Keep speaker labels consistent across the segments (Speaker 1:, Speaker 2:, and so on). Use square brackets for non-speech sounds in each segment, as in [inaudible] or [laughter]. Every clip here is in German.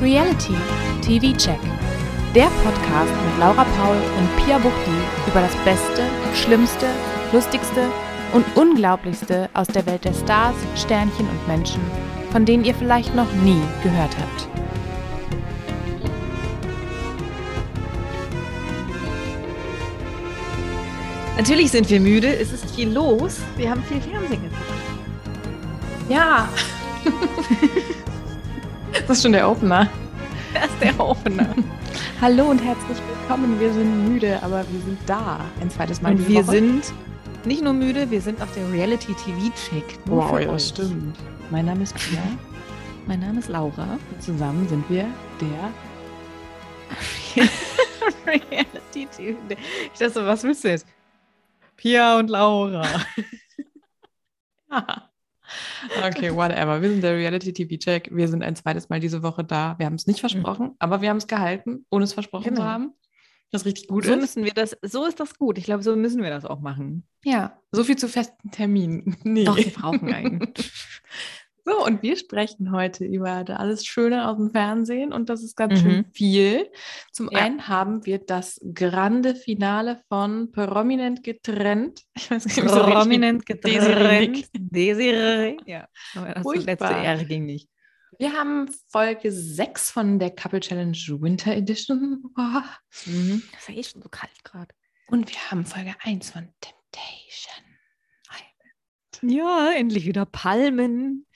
Speaker 1: Reality TV Check. Der Podcast mit Laura Paul und Pia Buchti über das Beste, Schlimmste, Lustigste und Unglaublichste aus der Welt der Stars, Sternchen und Menschen, von denen ihr vielleicht noch nie gehört habt.
Speaker 2: Natürlich sind wir müde, es ist viel los. Wir haben viel Fernsehen geguckt.
Speaker 1: Ja. [laughs] das ist schon der Opener.
Speaker 2: [laughs] Das ist der Opener.
Speaker 1: Hallo und herzlich willkommen. Wir sind müde, aber wir sind da. Ein zweites Mal.
Speaker 2: Und
Speaker 1: die
Speaker 2: wir
Speaker 1: Woche.
Speaker 2: sind nicht nur müde, wir sind auf der Reality TV Check. Nur
Speaker 1: Wow,
Speaker 2: für
Speaker 1: ja,
Speaker 2: euch. [laughs]
Speaker 1: stimmt.
Speaker 2: Mein Name ist Pia. mein Name ist Laura.
Speaker 1: Und zusammen sind wir der.
Speaker 2: Reality TV. Ich dachte, so, was willst du jetzt? Pia und Laura.
Speaker 3: Ah. [laughs] Okay, whatever. Wir sind der Reality TV Check. Wir sind ein zweites Mal diese Woche da. Wir haben es nicht versprochen, aber wir haben es gehalten, ohne es versprochen
Speaker 2: Mhm. Genau.
Speaker 3: zu haben. Was richtig gut
Speaker 2: So
Speaker 3: ist.
Speaker 2: müssen wir das, so ist das gut. Ich glaube, so müssen wir das auch [laughs] machen.
Speaker 1: Ja.
Speaker 3: So viel zu festen Terminen. [laughs] Nee.
Speaker 2: Doch, wir brauchen [laughs] einen.
Speaker 3: So, und wir sprechen heute über da alles Schöne aus dem Fernsehen und das ist ganz
Speaker 2: Mhm.
Speaker 3: schön viel. Zum
Speaker 2: Ja.
Speaker 3: einen haben wir das grande Finale von Prominent getrennt. [laughs] Ich weiß nicht, ob ich so richtig-
Speaker 2: Prominent
Speaker 3: Desiree
Speaker 2: getrennt. [laughs] Desiree. Ja, aber das
Speaker 3: Furchtbar.
Speaker 2: letzte R ging nicht.
Speaker 3: Wir haben Folge 6 von der Couple Challenge Winter Edition. [laughs] Wow.
Speaker 2: Mhm. Das ist ja eh schon so kalt gerade.
Speaker 3: Und wir haben Folge 1 von Temptation.
Speaker 2: Ja, endlich wieder Palmen.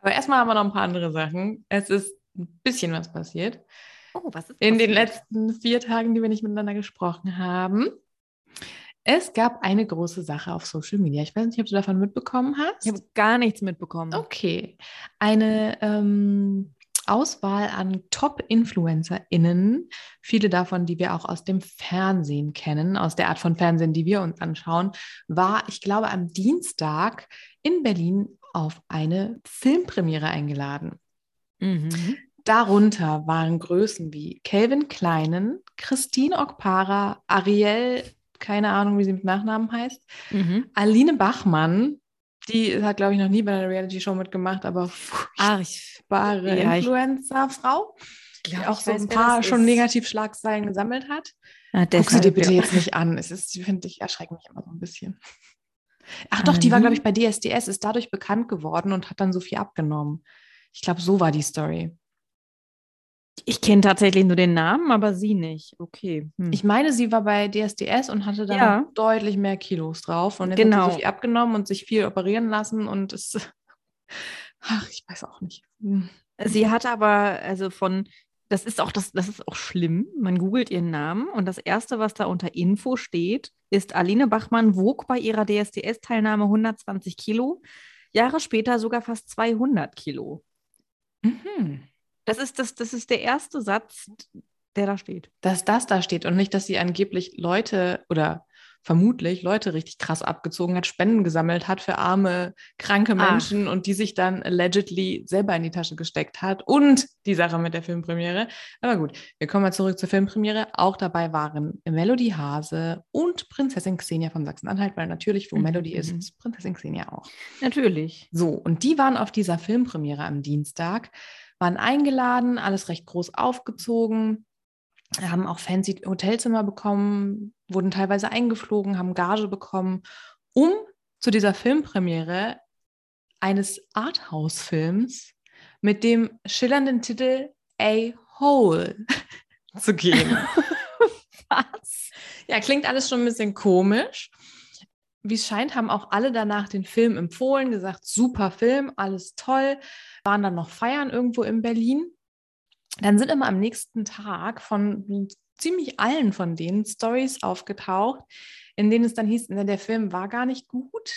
Speaker 3: Aber erstmal haben wir noch ein paar andere Sachen. Es ist ein bisschen was passiert.
Speaker 2: Oh, was ist
Speaker 3: In den
Speaker 2: passiert?
Speaker 3: letzten vier Tagen, die wir nicht miteinander gesprochen haben. Es gab eine große Sache auf Social Media. Ich weiß nicht, ob du davon mitbekommen hast.
Speaker 2: Ich habe gar nichts mitbekommen.
Speaker 3: Oh. Okay. Eine ähm, Auswahl an Top-InfluencerInnen, viele davon, die wir auch aus dem Fernsehen kennen, aus der Art von Fernsehen, die wir uns anschauen, war, ich glaube, am Dienstag in Berlin auf eine Filmpremiere eingeladen.
Speaker 2: Mhm.
Speaker 3: Darunter waren Größen wie Calvin Kleinen, Christine Okpara, Ariel, keine Ahnung, wie sie mit Nachnamen heißt,
Speaker 2: Mhm.
Speaker 3: Aline Bachmann, die hat, glaube ich, noch nie bei einer Reality-Show mitgemacht, aber furchtbare
Speaker 2: Ach, Ah, ich Ja, ich-
Speaker 3: Influencer-Frau, die
Speaker 2: glaube,
Speaker 3: auch
Speaker 2: ich
Speaker 3: so
Speaker 2: weiß,
Speaker 3: ein
Speaker 2: wer
Speaker 3: paar
Speaker 2: das
Speaker 3: schon
Speaker 2: ist.
Speaker 3: Negativschlagzeilen gesammelt hat.
Speaker 2: Ah,
Speaker 3: Guck sie dir
Speaker 2: deshalb,
Speaker 3: bitte
Speaker 2: ja.
Speaker 3: jetzt nicht an. Es ist, finde ich, erschreckt mich immer so ein bisschen. Ach doch, die war, glaube ich, bei DSDS, ist dadurch bekannt geworden und hat dann so viel abgenommen. Ich glaube, so war die Story.
Speaker 2: Ich kenne tatsächlich nur den Namen, aber sie nicht. Okay. Hm.
Speaker 3: Ich meine, sie war bei DSDS und hatte dann
Speaker 2: Ja.
Speaker 3: noch deutlich mehr Kilos drauf. Und jetzt hat
Speaker 2: Genau.
Speaker 3: sie so viel abgenommen und sich viel operieren lassen. Und es. [laughs] Ach, ich weiß auch nicht. Hm.
Speaker 2: sie hatte aber, also von, das ist auch das, das ist auch schlimm. Man googelt ihren Namen und das erste, was da unter Info steht, ist Aline Bachmann wog bei ihrer DSDS-Teilnahme 120 Kilo. Jahre später sogar fast 200 Kilo.
Speaker 3: Mhm.
Speaker 2: Das ist, das, das ist der erste Satz, der da steht.
Speaker 3: Dass das da steht und nicht, dass sie angeblich Leute oder vermutlich Leute richtig krass abgezogen hat, Spenden gesammelt hat für arme, kranke
Speaker 2: Ach.
Speaker 3: Menschen und die sich dann allegedly selber in die Tasche gesteckt hat und die Sache mit der Filmpremiere. Aber gut, wir kommen mal zurück zur Filmpremiere. Auch dabei waren Melody Hase und Prinzessin Xenia von Sachsen-Anhalt, weil natürlich, wo
Speaker 2: Mhm,
Speaker 3: Melody ist,
Speaker 2: mhm.
Speaker 3: ist Prinzessin Xenia auch.
Speaker 2: Natürlich.
Speaker 3: So, und die waren auf dieser Filmpremiere am Dienstag, waren eingeladen, alles recht groß aufgezogen, haben auch fancy Hotelzimmer bekommen, wurden teilweise eingeflogen, haben Gage bekommen, um zu dieser Filmpremiere eines Arthouse-Films mit dem schillernden Titel A Hole [laughs] zu [laughs] gehen.
Speaker 2: Was?
Speaker 3: Ja, klingt alles schon ein bisschen komisch. Wie es scheint, haben auch alle danach den Film empfohlen, gesagt, super Film, alles toll. Waren dann noch feiern irgendwo in Berlin. Dann sind immer am nächsten Tag von ziemlich allen von denen Stories aufgetaucht, in denen es dann hieß, ne, der Film war gar nicht gut.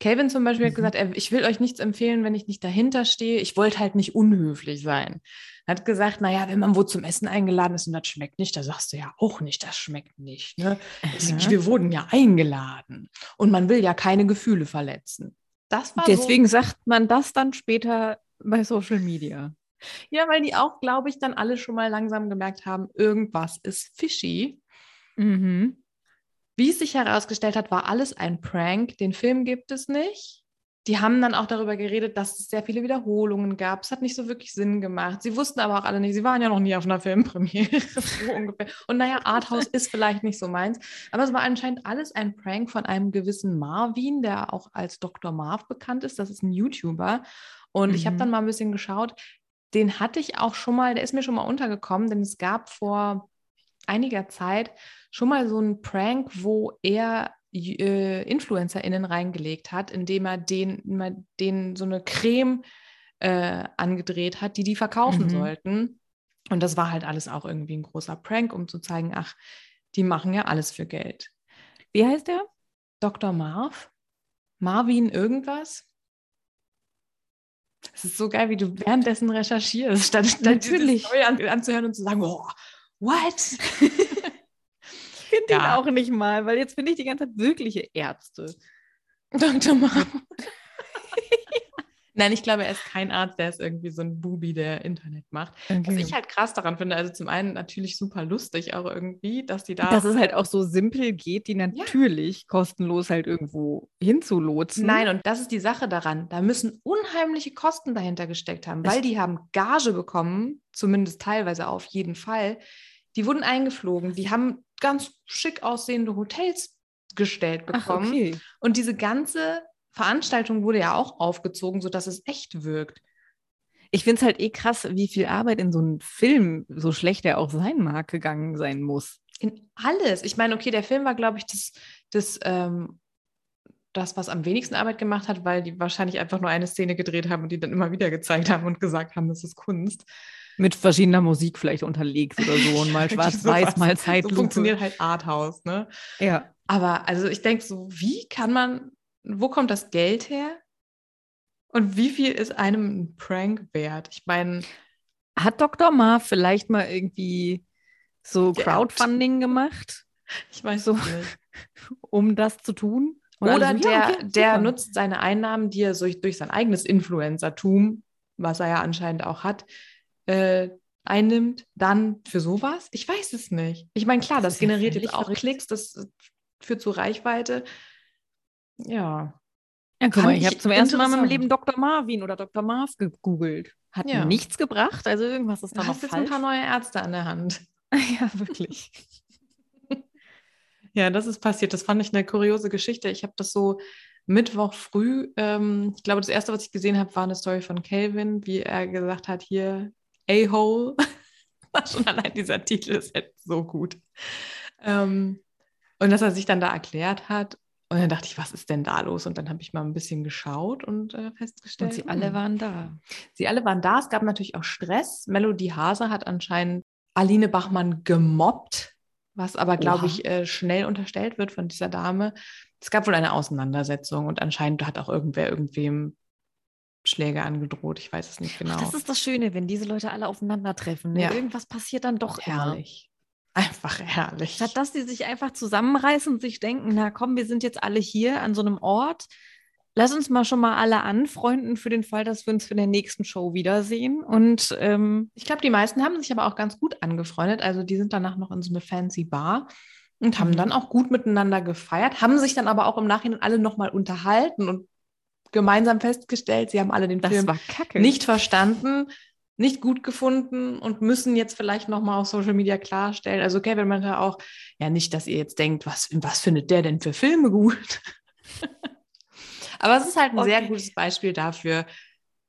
Speaker 3: Calvin zum Beispiel hat
Speaker 2: Mhm.
Speaker 3: gesagt, er, ich will euch nichts empfehlen, wenn ich nicht dahinter stehe. Ich wollte halt nicht unhöflich sein. Er hat gesagt, naja, wenn man wo zum Essen eingeladen ist und das schmeckt nicht, da sagst du ja auch nicht, das schmeckt nicht. Ne? Es-
Speaker 2: Aha.
Speaker 3: Wir wurden ja eingeladen und man will ja keine Gefühle verletzen. Das war
Speaker 2: Deswegen sagt man das dann später bei Social Media.
Speaker 3: so, ja, weil die auch, glaube ich, dann alle schon mal langsam gemerkt haben, irgendwas ist fishy.
Speaker 2: Mhm.
Speaker 3: Wie es sich herausgestellt hat, war alles ein Prank. Den Film gibt es nicht. die haben dann auch darüber geredet, dass es sehr viele Wiederholungen gab. Es hat nicht so wirklich Sinn gemacht. Sie wussten aber auch alle nicht, sie waren ja noch nie auf einer Filmpremiere. [laughs] so ungefähr. Und naja, Arthouse ist vielleicht nicht so meins. Aber es war anscheinend alles ein Prank von einem gewissen Marvin, der auch als Dr. Marv bekannt ist. Das ist ein YouTuber. Und ich habe
Speaker 2: Mhm.
Speaker 3: dann mal ein bisschen geschaut. Den hatte ich auch schon mal, der ist mir schon mal untergekommen, denn es gab vor einiger Zeit schon mal so einen Prank, wo er äh, InfluencerInnen reingelegt hat, indem er denen, immer denen so eine Creme äh, angedreht hat, die die verkaufen
Speaker 2: Mhm.
Speaker 3: sollten. Und das war halt alles auch irgendwie ein großer Prank, um zu zeigen, ach, die machen ja alles für Geld.
Speaker 2: Wie heißt der?
Speaker 3: Dr. Marv? Marvin irgendwas? Es ist so geil, wie du währenddessen recherchierst, statt, statt
Speaker 2: Natürlich.
Speaker 3: Natürlich. Story an, anzuhören und zu sagen, oh, what?
Speaker 2: [laughs] Ich finde
Speaker 3: Ja.
Speaker 2: den auch nicht mal, weil jetzt finde ich die ganze Zeit wirkliche Ärzte. [laughs]
Speaker 3: Dr. Marv. Nein, ich glaube, er ist kein Arzt, der ist irgendwie so ein Bubi, der Internet macht. Was ich halt krass daran finde, also zum einen natürlich super lustig auch irgendwie, dass die da
Speaker 2: Dass es halt auch so simpel geht, die natürlich kostenlos halt irgendwo hinzulotsen.
Speaker 3: Nein, und das ist die Sache daran. Da müssen unheimliche Kosten dahinter gesteckt haben, weil die haben Gage bekommen, zumindest teilweise auf jeden Fall. Die wurden eingeflogen, die haben ganz schick aussehende Hotels gestellt
Speaker 2: Ach,
Speaker 3: bekommen.
Speaker 2: okay.
Speaker 3: Und diese ganze Veranstaltung wurde ja auch aufgezogen, sodass es echt wirkt.
Speaker 2: Ich finde es halt eh krass, wie viel Arbeit in so einem Film, so schlecht er auch sein mag, gegangen sein muss.
Speaker 3: In alles. Ich meine, okay, der Film war, glaube ich, das, das, ähm, das, was am wenigsten Arbeit gemacht hat, weil die wahrscheinlich einfach nur eine Szene gedreht haben und die dann immer wieder gezeigt haben und gesagt haben, das ist Kunst.
Speaker 2: Mit verschiedener Musik vielleicht unterlegt oder so und [laughs] mal
Speaker 3: [laughs] Irgendwie
Speaker 2: schwarz-weiß,
Speaker 3: sowas.
Speaker 2: mal
Speaker 3: So
Speaker 2: Zeitlupe.
Speaker 3: funktioniert halt Arthouse, ne?
Speaker 2: ja.
Speaker 3: Aber also ich denke so, wie kann man, wo kommt das Geld her? Und wie viel ist einem ein Prank wert? Ich meine,
Speaker 2: Hat Dr. Ma vielleicht mal irgendwie so
Speaker 3: Geerbt.
Speaker 2: Crowdfunding gemacht,
Speaker 3: ich weiß
Speaker 2: So.
Speaker 3: es nicht. Also,
Speaker 2: um das zu tun? Und alle
Speaker 3: Oder
Speaker 2: so,
Speaker 3: der,
Speaker 2: ja, okay,
Speaker 3: der
Speaker 2: super.
Speaker 3: nutzt seine Einnahmen, die er durch, durch sein eigenes Influencertum, was er ja anscheinend auch hat, äh, einnimmt, dann für sowas? Ich weiß es nicht. Ich meine, klar,
Speaker 2: Das
Speaker 3: das,
Speaker 2: ist ja
Speaker 3: generiert
Speaker 2: völlig
Speaker 3: jetzt auch
Speaker 2: verrückt.
Speaker 3: Klicks, das äh, führt zu Reichweite. Ja.
Speaker 2: Ja, guck mal,
Speaker 3: Fand
Speaker 2: ich
Speaker 3: ich
Speaker 2: habe zum ersten Mal in meinem
Speaker 3: interessant.
Speaker 2: Leben Dr. Marvin oder Dr. Marv gegoogelt. Hat
Speaker 3: Ja.
Speaker 2: nichts gebracht, also irgendwas ist da
Speaker 3: Du
Speaker 2: noch
Speaker 3: hast jetzt ein
Speaker 2: falsch. [laughs]
Speaker 3: paar neue Ärzte an der Hand.
Speaker 2: ja, wirklich.
Speaker 3: Ja, das ist passiert. Das fand ich eine kuriose Geschichte. Ich habe das so Mittwoch früh, ähm, ich glaube, das erste, was ich gesehen habe, war eine Story von Calvin, wie er gesagt hat, hier A-Hole. [laughs] Schon allein dieser Titel ist halt so gut. Ähm, und dass er sich dann da erklärt hat. Und dann dachte ich, was ist denn da los? Und dann habe ich mal ein bisschen geschaut und äh, festgestellt.
Speaker 2: Und sie alle
Speaker 3: hm.
Speaker 2: waren da.
Speaker 3: Sie alle waren da. Es gab natürlich auch Stress. Melody Hase hat anscheinend Aline Bachmann gemobbt, was aber,
Speaker 2: Oha.
Speaker 3: glaube ich, äh, schnell unterstellt wird von dieser Dame. Es gab wohl eine Auseinandersetzung und anscheinend hat auch irgendwer irgendwem Schläge angedroht. Ich weiß es nicht genau.
Speaker 2: Das ist das Schöne, wenn diese Leute alle aufeinandertreffen. Ne?
Speaker 3: Ja.
Speaker 2: Irgendwas passiert dann doch immer.
Speaker 3: herrlich. Einfach herrlich.
Speaker 2: Statt dass sie sich einfach zusammenreißen und sich denken, na komm, wir sind jetzt alle hier an so einem Ort. Lass uns mal schon mal alle anfreunden für den Fall, dass wir uns für der nächsten Show wiedersehen. Und ähm,
Speaker 3: Ich glaube, die meisten haben sich aber auch ganz gut angefreundet. Also die sind danach noch in so eine fancy Bar und haben
Speaker 2: Mhm.
Speaker 3: dann auch gut miteinander gefeiert, haben sich dann aber auch im Nachhinein alle nochmal unterhalten und gemeinsam festgestellt, sie haben alle den
Speaker 2: das
Speaker 3: Film
Speaker 2: war kacke.
Speaker 3: nicht verstanden, nicht gut gefunden und müssen jetzt vielleicht nochmal auf Social Media klarstellen. Also Kevin meinte auch, ja nicht, dass ihr jetzt denkt, was, was findet der denn für Filme gut? [laughs] Aber es ist halt ein sehr
Speaker 2: Okay.
Speaker 3: gutes Beispiel dafür.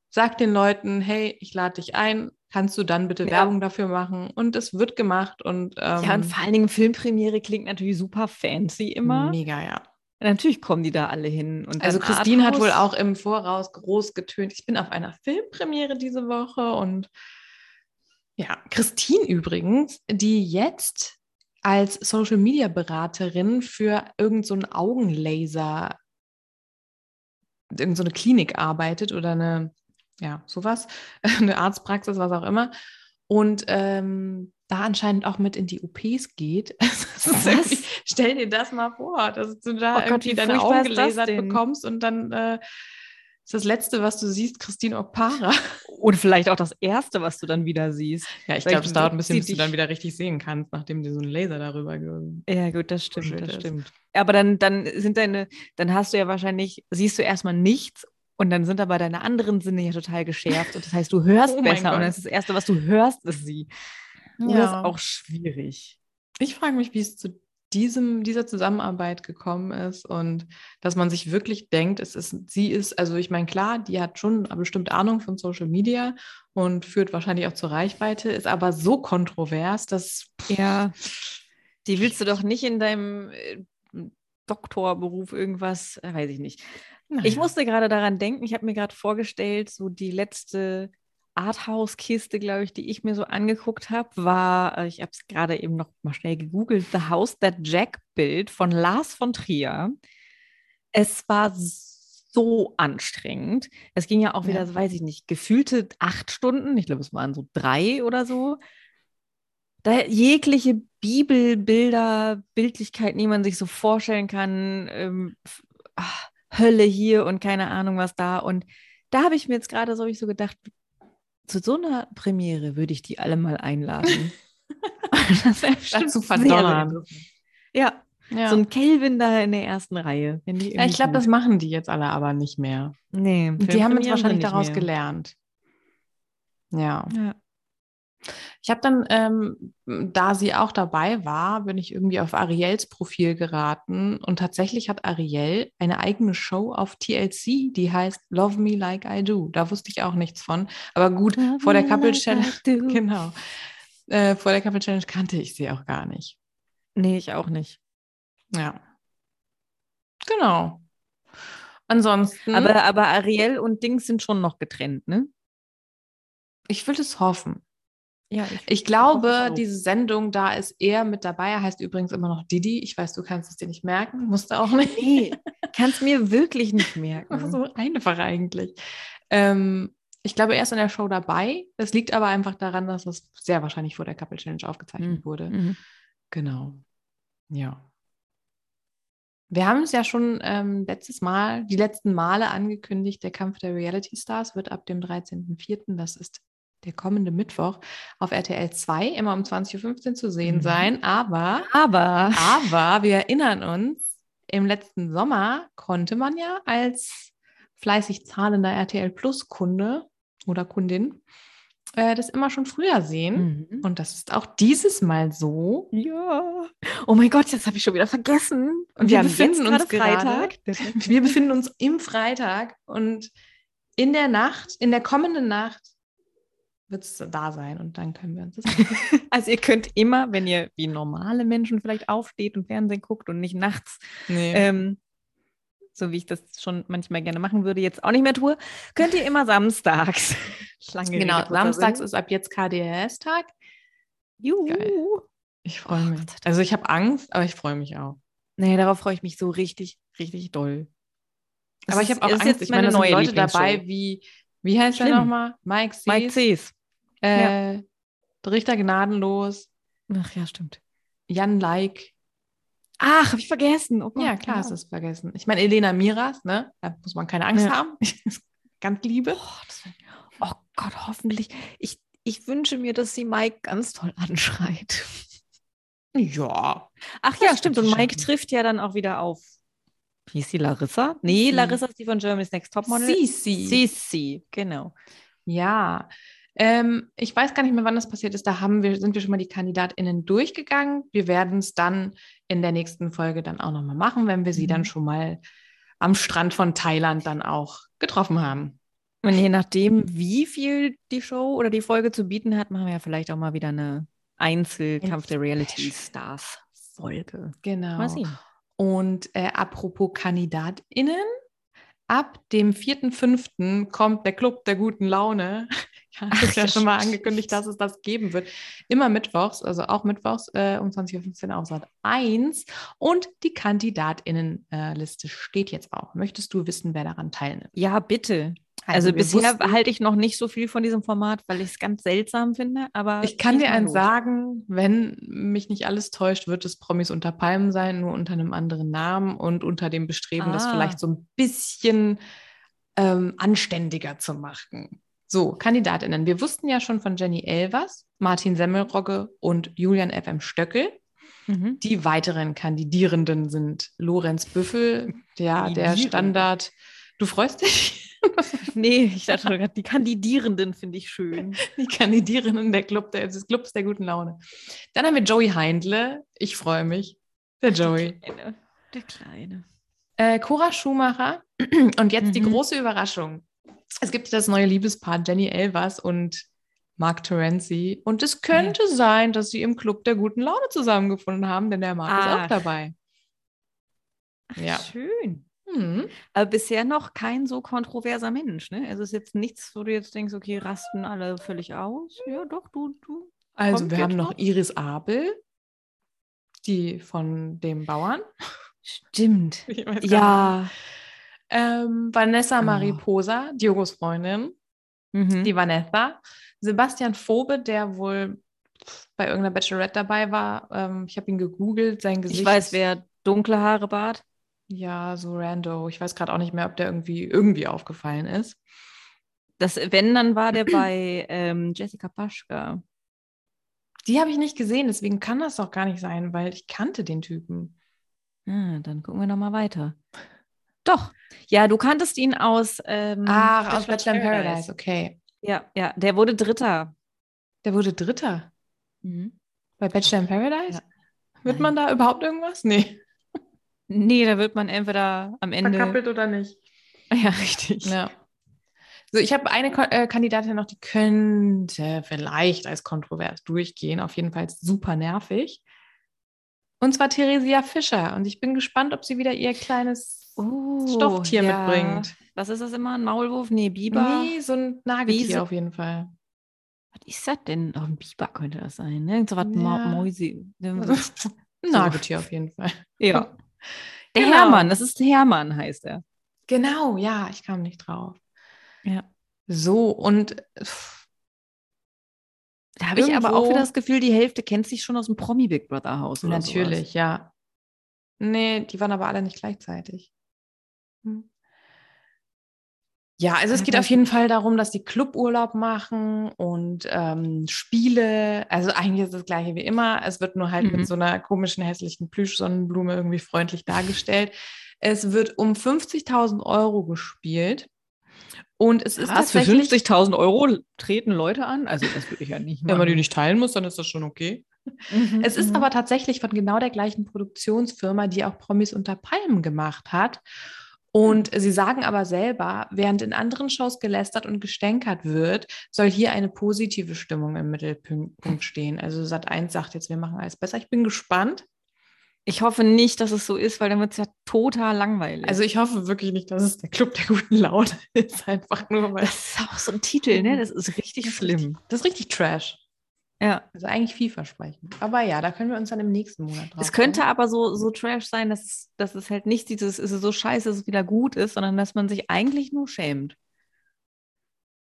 Speaker 3: Sag den Leuten, hey, ich lade dich ein, kannst du dann bitte
Speaker 2: Ja.
Speaker 3: Werbung dafür machen? Und es wird gemacht und, ähm,
Speaker 2: Ja, und vor allen Dingen Filmpremiere klingt natürlich super fancy immer.
Speaker 3: mega, ja.
Speaker 2: Natürlich kommen die da alle hin. Und
Speaker 3: Also
Speaker 2: dann
Speaker 3: Christine hat wohl
Speaker 2: Arthouse.
Speaker 3: auch im Voraus groß getönt. Ich bin auf einer Filmpremiere diese Woche und ja, Christine übrigens, die jetzt als Social Media Beraterin für irgend so einen Augenlaser irgend so eine Klinik arbeitet oder eine ja, sowas, [laughs] eine Arztpraxis, was auch immer. Und ähm, da anscheinend auch mit in die OPs geht. [laughs] Das
Speaker 2: Was?
Speaker 3: ist irgendwie- Stell dir das mal vor, dass du da
Speaker 2: Oh Gott,
Speaker 3: irgendwie
Speaker 2: wie
Speaker 3: deine
Speaker 2: furchtbar
Speaker 3: Augen
Speaker 2: ist das
Speaker 3: gelasert
Speaker 2: denn?
Speaker 3: bekommst und dann äh, ist das Letzte, was du siehst, Christine Okpara.
Speaker 2: Und vielleicht auch das Erste, was du dann wieder siehst.
Speaker 3: [laughs] Ja, ich
Speaker 2: Vielleicht
Speaker 3: glaube, es dauert
Speaker 2: wirkt
Speaker 3: ein bisschen,
Speaker 2: sie
Speaker 3: bis du
Speaker 2: dich-
Speaker 3: dann wieder richtig sehen kannst, nachdem dir so ein Laser darüber ge
Speaker 2: Ja, gut, das
Speaker 3: Bullshit ist.
Speaker 2: Aber dann, dann sind deine, dann hast du ja wahrscheinlich, siehst du erstmal nichts Und dann sind aber deine anderen Sinne ja total geschärft. Und das heißt, du [laughs] hörst
Speaker 3: Oh mein
Speaker 2: besser. Und
Speaker 3: Gott.
Speaker 2: das, ist das Erste, was du hörst, ist sie. Und Das ist auch schwierig.
Speaker 3: Ich frage mich, wie es zu diesem, dieser Zusammenarbeit gekommen ist und dass man sich wirklich denkt, es ist, sie ist, also ich meine, klar, die hat schon eine bestimmte Ahnung von Social Media und führt wahrscheinlich auch zur Reichweite, ist aber so kontrovers, dass
Speaker 2: Ja. Die willst du doch nicht in deinem äh, Doktorberuf irgendwas, äh, weiß ich nicht. Ich musste gerade daran denken, ich habe mir gerade vorgestellt, so die letzte Arthouse-Kiste, glaube ich, die ich mir so angeguckt habe, war, äh, ich habe es gerade eben noch mal schnell gegoogelt, The House That Jack Built von Lars von Trier. Es war so anstrengend. Es ging ja auch wieder, weiß ich nicht, gefühlte acht Stunden, ich glaube, es waren so drei oder so. Da jegliche Bibelbilder, Bildlichkeiten, die man sich so vorstellen kann, ähm, f- ah, Hölle hier und keine Ahnung was da. Und da habe ich mir jetzt gerade so, hab ich so gedacht, zu so einer Premiere würde ich die alle mal
Speaker 3: [laughs]
Speaker 2: einladen. das wär bestimmt
Speaker 3: dazu
Speaker 2: sehr
Speaker 3: verdonnern.
Speaker 2: Ja,
Speaker 3: Ja.
Speaker 2: so ein Kelvin da in der ersten Reihe. Wenn die
Speaker 3: ja, ich glaube, das machen die jetzt alle aber nicht mehr.
Speaker 2: Nee,
Speaker 3: Die haben jetzt wahrscheinlich daraus
Speaker 2: gelernt.
Speaker 3: gelernt. Ja.
Speaker 2: Ja.
Speaker 3: Ich habe dann, ähm, da sie auch dabei war, bin ich irgendwie auf Ariels Profil geraten. Und tatsächlich hat Ariel eine eigene Show auf TLC, die heißt Love Me Like I Do. Da wusste ich auch nichts von. Aber
Speaker 2: [laughs]
Speaker 3: gut, vor der Couple Challenge, genau. Äh, vor der Couple Challenge kannte ich sie auch gar nicht.
Speaker 2: Nee, ich auch nicht.
Speaker 3: Ja. Genau. Ansonsten,
Speaker 2: Aber, aber Ariel und Dings sind schon noch getrennt, ne?
Speaker 3: ich will es hoffen.
Speaker 2: Ja,
Speaker 3: Ich
Speaker 2: hoffe
Speaker 3: glaube,
Speaker 2: auch.
Speaker 3: diese Sendung, da ist er mit dabei. Er heißt übrigens immer noch Didi. Ich weiß, du kannst es dir nicht merken, musst du auch
Speaker 2: [laughs]
Speaker 3: nicht. [laughs]
Speaker 2: Nee, kannst mir wirklich nicht merken.
Speaker 3: So einfach eigentlich. Ähm, ich glaube, er ist in der Show dabei. Das liegt aber einfach daran, dass das sehr wahrscheinlich vor der Couple Challenge aufgezeichnet
Speaker 2: Mhm.
Speaker 3: wurde.
Speaker 2: Mhm.
Speaker 3: Genau. Ja. Wir haben es ja schon ähm, letztes Mal, die letzten Male angekündigt, der Kampf der Reality Stars wird ab dem 13.04., das ist der kommende Mittwoch, auf RTL 2 immer um 20.15 Uhr zu sehen
Speaker 2: Mhm.
Speaker 3: sein. Aber,
Speaker 2: Aber
Speaker 3: aber wir erinnern uns, im letzten Sommer konnte man ja als fleißig zahlender RTL Plus Kunde oder Kundin äh, das immer schon früher sehen.
Speaker 2: Mhm.
Speaker 3: Und das ist auch dieses Mal so.
Speaker 2: ja. Oh mein Gott, das habe ich schon wieder vergessen.
Speaker 3: Wir haben jetzt gerade
Speaker 2: Freitag.
Speaker 3: Wir befinden uns im Freitag und in der Nacht, in der kommenden Nacht wird es da sein und dann können wir uns [laughs] das angucken.
Speaker 2: Also ihr könnt immer, wenn ihr wie normale Menschen vielleicht aufsteht und Fernsehen guckt und nicht nachts,
Speaker 3: Äh,
Speaker 2: ähm, so wie ich das schon manchmal gerne machen würde, jetzt auch nicht mehr tue, könnt ihr immer samstags. [laughs] Schlange
Speaker 3: genau,
Speaker 2: Rede, kurzer
Speaker 3: samstags
Speaker 2: Sinn.
Speaker 3: ist ab jetzt KDRS-Tag.
Speaker 2: Juhu.
Speaker 3: geil. Ich freue
Speaker 2: Oh,
Speaker 3: mich.
Speaker 2: Gott sei Dank.
Speaker 3: Also ich habe Angst, aber ich freue mich auch.
Speaker 2: Nee, darauf freue ich mich so richtig, richtig doll. Das
Speaker 3: aber ich
Speaker 2: ist-
Speaker 3: habe auch
Speaker 2: ist
Speaker 3: Angst.
Speaker 2: jetzt
Speaker 3: Ich meine, da sind
Speaker 2: neue
Speaker 3: Leute dabei
Speaker 2: Lieblingsshow.
Speaker 3: wie, wie heißt der
Speaker 2: Schlimm.
Speaker 3: nochmal? Mike Sees,
Speaker 2: Mike Sees.
Speaker 3: äh, Richter Gnadenlos,
Speaker 2: Ach ja, stimmt.
Speaker 3: Jan Like.
Speaker 2: Ach, habe ich vergessen. Oh Gott,
Speaker 3: Ja, klar, hast
Speaker 2: genau.
Speaker 3: du es vergessen. Ich meine, Elena Miras, ne? Da muss man keine Angst
Speaker 2: Ja.
Speaker 3: haben. [laughs] Ganz liebe.
Speaker 2: Oh, das wär, oh Gott, hoffentlich. Ich, ich wünsche mir, dass sie Mike ganz toll anschreit.
Speaker 3: Ja.
Speaker 2: Ach
Speaker 3: Das
Speaker 2: ja,
Speaker 3: wird
Speaker 2: stimmt.
Speaker 3: sie
Speaker 2: Und Mike
Speaker 3: schaffen.
Speaker 2: trifft ja dann auch wieder auf. Wie ist sie, Larissa? Nee,
Speaker 3: Mhm.
Speaker 2: Larissa ist die von Germany's Next Topmodel.
Speaker 3: Sisi.
Speaker 2: Sisi, genau.
Speaker 3: Ja. Ähm, ich weiß gar nicht mehr, wann das passiert ist. Da haben wir, sind wir schon mal die KandidatInnen durchgegangen. Wir werden es dann in der nächsten Folge dann auch nochmal machen, wenn wir sie
Speaker 2: Mhm.
Speaker 3: dann schon mal am Strand von Thailand dann auch getroffen haben.
Speaker 2: Und je [laughs] nachdem, wie viel die Show oder die Folge zu bieten hat, machen wir ja vielleicht auch mal wieder eine Einzelkampf der Reality Stars Folge.
Speaker 3: Genau.
Speaker 2: Mal sehen.
Speaker 3: Und äh, apropos KandidatInnen, ab dem 4.5. kommt der Club der guten Laune. [laughs] Ich habe
Speaker 2: Ach,
Speaker 3: es ja
Speaker 2: ja,
Speaker 3: schon mal
Speaker 2: stimmt.
Speaker 3: angekündigt, dass es das geben wird. Immer mittwochs, also auch mittwochs äh, um 20.15 Uhr auf Sat 1. Und die KandidatInnen-Liste steht jetzt auch. Möchtest du wissen, wer daran teilnimmt?
Speaker 2: Ja, bitte. Also,
Speaker 3: wir
Speaker 2: bisher
Speaker 3: wussten-
Speaker 2: halte ich noch nicht so viel von diesem Format, weil ich es ganz seltsam finde. Aber
Speaker 3: Ich kann dir
Speaker 2: mal
Speaker 3: einen
Speaker 2: los.
Speaker 3: sagen, wenn mich nicht alles täuscht, wird es Promis unter Palmen sein, nur unter einem anderen Namen und unter dem Bestreben, das
Speaker 2: Ah.
Speaker 3: vielleicht so ein bisschen ähm, anständiger zu machen. So, KandidatInnen. Wir wussten ja schon von Jenny Elvers, Martin Semmelrogge und Julian F.M. Stöckel.
Speaker 2: Mhm. [laughs]
Speaker 3: Die weiteren Kandidierenden sind Lorenz Büffel, ja, der
Speaker 2: Kandidierende.
Speaker 3: Standard. Du freust dich?
Speaker 2: Nee, ich dachte nur gerade, die Kandidierenden finde ich [laughs] schön.
Speaker 3: Die Kandidierenden der Club der, des Clubs der guten Laune. Dann haben wir Joey Heindle. Ich freue mich. Der Joey.
Speaker 2: Der Kleine. Der Kleine.
Speaker 3: Äh, Cora Schumacher. [clears throat] Und jetzt die
Speaker 2: Mhm.
Speaker 3: große Überraschung. Es gibt das neue Liebespaar Jenny Elvers und Mark Terenzi. Und es könnte sein, dass sie im Club der guten Laune zusammengefunden haben, denn der Mark ist auch
Speaker 2: Ach.
Speaker 3: dabei. Ja.
Speaker 2: Schön.
Speaker 3: Hm.
Speaker 2: Aber Äh, bisher noch kein so kontroverser Mensch, ne? Also es ist jetzt nichts, wo du jetzt denkst, okay, rasten alle völlig aus. Ja, doch, du, du.
Speaker 3: Also
Speaker 2: Kommt
Speaker 3: wir
Speaker 2: jetzt
Speaker 3: haben noch
Speaker 2: noch?
Speaker 3: Iris Abel, die von dem Bauern.
Speaker 2: Stimmt.
Speaker 3: [laughs] Ich weiß gar nicht.
Speaker 2: Ja.
Speaker 3: Ähm, Vanessa
Speaker 2: Oh.
Speaker 3: Mariposa, Diogos Freundin,
Speaker 2: Mhm.
Speaker 3: die Vanessa. Sebastian Phobe, der wohl bei irgendeiner Bachelorette dabei war. Ähm, ich habe ihn gegoogelt, sein Gesicht.
Speaker 2: ich weiß, wer dunkle Haare bart.
Speaker 3: Ja, so rando. Ich weiß gerade auch nicht mehr, ob der irgendwie, irgendwie aufgefallen ist.
Speaker 2: Das, wenn, dann war
Speaker 3: [clears throat]
Speaker 2: der bei ähm, Jessica Paschka.
Speaker 3: Die habe ich nicht gesehen, deswegen kann das doch gar nicht sein, weil ich kannte den Typen.
Speaker 2: Ah, dann gucken wir nochmal weiter. Doch. Ja, du kanntest ihn aus. Ähm,
Speaker 3: Ach, Ah, aus Bachelor in Paradise, okay.
Speaker 2: Ja, ja, der wurde Dritter.
Speaker 3: Der wurde Dritter Mhm. bei Bachelor in Paradise. Wird
Speaker 2: Nein.
Speaker 3: man da überhaupt irgendwas? Nee.
Speaker 2: Nee, da wird man entweder am Ende.
Speaker 3: oder nicht?
Speaker 2: [laughs] Ja, richtig.
Speaker 3: Ja. So, ich habe eine Ko äh, Kandidatin noch, die könnte vielleicht als kontrovers durchgehen, auf jeden Fall super nervig. Und zwar Theresia Fischer. Und ich bin gespannt, ob sie wieder ihr kleines
Speaker 2: Oh,
Speaker 3: Stofftier
Speaker 2: ja.
Speaker 3: mitbringt.
Speaker 2: Was ist das immer? Ein Maulwurf? Nee, Biber.
Speaker 3: Nee, so ein
Speaker 2: Wiese.
Speaker 3: Nagetier auf jeden Fall.
Speaker 2: Was ist das denn? Oh, ein Biber könnte das sein, ne? So was
Speaker 3: Ja.
Speaker 2: Ma Mäuse. ne?
Speaker 3: [laughs] ein Nagetier auf jeden Fall.
Speaker 2: Ja. Der
Speaker 3: Genau.
Speaker 2: Hermann, das ist Hermann, heißt er.
Speaker 3: Genau, ja, ich kam nicht drauf.
Speaker 2: Ja.
Speaker 3: So, und pff,
Speaker 2: Da habe ich aber auch wieder
Speaker 3: Irgendwo-
Speaker 2: das Gefühl, die Hälfte kennt sich schon aus dem Promi Big Brother Haus. Oder
Speaker 3: natürlich, ja. Nee, die waren aber alle nicht gleichzeitig. Hm. Ja, also es
Speaker 2: Ja,
Speaker 3: geht
Speaker 2: das-
Speaker 3: auf jeden Fall darum, dass die Cluburlaub machen und ähm, Spiele. Also eigentlich ist das gleiche wie immer. Es wird nur halt
Speaker 2: Mhm.
Speaker 3: mit so einer komischen, hässlichen Plüschsonnenblume irgendwie freundlich dargestellt. Es wird um 50.000 Euro gespielt. Und es ist
Speaker 2: Was für
Speaker 3: tatsächlich
Speaker 2: 50.000 Euro treten Leute an? Also das würde ich ja nicht machen.
Speaker 3: nicht teilen muss, dann ist das schon okay.
Speaker 2: Mhm.
Speaker 3: Es ist aber tatsächlich von genau der gleichen Produktionsfirma, die auch Promis unter Palmen gemacht hat. Und sie sagen aber selber, während in anderen Shows gelästert und gestänkert wird, soll hier eine positive Stimmung im [laughs] Mittelpunkt stehen. Also Sat1 sagt jetzt, wir machen alles besser. Ich bin gespannt.
Speaker 2: Ich hoffe nicht, dass es so ist, weil dann wird es ja total langweilig.
Speaker 3: Also ich hoffe wirklich nicht, dass es der Club der guten Laune [laughs] ist. Einfach nur, weil
Speaker 2: das ist auch so ein Titel,
Speaker 3: [laughs]
Speaker 2: ne? Das ist richtig
Speaker 3: Das ist
Speaker 2: schlimm.
Speaker 3: das ist richtig Trash.
Speaker 2: Ja.
Speaker 3: Also eigentlich vielversprechend. Aber ja, da können wir uns dann im nächsten Monat drauf.
Speaker 2: Es könnte aber so, so trash sein, dass, es- dass es halt nicht dieses, es ist so scheiße, dass es wieder gut ist, sondern dass man sich eigentlich nur schämt.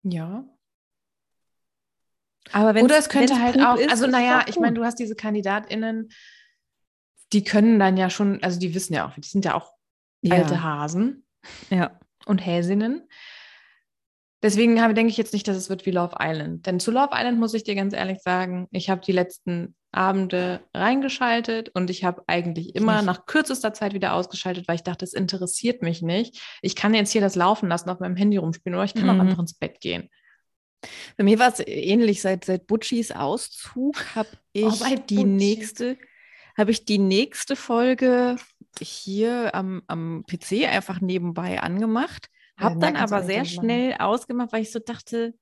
Speaker 3: Ja,
Speaker 2: Aber wenn
Speaker 3: Oder es könnte halt auch, also naja, ich meine,
Speaker 2: du
Speaker 3: du hast diese KandidatInnen, die können dann ja schon, also die wissen ja auch, die sind ja auch alte Hasen
Speaker 2: Ja.
Speaker 3: und Häsinnen. Deswegen habe, denke ich jetzt nicht, dass es wird wie Love Island. Denn zu Love Island muss ich dir ganz ehrlich sagen, ich habe die letzten Abende reingeschaltet und ich habe eigentlich immer
Speaker 2: nicht.
Speaker 3: nach kürzester Zeit wieder ausgeschaltet, weil ich dachte, es interessiert mich nicht. Ich kann jetzt hier das laufen lassen, auf meinem Handy rumspielen oder ich kann auch
Speaker 2: Mhm.
Speaker 3: einfach ins Bett gehen.
Speaker 2: Bei mir war es ähnlich. Seit, seit Butchis Auszug habe ich
Speaker 3: bei
Speaker 2: die
Speaker 3: Butchis.
Speaker 2: nächste, habe ich die nächste Folge hier am, am PC einfach nebenbei angemacht.
Speaker 3: Ja,
Speaker 2: Habe
Speaker 3: mehr
Speaker 2: dann
Speaker 3: kannst du
Speaker 2: aber
Speaker 3: nicht
Speaker 2: sehr
Speaker 3: damit machen.
Speaker 2: schnell ausgemacht, weil ich so dachte,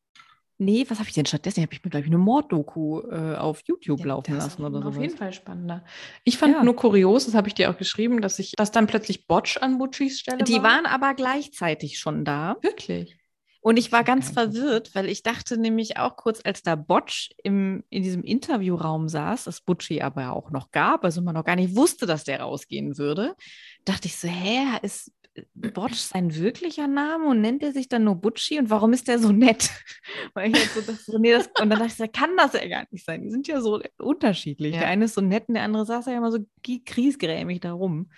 Speaker 2: nee, was habe ich denn stattdessen? Habe ich mir, glaube ich, eine Morddoku äh, auf YouTube
Speaker 3: Ja,
Speaker 2: laufen
Speaker 3: das
Speaker 2: lassen
Speaker 3: ist
Speaker 2: oder
Speaker 3: Auf
Speaker 2: sowas.
Speaker 3: jeden Fall spannender. Ich fand
Speaker 2: Ja.
Speaker 3: nur kurios, das habe ich dir auch geschrieben, dass ich, dass dann plötzlich Botsch an Butchis Stelle
Speaker 2: Die
Speaker 3: war.
Speaker 2: waren aber gleichzeitig schon da.
Speaker 3: wirklich.
Speaker 2: Und ich war
Speaker 3: Okay,
Speaker 2: ganz
Speaker 3: interessant.
Speaker 2: verwirrt, weil ich dachte nämlich auch kurz, als da Botsch im, in diesem Interviewraum saß, das Butchi aber auch noch gab, also man noch gar nicht wusste, dass der rausgehen würde, dachte ich so, hä, ist Botsch sein wirklicher Name und nennt er sich dann nur Butchi und warum ist der so nett? [laughs] Weil ich halt so dachte, so, nee, das, und dann dachte ich, so, kann das ja gar nicht sein. Die sind ja so unterschiedlich.
Speaker 3: Ja.
Speaker 2: Der eine ist so nett und der andere saß ja immer so gi- kriesgrämig da rum.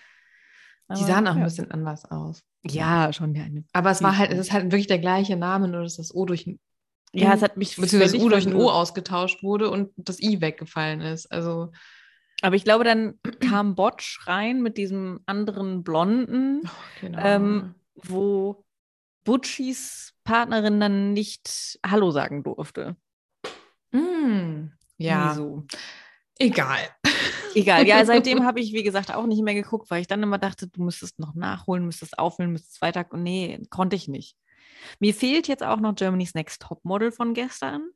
Speaker 3: Die
Speaker 2: Aber,
Speaker 3: sahen auch ein
Speaker 2: ja.
Speaker 3: bisschen anders aus.
Speaker 2: Ja, schon der eine.
Speaker 3: Aber es war halt, es ist halt wirklich der gleiche Name, nur dass das O durch ein
Speaker 2: Ja, es hat mich
Speaker 3: beziehungsweise das
Speaker 2: völlig
Speaker 3: U durch ein O
Speaker 2: verwirrt.
Speaker 3: ausgetauscht wurde und das I weggefallen ist. Also
Speaker 2: Aber ich glaube, dann kam Botsch rein mit diesem anderen Blonden,
Speaker 3: genau.
Speaker 2: Ähm, wo Butchis Partnerin dann nicht Hallo sagen durfte.
Speaker 3: Mm, ja,
Speaker 2: Wieso?
Speaker 3: egal.
Speaker 2: Egal. Ja, seitdem habe ich, wie gesagt, auch nicht mehr geguckt, weil ich dann immer dachte, du müsstest noch nachholen, müsstest aufholen, müsstest weiter. Nee, konnte ich nicht. Mir fehlt jetzt auch noch Germany's Next Topmodel von gestern,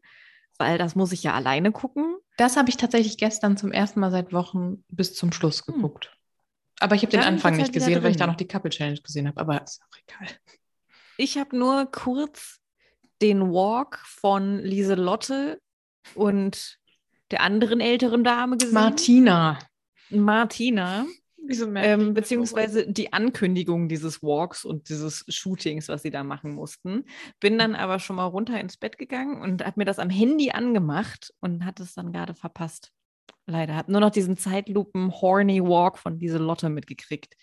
Speaker 2: weil das muss ich ja alleine gucken.
Speaker 3: Das habe ich tatsächlich gestern zum ersten Mal seit Wochen bis zum Schluss
Speaker 2: Hm.
Speaker 3: geguckt. Aber ich habe den
Speaker 2: Dann
Speaker 3: Anfang
Speaker 2: ist er
Speaker 3: nicht
Speaker 2: wieder
Speaker 3: gesehen, weil ich
Speaker 2: drin.
Speaker 3: da noch die Couple Challenge gesehen habe. Aber ist auch egal.
Speaker 2: Ich habe nur kurz den Walk von Lieselotte und der anderen älteren Dame gesehen.
Speaker 3: Martina.
Speaker 2: Martina.
Speaker 3: Wieso
Speaker 2: Ähm, beziehungsweise die Ankündigung dieses Walks und dieses Shootings, was sie da machen mussten. Bin dann aber schon mal runter ins Bett gegangen und habe mir das am Handy angemacht und hatte es dann gerade verpasst. Leider. Habe nur noch diesen Zeitlupen-Horny Walk von diese Lotte mitgekriegt.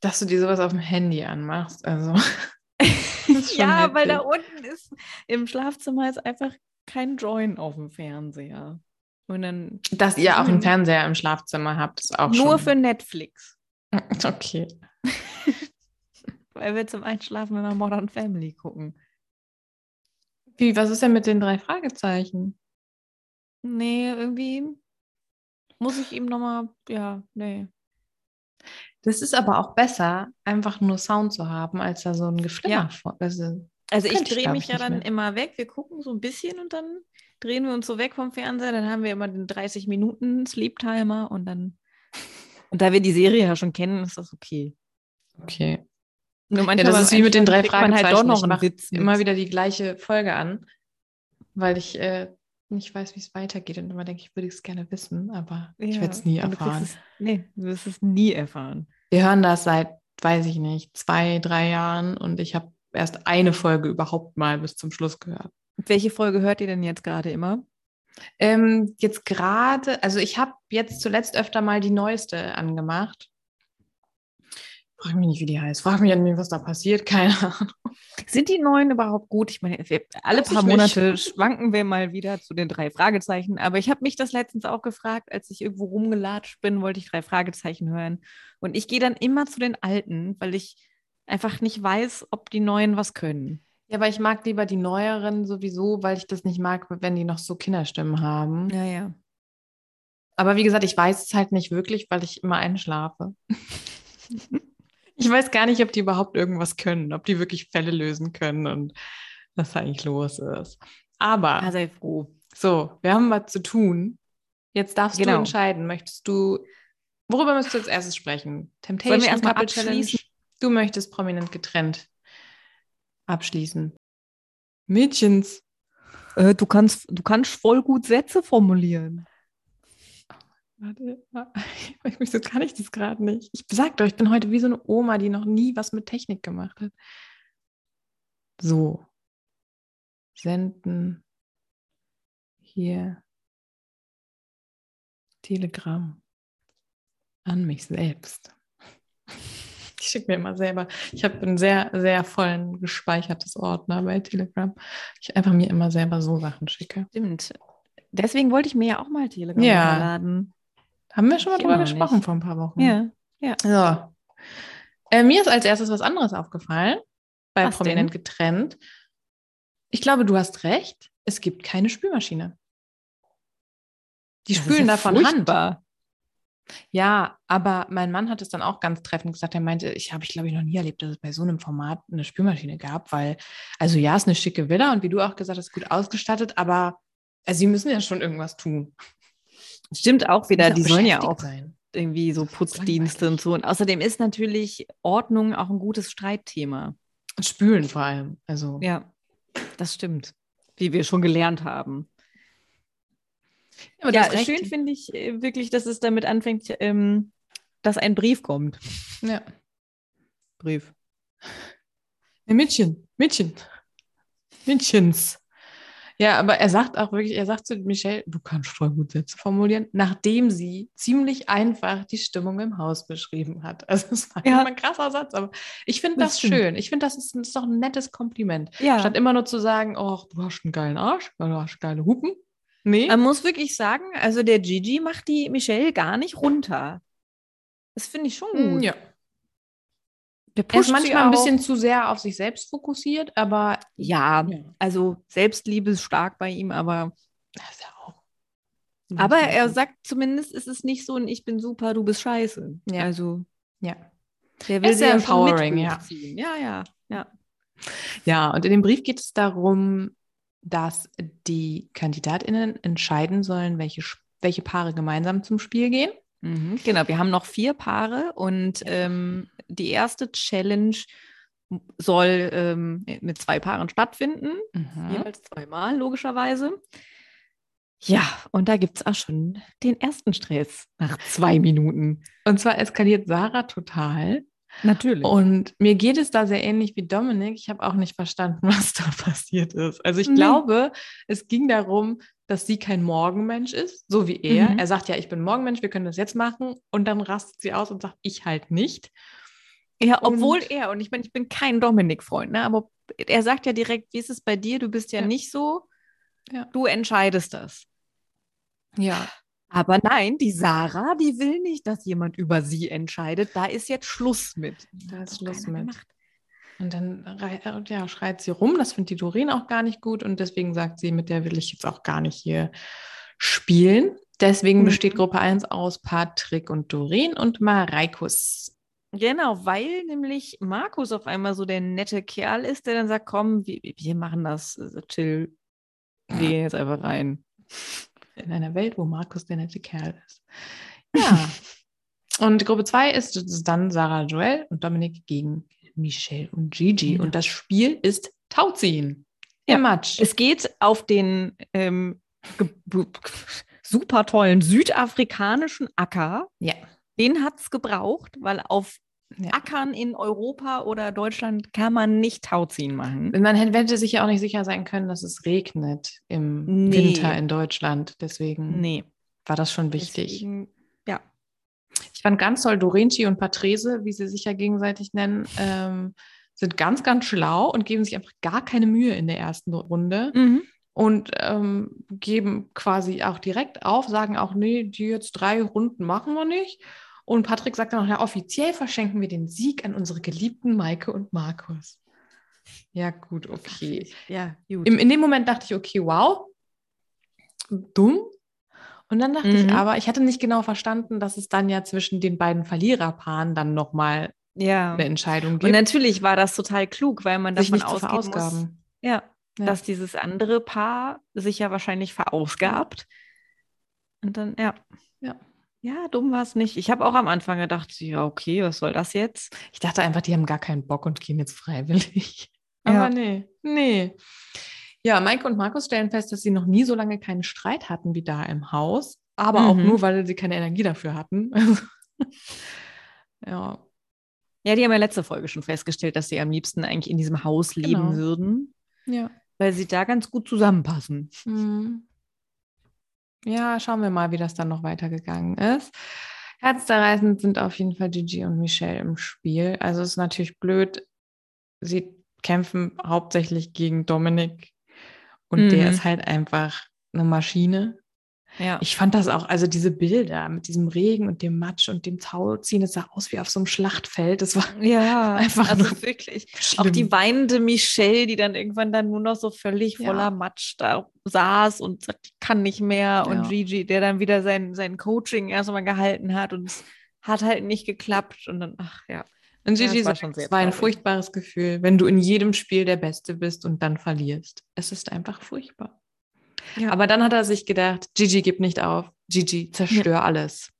Speaker 3: dass du dir sowas auf dem Handy
Speaker 2: [laughs]
Speaker 3: anmachst. Also.
Speaker 2: ja, weil da unten ist im Schlafzimmer ist einfach kein Join auf dem Fernseher. Und dann
Speaker 3: Dass ihr auch
Speaker 2: Mhm.
Speaker 3: einen Fernseher im Schlafzimmer habt, ist auch
Speaker 2: nur für
Speaker 3: schon.
Speaker 2: Netflix.
Speaker 3: für. [laughs] Okay.
Speaker 2: Weil wir zum Einschlafen immer Modern Family gucken.
Speaker 3: Wie, was ist denn mit den drei Fragezeichen?
Speaker 2: Nee, irgendwie muss ich ihm nochmal, ja, nee.
Speaker 3: Das ist aber auch besser, einfach nur Sound zu haben, als da so ein
Speaker 2: Ja.
Speaker 3: Geflimmer vor. Das ist,
Speaker 2: Also ich
Speaker 3: Könnte ich,
Speaker 2: drehe
Speaker 3: glaub
Speaker 2: mich
Speaker 3: ich,
Speaker 2: ja
Speaker 3: nicht
Speaker 2: dann
Speaker 3: mehr.
Speaker 2: immer weg. Wir gucken so ein bisschen und dann drehen wir uns so weg vom Fernseher. Dann haben wir immer den 30 Minuten Sleep Timer und dann. Und da wir die Serie ja schon kennen, ist das okay.
Speaker 3: okay.
Speaker 2: Nur
Speaker 3: Ja,
Speaker 2: manchmal
Speaker 3: das
Speaker 2: beim
Speaker 3: ist wie mit den drei
Speaker 2: Einschlafen kriegt man
Speaker 3: Fragezeichen.
Speaker 2: halt doch noch
Speaker 3: ich
Speaker 2: einen
Speaker 3: mache
Speaker 2: Witz mit.
Speaker 3: immer wieder die gleiche Folge an, weil ich äh, nicht weiß, wie es weitergeht. Und immer denke ich, würde ich es gerne wissen, aber ich
Speaker 2: Ja,
Speaker 3: werde es nie
Speaker 2: und du kriegst
Speaker 3: erfahren.
Speaker 2: Es, nee, du wirst es nie erfahren.
Speaker 3: Wir hören das seit, weiß ich nicht, zwei, drei Jahren und ich habe erst eine Folge überhaupt mal bis zum Schluss gehört.
Speaker 2: Welche Folge hört ihr denn jetzt gerade immer?
Speaker 3: Ähm, jetzt gerade, also ich habe jetzt zuletzt öfter mal die neueste angemacht. Frag mich nicht, wie die heißt. Frag mich an mich, was da passiert. [laughs] Keine Ahnung.
Speaker 2: Sind die neuen überhaupt gut? Ich meine, wir, alle
Speaker 3: Weiß
Speaker 2: paar
Speaker 3: ich nicht.
Speaker 2: Monate [laughs] schwanken wir mal wieder zu den drei Fragezeichen. Aber ich habe mich das letztens auch gefragt, als ich irgendwo rumgelatscht bin, wollte ich drei Fragezeichen hören. Und ich gehe dann immer zu den alten, weil ich einfach nicht weiß, ob die neuen was können.
Speaker 3: Ja, aber ich mag lieber die neueren sowieso, weil ich das nicht mag, wenn die noch so Kinderstimmen haben.
Speaker 2: Ja, ja.
Speaker 3: Aber wie gesagt, ich weiß es halt nicht wirklich, weil ich immer einschlafe. [laughs] ich weiß gar nicht, ob die überhaupt irgendwas können, ob die wirklich Fälle lösen können und was da eigentlich los ist. Aber
Speaker 2: Ah, sei froh.
Speaker 3: so, wir haben was zu tun. Jetzt darfst
Speaker 2: Genau.
Speaker 3: du entscheiden. Möchtest du, worüber möchtest du als erstes sprechen? Temptation,
Speaker 2: Wollen wir erstmal
Speaker 3: Couple Challenge?
Speaker 2: abschließen?
Speaker 3: Du möchtest prominent getrennt abschließen. Mädchens.
Speaker 2: Äh, du, kannst, du kannst voll gut Sätze formulieren.
Speaker 3: Warte, [laughs] ich- wieso kann ich das gerade nicht? Ich sag doch, ich bin heute wie so eine Oma, die noch nie was mit Technik gemacht hat. So. Senden. Hier. Telegramm. An mich selbst. [laughs] Ich schicke mir immer selber. Ich habe einen sehr, sehr vollen gespeichertes Ordner bei Telegram. Ich einfach mir immer selber so Sachen schicke.
Speaker 2: Stimmt. Deswegen wollte ich mir ja auch mal Telegram
Speaker 3: Ja.
Speaker 2: runterladen.
Speaker 3: Haben wir schon mal
Speaker 2: Ich
Speaker 3: drüber
Speaker 2: immer noch
Speaker 3: gesprochen
Speaker 2: nicht.
Speaker 3: vor ein paar Wochen?
Speaker 2: Ja.
Speaker 3: So. Äh, mir ist als erstes was anderes aufgefallen, bei
Speaker 2: Was
Speaker 3: Prominent getrennt. Ich glaube, du hast recht. Es gibt keine Spülmaschine. Die
Speaker 2: Das ist
Speaker 3: spülen
Speaker 2: ja
Speaker 3: da von Hand.
Speaker 2: furchtbar.
Speaker 3: Ja, aber mein Mann hat es dann auch ganz treffend gesagt. Er meinte, ich habe, ich glaube, ich noch nie erlebt, dass es bei so einem Format eine Spülmaschine gab, weil, also ja, es ist eine schicke Villa und wie du auch gesagt hast, gut ausgestattet, aber also, sie müssen ja schon irgendwas tun.
Speaker 2: Stimmt auch wieder.
Speaker 3: Müssen
Speaker 2: Die sollen ja
Speaker 3: beschäftigt
Speaker 2: auch
Speaker 3: sein.
Speaker 2: irgendwie so Putzdienste und so. Und außerdem ist natürlich Ordnung auch ein gutes Streitthema.
Speaker 3: Und spülen vor allem. Also.
Speaker 2: Ja, das stimmt. Wie wir schon gelernt haben.
Speaker 3: aber du
Speaker 2: ja,
Speaker 3: hast recht.
Speaker 2: schön finde ich äh, wirklich, dass es damit anfängt, ähm, dass ein Brief kommt.
Speaker 3: Ja.
Speaker 2: Brief.
Speaker 3: Ein Mädchen, Mädchen. Mädchens. Ja, aber er sagt auch wirklich, er sagt zu Michelle, du kannst voll gut Sätze formulieren, nachdem sie ziemlich einfach die Stimmung im Haus beschrieben hat. [laughs] Also es war
Speaker 2: Ja.
Speaker 3: immer ein krasser Satz, aber ich finde
Speaker 2: Das
Speaker 3: das,
Speaker 2: stimmt.
Speaker 3: schön. Ich finde, das ist, das ist doch ein nettes Kompliment.
Speaker 2: Ja,
Speaker 3: Statt immer nur zu sagen, oh, du hast einen geilen Arsch, du hast geile Hupen. Nee.
Speaker 2: man muss wirklich sagen, also der Gigi macht Hm, die Michelle gar nicht runter. Das finde ich schon
Speaker 3: Mm,
Speaker 2: gut.
Speaker 3: ja.
Speaker 2: Wir
Speaker 3: Er hm,
Speaker 2: pushen
Speaker 3: ist
Speaker 2: sie
Speaker 3: manchmal ein
Speaker 2: auch.
Speaker 3: bisschen zu sehr auf sich selbst fokussiert, aber
Speaker 2: Ja,
Speaker 3: Ja.
Speaker 2: also Selbstliebe ist stark bei ihm, aber,
Speaker 3: das ist ja auch.
Speaker 2: aber er sagt zumindest, es ist nicht so ein Ich bin super, du bist scheiße.
Speaker 3: Ja.
Speaker 2: Also
Speaker 3: Ja.
Speaker 2: der will
Speaker 3: ist
Speaker 2: sie
Speaker 3: sehr
Speaker 2: ja schon mit
Speaker 3: empowering, ja.
Speaker 2: hochziehen. ja, ja, ja.
Speaker 3: Ja, und in dem Brief geht es darum, dass die KandidatInnen entscheiden sollen, welche, Sch- welche Paare gemeinsam zum Spiel gehen.
Speaker 2: Mhm, genau, wir haben noch vier Paare und ähm, die erste Challenge soll ähm, mit zwei Paaren stattfinden, jeweils zweimal logischerweise. Ja, und da gibt es auch schon den ersten Stress nach zwei Minuten.
Speaker 3: Und zwar eskaliert Sarah total.
Speaker 2: Natürlich.
Speaker 3: Und mir geht es da sehr ähnlich wie Dominik. Ich habe auch nicht verstanden, [laughs] was da passiert ist. Also ich
Speaker 2: Nee.
Speaker 3: glaube, es ging darum, dass sie kein Morgenmensch ist, so wie er.
Speaker 2: Mhm.
Speaker 3: Er sagt ja, ich bin Morgenmensch, wir können das jetzt machen. Und dann rastet sie aus und sagt, ich halt nicht.
Speaker 2: Ja, obwohl
Speaker 3: Und-
Speaker 2: er, und ich meine, ich bin kein Dominik-Freund, ne, aber er sagt ja direkt, wie ist es bei dir? Du bist ja,
Speaker 3: Ja.
Speaker 2: nicht so,
Speaker 3: Ja.
Speaker 2: du entscheidest das.
Speaker 3: Ja.
Speaker 2: Aber nein, die Sarah, die will nicht, dass jemand über sie entscheidet. Da ist jetzt Schluss mit.
Speaker 3: Da
Speaker 2: Hat
Speaker 3: ist
Speaker 2: doch
Speaker 3: Schluss
Speaker 2: keiner
Speaker 3: mit.
Speaker 2: gemacht.
Speaker 3: Und dann rei- äh, ja, schreit sie rum, das findet die Doreen auch gar nicht gut und deswegen sagt sie, mit der will ich jetzt auch gar nicht hier spielen. Deswegen
Speaker 2: Mhm.
Speaker 3: besteht Gruppe 1 aus Patrick und Doreen und Mareikus.
Speaker 2: Genau, weil nämlich Markus auf einmal so der nette Kerl ist, der dann sagt, komm, wir, wir machen das, äh, chill. Wir gehen jetzt einfach rein.
Speaker 3: In einer Welt, wo Markus der nette Kerl ist.
Speaker 2: [laughs]
Speaker 3: Ja. und Gruppe 2 ist, das ist dann Sarah Joel und Dominik gegen Michelle und Gigi.
Speaker 2: Ja.
Speaker 3: Und das Spiel ist Tauziehen.
Speaker 2: Ja.
Speaker 3: Im Matsch.
Speaker 2: Es geht auf den ähm, ge- bu- super tollen südafrikanischen Acker.
Speaker 3: ja.
Speaker 2: Den hat es gebraucht, weil auf
Speaker 3: ja.
Speaker 2: Ackern in Europa oder Deutschland kann man nicht Tauziehen machen.
Speaker 3: Man hätte- hätte sich ja auch nicht sicher sein können, dass es regnet im
Speaker 2: Nee.
Speaker 3: Winter in Deutschland. Deswegen
Speaker 2: Nee.
Speaker 3: war das schon wichtig.
Speaker 2: Deswegen, ja.
Speaker 3: Ich fand ganz toll, Dorenci und Patrese, wie sie sich ja gegenseitig nennen, ähm, sind ganz, ganz schlau und geben sich einfach gar keine Mühe in der ersten Runde
Speaker 2: Mhm.
Speaker 3: und ähm, geben quasi auch direkt auf, sagen auch, nee, die jetzt drei Runden machen wir nicht. Und Patrick sagt dann auch, ja, offiziell verschenken wir den Sieg an unsere geliebten Maike und Markus. Ja, gut, okay.
Speaker 2: Ja, gut.
Speaker 3: Im, in dem Moment dachte ich, okay, wow, dumm. Und dann dachte ich
Speaker 2: Mhm.
Speaker 3: aber, ich hatte nicht genau verstanden, dass es dann ja zwischen den beiden Verliererpaaren dann nochmal
Speaker 2: ja.
Speaker 3: eine Entscheidung
Speaker 2: Und
Speaker 3: gibt, um
Speaker 2: natürlich war das total klug, weil man
Speaker 3: sich
Speaker 2: davon
Speaker 3: nicht zu
Speaker 2: ausgehen muss,
Speaker 3: verausgaben.
Speaker 2: ja,
Speaker 3: Ja.
Speaker 2: dass dieses andere Paar sich ja wahrscheinlich verausgabt. Und dann, ja.
Speaker 3: Ja.
Speaker 2: Ja, dumm war es nicht. Ich habe auch am Anfang gedacht, ja, okay, was soll das jetzt?
Speaker 3: Ich dachte einfach, die haben gar keinen Bock und gehen jetzt freiwillig. [laughs]
Speaker 2: Ja.
Speaker 3: Aber nee, nee. Ja, Maike und Markus stellen fest, dass sie noch nie so lange keinen Streit hatten wie da im Haus, aber auch
Speaker 2: Mhm.
Speaker 3: nur, weil sie keine Energie dafür hatten. [laughs] Also, ja,
Speaker 2: Ja, die haben ja letzte Folge schon festgestellt, dass sie am liebsten eigentlich in diesem Haus leben
Speaker 3: Genau.
Speaker 2: würden,
Speaker 3: ja.
Speaker 2: weil sie da ganz gut zusammenpassen.
Speaker 3: Mhm. Ja, schauen wir mal, wie das dann noch weitergegangen ist. Herzzerreißend sind auf jeden Fall Gigi und Michelle im Spiel. Also es ist natürlich blöd. Sie kämpfen hauptsächlich gegen Dominik und der
Speaker 2: Mhm.
Speaker 3: ist halt einfach eine Maschine.
Speaker 2: Ja.
Speaker 3: Ich fand das auch, also diese Bilder mit diesem Regen und dem Matsch und dem Tauziehen, das sah aus wie auf so einem Schlachtfeld. Das war
Speaker 2: ja,
Speaker 3: Einfach
Speaker 2: also
Speaker 3: nur
Speaker 2: wirklich. Auch
Speaker 3: schlimm.
Speaker 2: die weinende Michelle, die dann irgendwann dann nur noch so völlig
Speaker 3: Ja.
Speaker 2: voller Matsch da saß und sagt, ich kann nicht mehr. Und
Speaker 3: Ja.
Speaker 2: Gigi, der dann wieder sein, sein Coaching erstmal gehalten hat und es hat halt nicht geklappt. Und dann, ach ja.
Speaker 3: Und
Speaker 2: Ja,
Speaker 3: Gigi
Speaker 2: es war
Speaker 3: sagt,
Speaker 2: schon sehr
Speaker 3: es war ein
Speaker 2: traurig.
Speaker 3: furchtbares Gefühl, wenn du in jedem Spiel der Beste bist und dann verlierst. Es ist einfach furchtbar.
Speaker 2: Ja.
Speaker 3: Aber dann hat er sich gedacht, Gigi gib nicht auf. Gigi, zerstör alles.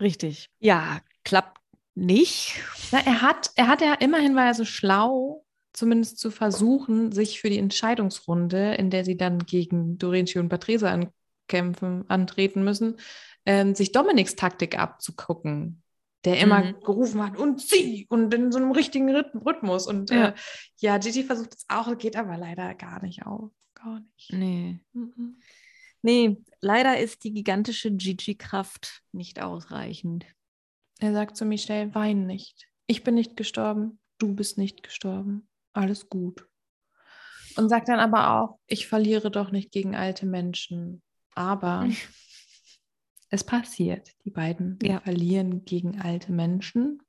Speaker 2: Richtig. Ja, klappt nicht.
Speaker 3: Na, er hat, er hat ja immerhin war er so schlau, zumindest zu versuchen, sich für die Entscheidungsrunde, in der sie dann gegen Dorenci und Patrese ankämpfen, antreten müssen, ähm, sich Dominiks Taktik abzugucken, der immer
Speaker 2: Mhm.
Speaker 3: gerufen hat und sie und in so einem richtigen Rhyth- Rhythmus. Und
Speaker 2: Ja.
Speaker 3: ja, äh, ja Gigi versucht es auch, geht aber leider gar nicht auf. Gar nicht.
Speaker 2: Nee.
Speaker 3: Mhm.
Speaker 2: Nee, leider ist die gigantische Gigi-Kraft nicht ausreichend.
Speaker 3: Er sagt zu Michelle, wein nicht. Ich bin nicht gestorben, du bist nicht gestorben. Alles gut. Und sagt dann aber auch, ich verliere doch nicht gegen alte Menschen.
Speaker 2: [laughs]
Speaker 3: Aber es passiert. Die beiden
Speaker 2: Ja.
Speaker 3: verlieren gegen alte Menschen.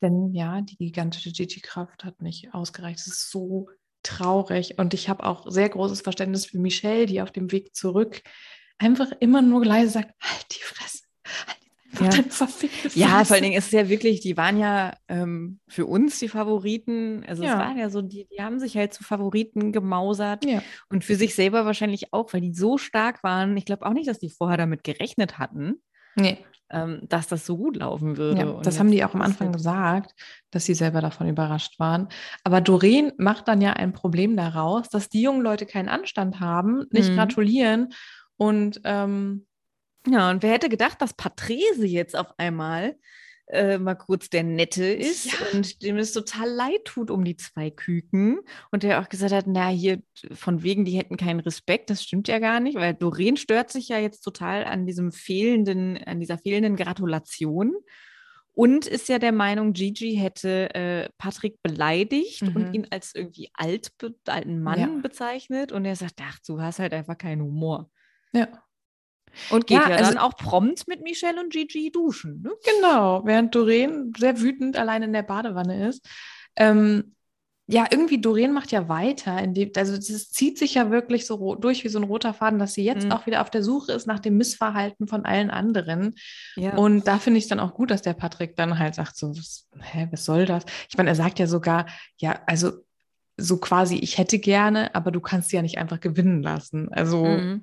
Speaker 3: Denn ja, die gigantische Gigi-Kraft hat nicht ausgereicht. Es ist so traurig. Und ich habe auch sehr großes Verständnis für Michelle, die auf dem Weg zurück einfach immer nur leise sagt, halt die Fresse. Halt einfach
Speaker 2: Ja.
Speaker 3: deine verfickte Fresse.
Speaker 2: Ja, vor allen Dingen ist es ja wirklich, die waren ja ähm, für uns die Favoriten. Also
Speaker 3: Ja.
Speaker 2: es waren ja so, die, die haben sich halt zu Favoriten gemausert
Speaker 3: Ja.
Speaker 2: und für sich selber wahrscheinlich auch, weil die so stark waren. Ich glaube auch nicht, dass die vorher damit gerechnet hatten,
Speaker 3: Nee.
Speaker 2: ähm, dass das so gut laufen würde.
Speaker 3: Ja,
Speaker 2: Und
Speaker 3: das haben die
Speaker 2: jetzt
Speaker 3: auch am
Speaker 2: ist es
Speaker 3: Anfang
Speaker 2: halt-
Speaker 3: gesagt, dass sie selber davon überrascht waren. Aber Doreen macht dann ja ein Problem daraus, dass die jungen Leute keinen Anstand haben, nicht
Speaker 2: Mhm.
Speaker 3: gratulieren und ähm,
Speaker 2: Ja, und wer hätte gedacht, dass Patrese jetzt auf einmal äh, mal kurz der Nette ist
Speaker 3: Ja.
Speaker 2: und dem es total leid tut um die zwei Küken und der auch gesagt hat, na hier von wegen, die hätten keinen Respekt, das stimmt ja gar nicht, weil Doreen stört sich ja jetzt total an diesem fehlenden, an dieser fehlenden Gratulation und ist ja der Meinung, Gigi hätte äh, Patrick beleidigt
Speaker 3: Mhm.
Speaker 2: und ihn als irgendwie alt, alten Mann
Speaker 3: Ja.
Speaker 2: bezeichnet und er sagt, ach, du hast halt einfach keinen Humor.
Speaker 3: ja,
Speaker 2: Und geht
Speaker 3: Ja,
Speaker 2: ja,
Speaker 3: also-
Speaker 2: dann auch prompt mit Michelle und Gigi duschen. Ne?
Speaker 3: Genau, während Doreen sehr wütend allein in der Badewanne ist. Ähm, ja, irgendwie Doreen macht ja weiter. In dem, also es zieht sich ja wirklich so ro- durch wie so ein roter Faden, dass sie jetzt
Speaker 2: Mhm.
Speaker 3: auch wieder auf der Suche ist nach dem Missverhalten von allen anderen.
Speaker 2: Ja.
Speaker 3: Und da finde ich es dann auch gut, dass der Patrick dann halt sagt so, was, hä, was soll das? Ich meine, er sagt ja sogar, ja, also so quasi, ich hätte gerne, aber du kannst sie ja nicht einfach gewinnen lassen. Also
Speaker 2: Mhm.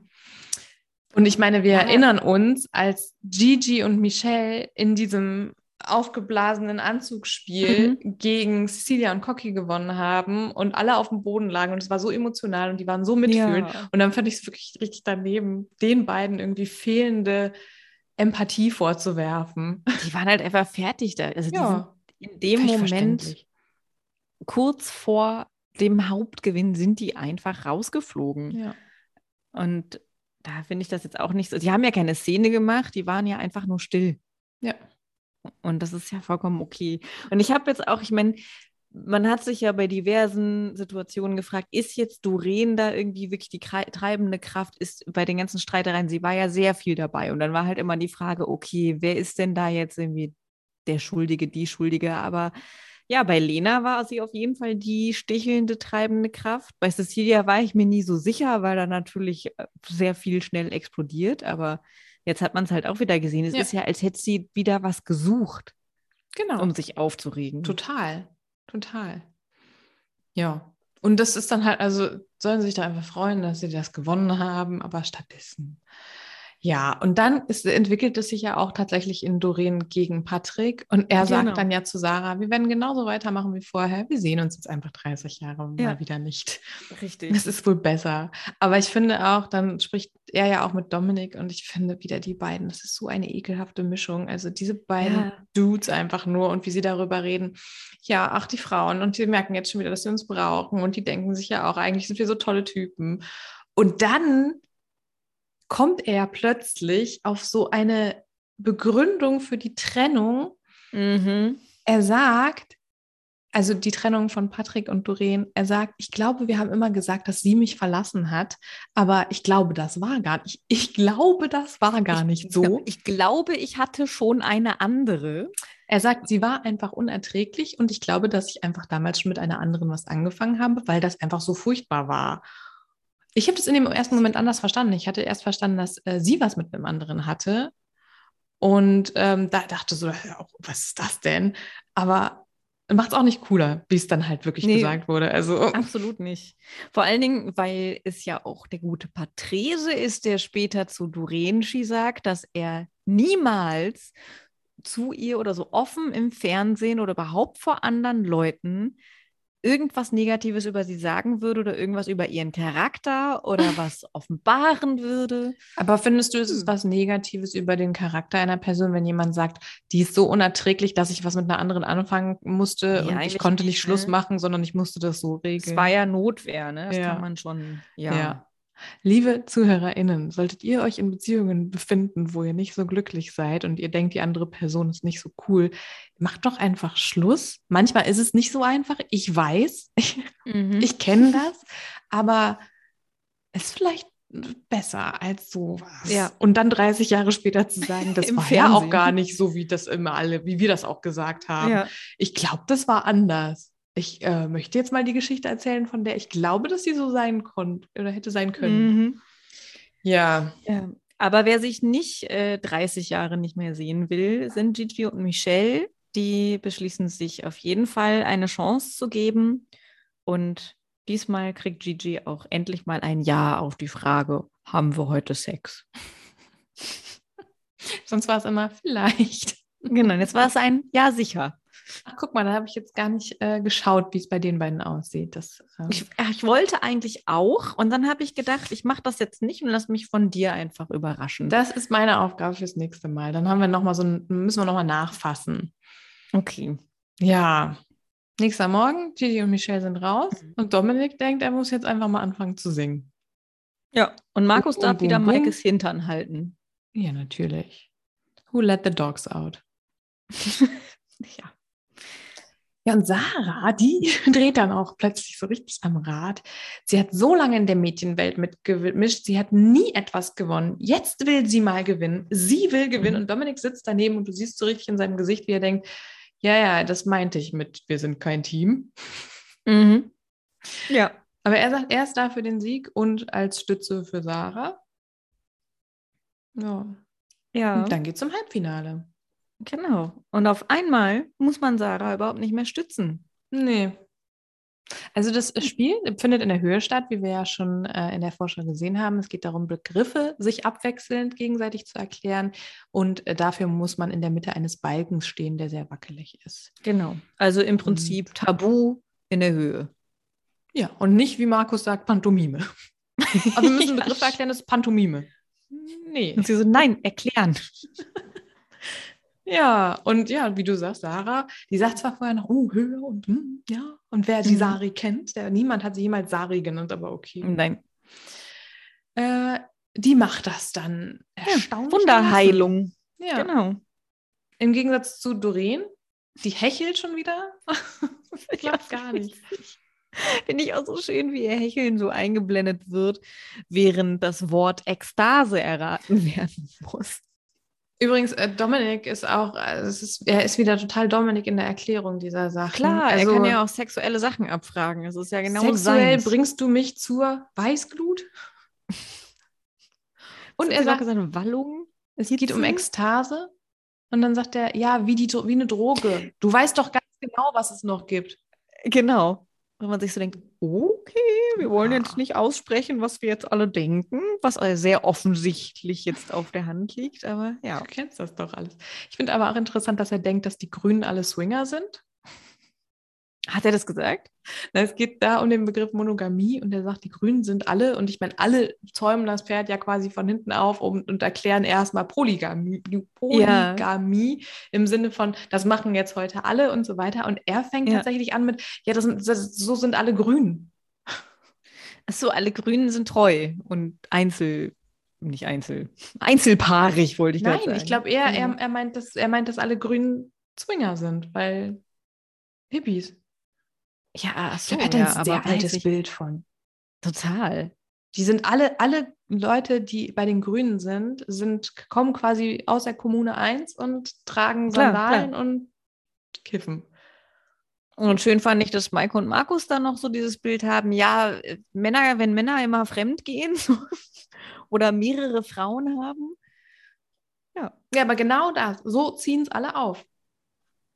Speaker 3: und ich meine, wir
Speaker 2: Ah.
Speaker 3: erinnern uns, als Gigi und Michelle in diesem aufgeblasenen Anzugsspiel
Speaker 2: Mhm.
Speaker 3: gegen Cecilia und Cocky gewonnen haben und alle auf dem Boden lagen und es war so emotional und die waren so mitfühlend.
Speaker 2: Ja.
Speaker 3: Und dann fand ich es wirklich richtig daneben, den beiden irgendwie fehlende Empathie vorzuwerfen.
Speaker 2: Die waren halt einfach fertig da. Also die sind in dem
Speaker 3: völlig
Speaker 2: Moment,
Speaker 3: verständlich.
Speaker 2: kurz vor dem Hauptgewinn, sind die einfach rausgeflogen.
Speaker 3: Ja.
Speaker 2: Und da finde ich das jetzt auch nicht so. Die haben ja keine Szene gemacht, die waren ja einfach nur still.
Speaker 3: Ja.
Speaker 2: Und das ist ja vollkommen okay. Und ich habe jetzt auch, ich meine, man hat sich ja bei diversen Situationen gefragt, ist jetzt Doreen da irgendwie wirklich die krei- treibende Kraft, ist bei den ganzen Streitereien, sie war ja sehr viel dabei. Und dann war halt immer die Frage, okay, wer ist denn da jetzt irgendwie der Schuldige, die Schuldige? Aber ja, bei Lena war sie auf jeden Fall die stichelnde, treibende Kraft. Bei Cecilia war ich mir nie so sicher, weil da natürlich äh, sehr viel schnell explodiert. Aber jetzt hat man es halt auch wieder gesehen. Es
Speaker 3: Ja.
Speaker 2: ist ja, als hätte sie wieder was gesucht,
Speaker 3: Genau.
Speaker 2: um sich aufzuregen.
Speaker 3: Total, total. Ja. Und das ist dann halt, also sollen sich da einfach freuen, dass sie das gewonnen haben, aber stattdessen. Ja, und dann ist, entwickelt es sich ja auch tatsächlich in Doreen gegen Patrick. Und er
Speaker 2: Genau.
Speaker 3: sagt dann ja zu Sarah, wir werden genauso weitermachen wie vorher. Wir sehen uns jetzt einfach 30 Jahre mal
Speaker 2: Ja.
Speaker 3: wieder nicht.
Speaker 2: Richtig.
Speaker 3: Das ist wohl besser. Aber ich finde auch, dann spricht er ja auch mit Dominik und ich finde wieder die beiden, das ist so eine ekelhafte Mischung. Also diese beiden
Speaker 2: Ja.
Speaker 3: Dudes einfach nur und wie sie darüber reden. Ja, ach, die Frauen und die merken jetzt schon wieder, dass sie uns brauchen und die denken sich ja auch, eigentlich sind wir so tolle Typen. Und dann kommt er plötzlich auf so eine Begründung für die Trennung,
Speaker 2: [laughs] Mhm.
Speaker 3: er sagt, also die Trennung von Patrick und Doreen, er sagt, ich glaube, wir haben immer gesagt, dass sie mich verlassen hat, aber ich glaube, das war gar nicht, ich glaube, das war gar nicht so.
Speaker 2: Ich glaube, ich hatte schon eine andere.
Speaker 3: Er sagt, sie war einfach unerträglich und ich glaube, dass ich einfach damals schon mit einer anderen was angefangen habe, weil das einfach so furchtbar war. Ich habe das in dem ersten Moment anders verstanden. Ich hatte erst verstanden, dass äh, sie was mit einem anderen hatte und ähm, da dachte so, hä, auch, was ist das denn? Aber macht es auch nicht cooler, wie es dann halt wirklich
Speaker 2: Nee.
Speaker 3: gesagt wurde. Also
Speaker 2: Absolut nicht. Vor allen Dingen, weil es ja auch der gute Patrese ist, der später zu Durenci sagt, dass er niemals zu ihr oder so offen im Fernsehen oder überhaupt vor anderen Leuten irgendwas Negatives über sie sagen würde oder irgendwas über ihren Charakter
Speaker 3: [laughs]
Speaker 2: oder was offenbaren würde.
Speaker 3: Aber findest du, es ist was Negatives über den Charakter einer Person, wenn jemand sagt, die ist so unerträglich, dass ich was mit einer anderen anfangen musste
Speaker 2: Nee,
Speaker 3: und ich
Speaker 2: eigentlich
Speaker 3: konnte nicht
Speaker 2: nicht,
Speaker 3: Schluss
Speaker 2: ne?
Speaker 3: machen, sondern ich musste das so regeln?
Speaker 2: Es war ja Notwehr, ne? Das
Speaker 3: Ja.
Speaker 2: kann man schon, ja.
Speaker 3: ja. Liebe ZuhörerInnen, solltet ihr euch in Beziehungen befinden, wo ihr nicht so glücklich seid und ihr denkt, die andere Person ist nicht so cool, macht doch einfach Schluss. Manchmal ist es nicht so einfach. Ich weiß, ich,
Speaker 2: Mhm.
Speaker 3: ich kenne das, aber es ist vielleicht besser als sowas.
Speaker 2: Ja.
Speaker 3: Und dann 30 Jahre später [laughs] zu sagen, das
Speaker 2: Im
Speaker 3: war ja auch
Speaker 2: Fernsehen.
Speaker 3: gar nicht so, wie das immer alle, wie wir das auch gesagt haben. Ich glaube, das war anders. Ich äh, möchte jetzt mal die Geschichte erzählen, von der ich glaube, dass sie so sein konnte oder hätte sein können.
Speaker 2: Mhm.
Speaker 3: Ja.
Speaker 2: Ja. Ähm, Aber wer sich nicht äh, 30 Jahre nicht mehr sehen will, sind Gigi und Michelle. Die beschließen sich auf jeden Fall eine Chance zu geben. Und diesmal kriegt Gigi auch endlich mal ein Ja auf die Frage, haben wir heute Sex?
Speaker 3: Sonst war es immer vielleicht.
Speaker 2: Genau, jetzt war es ein Ja sicher.
Speaker 3: Ach, guck mal, da habe ich jetzt gar nicht äh, geschaut, wie es bei den beiden aussieht. Das, äh,
Speaker 2: Ich, ach, ich wollte eigentlich auch und dann habe ich gedacht, ich mache das jetzt nicht und lass mich von dir einfach überraschen.
Speaker 3: das ist meine Aufgabe fürs nächste Mal. Dann haben wir noch mal so ein, müssen wir nochmal nachfassen.
Speaker 2: okay.
Speaker 3: Ja. Nächster Morgen, Gigi und Michelle sind raus
Speaker 2: Mhm.
Speaker 3: und Dominik denkt, er muss jetzt einfach mal anfangen zu singen.
Speaker 2: Ja, und Markus
Speaker 3: Bum,
Speaker 2: darf
Speaker 3: bum,
Speaker 2: wieder
Speaker 3: bum.
Speaker 2: Maikes Hintern halten.
Speaker 3: Ja, natürlich. Who let the dogs [laughs] out?
Speaker 2: Ja.
Speaker 3: Ja, und Sarah, die [laughs] dreht dann auch plötzlich so richtig am Rad. Sie hat so lange in der Mädchenwelt mitgemischt, sie hat nie etwas gewonnen. Jetzt will sie mal gewinnen. Sie will gewinnen.
Speaker 2: Mhm.
Speaker 3: Und Dominik sitzt daneben und du siehst so richtig in seinem Gesicht, wie er denkt, ja, ja, das meinte ich mit, wir sind kein Team.
Speaker 2: Mhm. Ja.
Speaker 3: Aber er sagt, er ist da für den Sieg und als Stütze für Sarah. Ja.
Speaker 2: Ja,
Speaker 3: Und dann geht's zum Halbfinale.
Speaker 2: genau. Und auf einmal muss man Sarah überhaupt nicht mehr stützen.
Speaker 3: Nee. Also das Spiel findet in der Höhe statt, wie wir ja schon äh, in der Vorschau gesehen haben. Es geht darum, Begriffe sich abwechselnd gegenseitig zu erklären. Und äh, dafür muss man in der Mitte eines Balkens stehen, der sehr wackelig ist.
Speaker 2: Genau. Also im Prinzip Tabu in der Höhe.
Speaker 3: Ja, und nicht, wie Markus sagt, [laughs] Pantomime. Also wir müssen
Speaker 2: Ja,
Speaker 3: Begriffe erklären, das ist Pantomime. Nee.
Speaker 2: Und sie so, nein, erklären.
Speaker 3: Ja, und ja, wie du sagst, Sarah, die sagt zwar vorher noch, oh, Höhe und hm, ja. Und wer die
Speaker 2: Mhm.
Speaker 3: Sari kennt, der, niemand hat sie jemals Sari genannt, aber okay.
Speaker 2: Nein.
Speaker 3: Äh, die macht das dann. Erstaunlich gelassen.
Speaker 2: Wunderheilung.
Speaker 3: Ja.
Speaker 2: Genau.
Speaker 3: Im Gegensatz zu Doreen, die hechelt schon wieder. ich glaube gar nicht.
Speaker 2: Finde ich auch so schön, wie ihr Hecheln so eingeblendet wird, während das Wort Ekstase erraten werden muss.
Speaker 3: Übrigens, äh, Dominik ist auch, also es ist, er ist wieder total Dominik in der Erklärung dieser Sache. also,
Speaker 2: auch sexuelle Sachen abfragen. Es ist ja genau
Speaker 3: Sexuell
Speaker 2: seins.
Speaker 3: bringst du mich zur Weißglut? Und
Speaker 2: Hat
Speaker 3: er
Speaker 2: sie noch
Speaker 3: sagt,
Speaker 2: gesagt, Wallungen.
Speaker 3: es geht um
Speaker 2: Hitze?
Speaker 3: Ekstase. Und dann sagt er, ja, wie, die, Dro- wie eine Droge. Du weißt doch ganz genau, was es noch gibt.
Speaker 2: Genau. Wenn man sich so denkt, okay, wir wollen
Speaker 3: Ja.
Speaker 2: jetzt nicht aussprechen, was wir jetzt alle denken, was äh, sehr offensichtlich jetzt auf der Hand liegt, aber ja.
Speaker 3: Du kennst das doch alles. Ich finde aber auch interessant, dass er denkt, dass die Grünen alle Swinger sind.
Speaker 2: Hat er das gesagt?
Speaker 3: Na, es geht da um den Begriff Monogamie und er sagt, die Grünen sind alle. Und ich meine, alle zäumen das Pferd ja quasi von hinten auf und, und erklären erstmal Polygamie,
Speaker 2: Ja.
Speaker 3: Polygamie im Sinne von, das machen jetzt heute alle und so weiter. Und er fängt
Speaker 2: Ja.
Speaker 3: tatsächlich an mit, ja, das, sind- das, so sind alle Grünen.
Speaker 2: Achso, alle Grünen sind treu und Einzel, nicht Einzel, einzelpaarig wollte ich gerade
Speaker 3: Nein,
Speaker 2: sagen.
Speaker 3: ich glaube, er, er,
Speaker 2: Genau.
Speaker 3: er, meint, dass, er meint, dass alle Grünen Zwinger sind, weil Hippies. halt
Speaker 2: ja, ach so,
Speaker 3: Ich glaub,
Speaker 2: ja,
Speaker 3: ein
Speaker 2: aber weiß ich,
Speaker 3: Bild von.
Speaker 2: total.
Speaker 3: Die sind alle, alle Leute, die bei den Grünen sind, sind, kommen quasi aus der Kommune 1 und tragen
Speaker 2: Klar,
Speaker 3: Sandalen und kiffen.
Speaker 2: Und schön fand ich, dass Maike und Markus dann noch so dieses Bild haben, ja, äh, Männer, wenn Männer immer fremd gehen [laughs] so, oder mehrere Frauen haben.
Speaker 3: Ja, aber genau das. So ziehen es alle auf.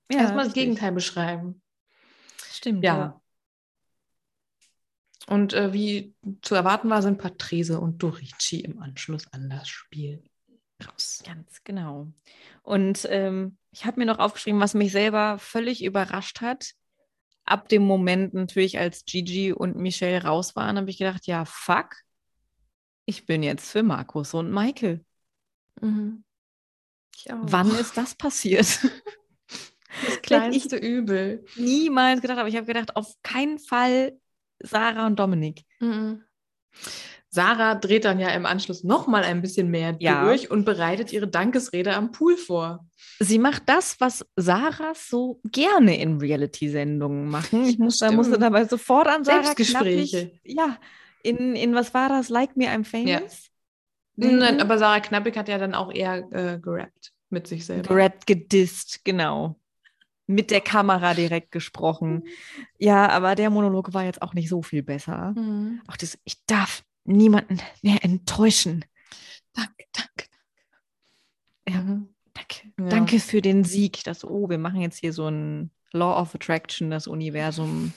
Speaker 2: Ja,
Speaker 3: Erstmal das
Speaker 2: richtig.
Speaker 3: Gegenteil beschreiben.
Speaker 2: Stimmt,
Speaker 3: Ja. Und äh, wie zu erwarten war, sind Patrese und Dorici im Anschluss an das Spiel raus.
Speaker 2: Ganz genau. Und ähm, ich habe mir noch aufgeschrieben, was mich selber völlig überrascht hat. Ab dem Moment natürlich, als Gigi und Michelle raus waren, habe ich gedacht, ja, fuck, ich bin jetzt für Markus und Michael.
Speaker 3: Mhm. Ich auch.
Speaker 2: Wann ist das [laughs] passiert?
Speaker 3: das
Speaker 2: Vielleicht ich-
Speaker 3: kleinste Übel?
Speaker 2: Niemals gedacht, aber ich habe gedacht, auf keinen Fall Sarah und Dominik.
Speaker 3: Mhm. Sarah dreht dann ja im Anschluss noch mal ein bisschen mehr
Speaker 2: Ja.
Speaker 3: durch und bereitet ihre Dankesrede am Pool vor.
Speaker 2: Sie macht das, was Sarahs so gerne
Speaker 3: [laughs]
Speaker 2: in Reality-Sendungen machen. Ich muss, da musste
Speaker 3: Stimmt.
Speaker 2: dabei sofort an Sarah Knappig-
Speaker 3: Selbstgespräche.
Speaker 2: Ja, in, in was war das? Like Me, I'm Famous?
Speaker 3: Nein, aber Sarah Knappig hat ja dann auch eher äh, gerappt mit sich selber.
Speaker 2: Gerappt, gedisst, genau. Mit der Kamera direkt
Speaker 3: [laughs]
Speaker 2: gesprochen. Ja, aber der Monolog war jetzt auch nicht so viel besser.
Speaker 3: Mhm.
Speaker 2: Auch dieses, ich darf niemanden mehr enttäuschen.
Speaker 3: Danke, danke.
Speaker 2: Ja,
Speaker 3: Mhm.
Speaker 2: danke.
Speaker 3: Ja.
Speaker 2: Danke für den Sieg. Das, oh, wir machen jetzt hier so ein Law of Attraction, das Universum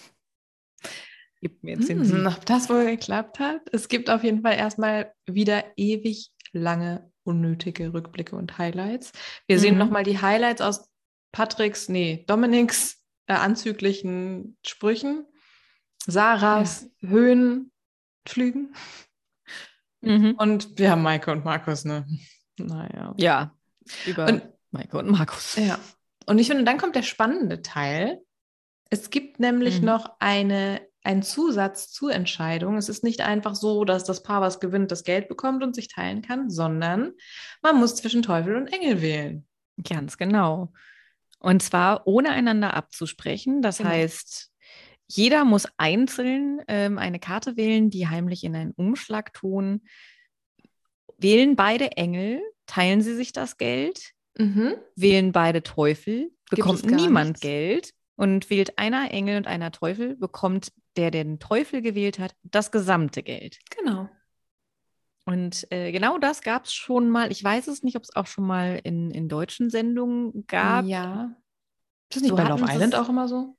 Speaker 2: gibt mir jetzt den
Speaker 3: Hm,
Speaker 2: Sieg.
Speaker 3: ob das wohl geklappt hat? Es gibt auf jeden Fall erstmal wieder ewig lange unnötige Rückblicke und Highlights. Wir sehen
Speaker 2: Mhm.
Speaker 3: nochmal die Highlights aus Patricks, nee, Dominiks äh, anzüglichen Sprüchen, Sarahs Höhenflügen
Speaker 2: Mhm.
Speaker 3: und wir haben Maike und Markus, ne? Naja.
Speaker 2: Ja, über
Speaker 3: Und
Speaker 2: Maike und Markus.
Speaker 3: Ja. Und ich finde, dann kommt der spannende Teil. Es gibt nämlich
Speaker 2: Mhm.
Speaker 3: noch eine, einen Zusatz zur Entscheidung. Es ist nicht einfach so, dass das Paar, was gewinnt, das Geld bekommt und sich teilen kann, sondern man muss zwischen Teufel und Engel wählen.
Speaker 2: Ganz genau. Und zwar ohne einander abzusprechen. Das
Speaker 3: Genau.
Speaker 2: heißt, jeder muss einzeln ähm, eine Karte wählen, die heimlich in einen Umschlag tun. Wählen beide Engel, teilen sie sich das Geld,
Speaker 3: Mhm,
Speaker 2: wählen beide Teufel, bekommt
Speaker 3: es gar
Speaker 2: niemand
Speaker 3: nichts.
Speaker 2: Geld und wählt einer Engel und einer Teufel, bekommt der, der den Teufel gewählt hat, das gesamte Geld.
Speaker 3: Genau.
Speaker 2: Und äh, genau das gab es schon mal. Ich weiß es nicht, ob es auch schon mal in, in deutschen Sendungen gab.
Speaker 3: Ja. Ist das
Speaker 2: So
Speaker 3: nicht bei
Speaker 2: hatten
Speaker 3: Love
Speaker 2: sie
Speaker 3: Island
Speaker 2: es-
Speaker 3: auch immer so?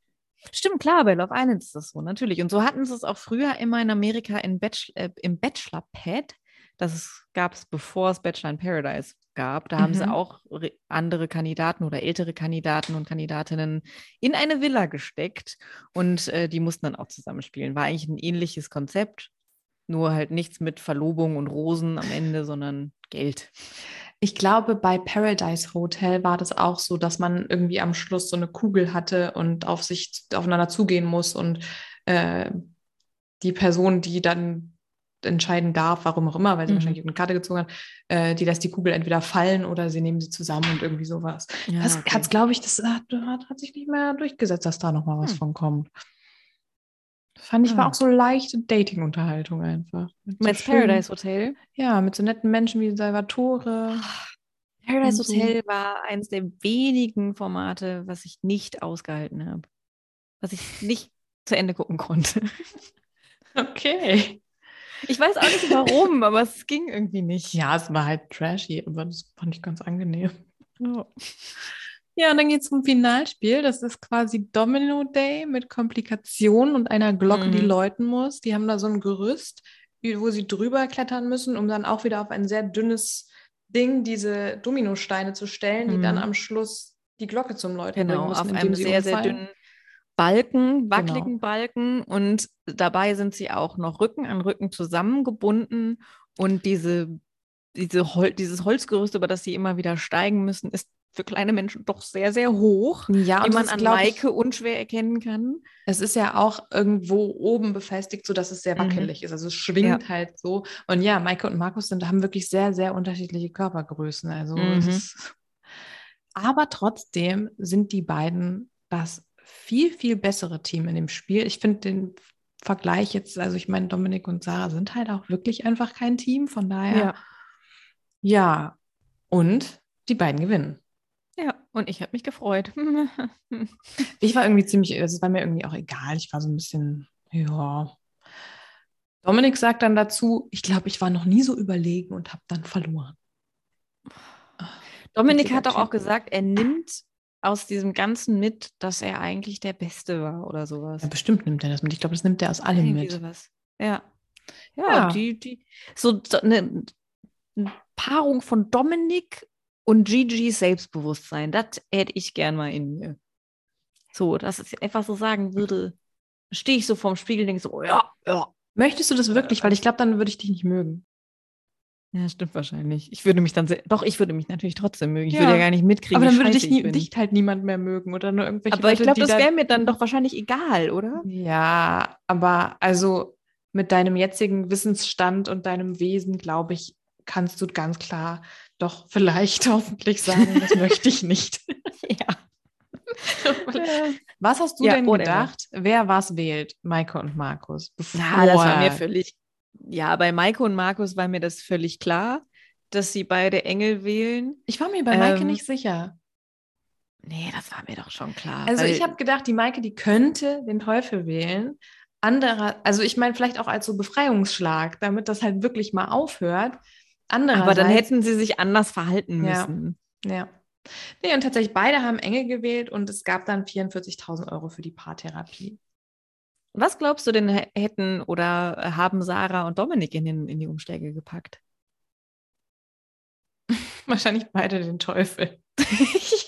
Speaker 2: Stimmt, klar, bei Love Island ist das so, natürlich. Und so hatten sie es auch früher immer in Amerika in Bachelor, äh, im Bachelor-Pad. Das gab es, bevor es Bachelor in Paradise gab. Da haben sie
Speaker 3: Mhm.
Speaker 2: auch re- andere Kandidaten oder ältere Kandidaten und Kandidatinnen in eine Villa gesteckt. Und äh, die mussten dann auch zusammenspielen. War eigentlich ein ähnliches Konzept. Nur halt nichts mit Verlobung und Rosen am Ende, sondern Geld.
Speaker 3: Ich glaube, bei Paradise Hotel war das auch so, dass man irgendwie am Schluss so eine Kugel hatte und auf sich aufeinander zugehen muss und äh, die Person, die dann entscheiden darf, warum auch immer, weil sie
Speaker 2: Mhm.
Speaker 3: wahrscheinlich eine Karte gezogen hat, äh, die lässt die Kugel entweder fallen oder sie nehmen sie zusammen und irgendwie sowas.
Speaker 2: Ja,
Speaker 3: das
Speaker 2: okay.
Speaker 3: hat's, glaube ich, das hat, hat, hat sich nicht mehr durchgesetzt, dass da nochmal was
Speaker 2: Hm.
Speaker 3: von kommt. Fand ich, war
Speaker 2: Ah.
Speaker 3: auch so leichte Dating-Unterhaltung einfach. Mit
Speaker 2: Du meinst
Speaker 3: schönen-
Speaker 2: Paradise Hotel?
Speaker 3: Ja, mit so netten Menschen wie Salvatore.
Speaker 2: Paradise
Speaker 3: Und so.
Speaker 2: Hotel war eines der wenigen Formate, was ich nicht ausgehalten habe. Was ich nicht zu Ende gucken konnte. [laughs]
Speaker 3: Okay.
Speaker 2: Ich weiß auch nicht warum, aber es ging irgendwie nicht.
Speaker 3: Ja, es war halt trashy, aber das fand ich ganz angenehm.
Speaker 2: Ja.
Speaker 3: Oh. Ja, und dann geht es zum Finalspiel. Das ist quasi Domino Day mit Komplikationen und einer Glocke, die
Speaker 2: Mhm.
Speaker 3: läuten muss. Die haben da so ein Gerüst, wie- wo sie drüber klettern müssen, um dann auch wieder auf ein sehr dünnes Ding diese Dominosteine zu stellen, die
Speaker 2: Mhm.
Speaker 3: dann am Schluss die Glocke zum Läuten bringen
Speaker 2: Genau,
Speaker 3: müssen,
Speaker 2: auf
Speaker 3: indem
Speaker 2: einem
Speaker 3: sie
Speaker 2: sehr, sehr
Speaker 3: umfallen.
Speaker 2: dünnen Balken, wackeligen Balken. Und dabei sind sie auch noch Rücken an Rücken zusammengebunden. Und diese, diese Hol dieses Holzgerüst, über das sie immer wieder steigen müssen, ist für kleine Menschen doch sehr, sehr hoch,
Speaker 3: Ja,
Speaker 2: wie
Speaker 3: und das
Speaker 2: man
Speaker 3: ist,
Speaker 2: an
Speaker 3: glaub ich,
Speaker 2: Maike unschwer erkennen kann.
Speaker 3: Es ist ja auch irgendwo oben befestigt, sodass es sehr
Speaker 2: Mhm.
Speaker 3: wackelig ist. Also es schwingt halt so. Und ja, Maike und Markus sind, haben wirklich sehr, sehr unterschiedliche Körpergrößen. Also es
Speaker 2: Mhm.
Speaker 3: ist, aber trotzdem sind die beiden das viel, viel bessere Team in dem Spiel. Ich finde den Vergleich jetzt, also ich meine, Dominik und Sarah sind halt auch wirklich einfach kein Team. Von daher, ja. Und die beiden gewinnen.
Speaker 2: Ja, und ich habe mich [laughs] gefreut.
Speaker 3: Ich war irgendwie ziemlich, also es war mir irgendwie auch egal. Ich war so ein bisschen, ja. Dominik sagt dann dazu, ich glaube, ich war noch nie so überlegen und habe dann verloren.
Speaker 2: Dominik
Speaker 3: Richtiger
Speaker 2: hat doch auch
Speaker 3: Typ.
Speaker 2: gesagt, er nimmt aus diesem Ganzen mit, dass er eigentlich der Beste war oder sowas.
Speaker 3: Ja, bestimmt nimmt er das mit. Ich glaube, das nimmt er aus allem
Speaker 2: Irgendwie
Speaker 3: mit.
Speaker 2: sowas. Ja. Ja,
Speaker 3: Ja.
Speaker 2: Die, die, so do- eine eine Paarung von Dominik und Gigi Selbstbewusstsein, das hätte ich gern mal in mir. So, dass ich einfach so sagen würde, stehe ich so vorm Spiegel und denke so, ja, ja.
Speaker 3: Möchtest du das wirklich? Weil ich glaube, dann würde ich dich nicht mögen.
Speaker 2: Ja, stimmt wahrscheinlich. Ich würde mich dann, se- doch, ich würde mich natürlich trotzdem mögen. Ich
Speaker 3: Ja.
Speaker 2: würde ja gar nicht mitkriegen.
Speaker 3: Aber
Speaker 2: wie
Speaker 3: dann würde
Speaker 2: scheiße
Speaker 3: dich,
Speaker 2: ich
Speaker 3: nie,
Speaker 2: bin.
Speaker 3: dich halt niemand mehr mögen oder nur irgendwelche
Speaker 2: Aber ich
Speaker 3: Leute,
Speaker 2: glaube,
Speaker 3: die
Speaker 2: das
Speaker 3: dann-
Speaker 2: wäre mir dann doch wahrscheinlich egal, [laughs] oder?
Speaker 3: Ja, aber also mit deinem jetzigen Wissensstand und deinem Wesen, glaube ich, kannst du ganz klar doch vielleicht [laughs] hoffentlich sagen, das möchte ich nicht.
Speaker 2: [laughs] Ja.
Speaker 3: Was hast du
Speaker 2: Ja,
Speaker 3: denn
Speaker 2: whatever.
Speaker 3: gedacht, wer was wählt, Maike und Markus?
Speaker 2: Na, das war mir
Speaker 3: bevor
Speaker 2: völlig Ja, bei Maiko und Markus war mir das völlig klar, dass sie beide Engel wählen.
Speaker 3: Ich war mir bei Maike
Speaker 2: Ähm,
Speaker 3: nicht sicher.
Speaker 2: Nee, das war mir doch schon klar.
Speaker 3: Also
Speaker 2: weil-
Speaker 3: ich habe gedacht, die Maike, die könnte den Teufel wählen. Anderer, also ich meine vielleicht auch als so Befreiungsschlag, damit das halt wirklich mal aufhört. Andererseits,
Speaker 2: Aber dann hätten sie sich anders verhalten
Speaker 3: Ja.
Speaker 2: müssen.
Speaker 3: Ja. Nee, und tatsächlich beide haben Engel gewählt und es gab dann 44.000 Euro für die Paartherapie. [laughs]
Speaker 2: Was glaubst du denn h- hätten oder haben Sarah und Dominik in, den, in die Umschläge gepackt? [laughs]
Speaker 3: Wahrscheinlich beide den Teufel.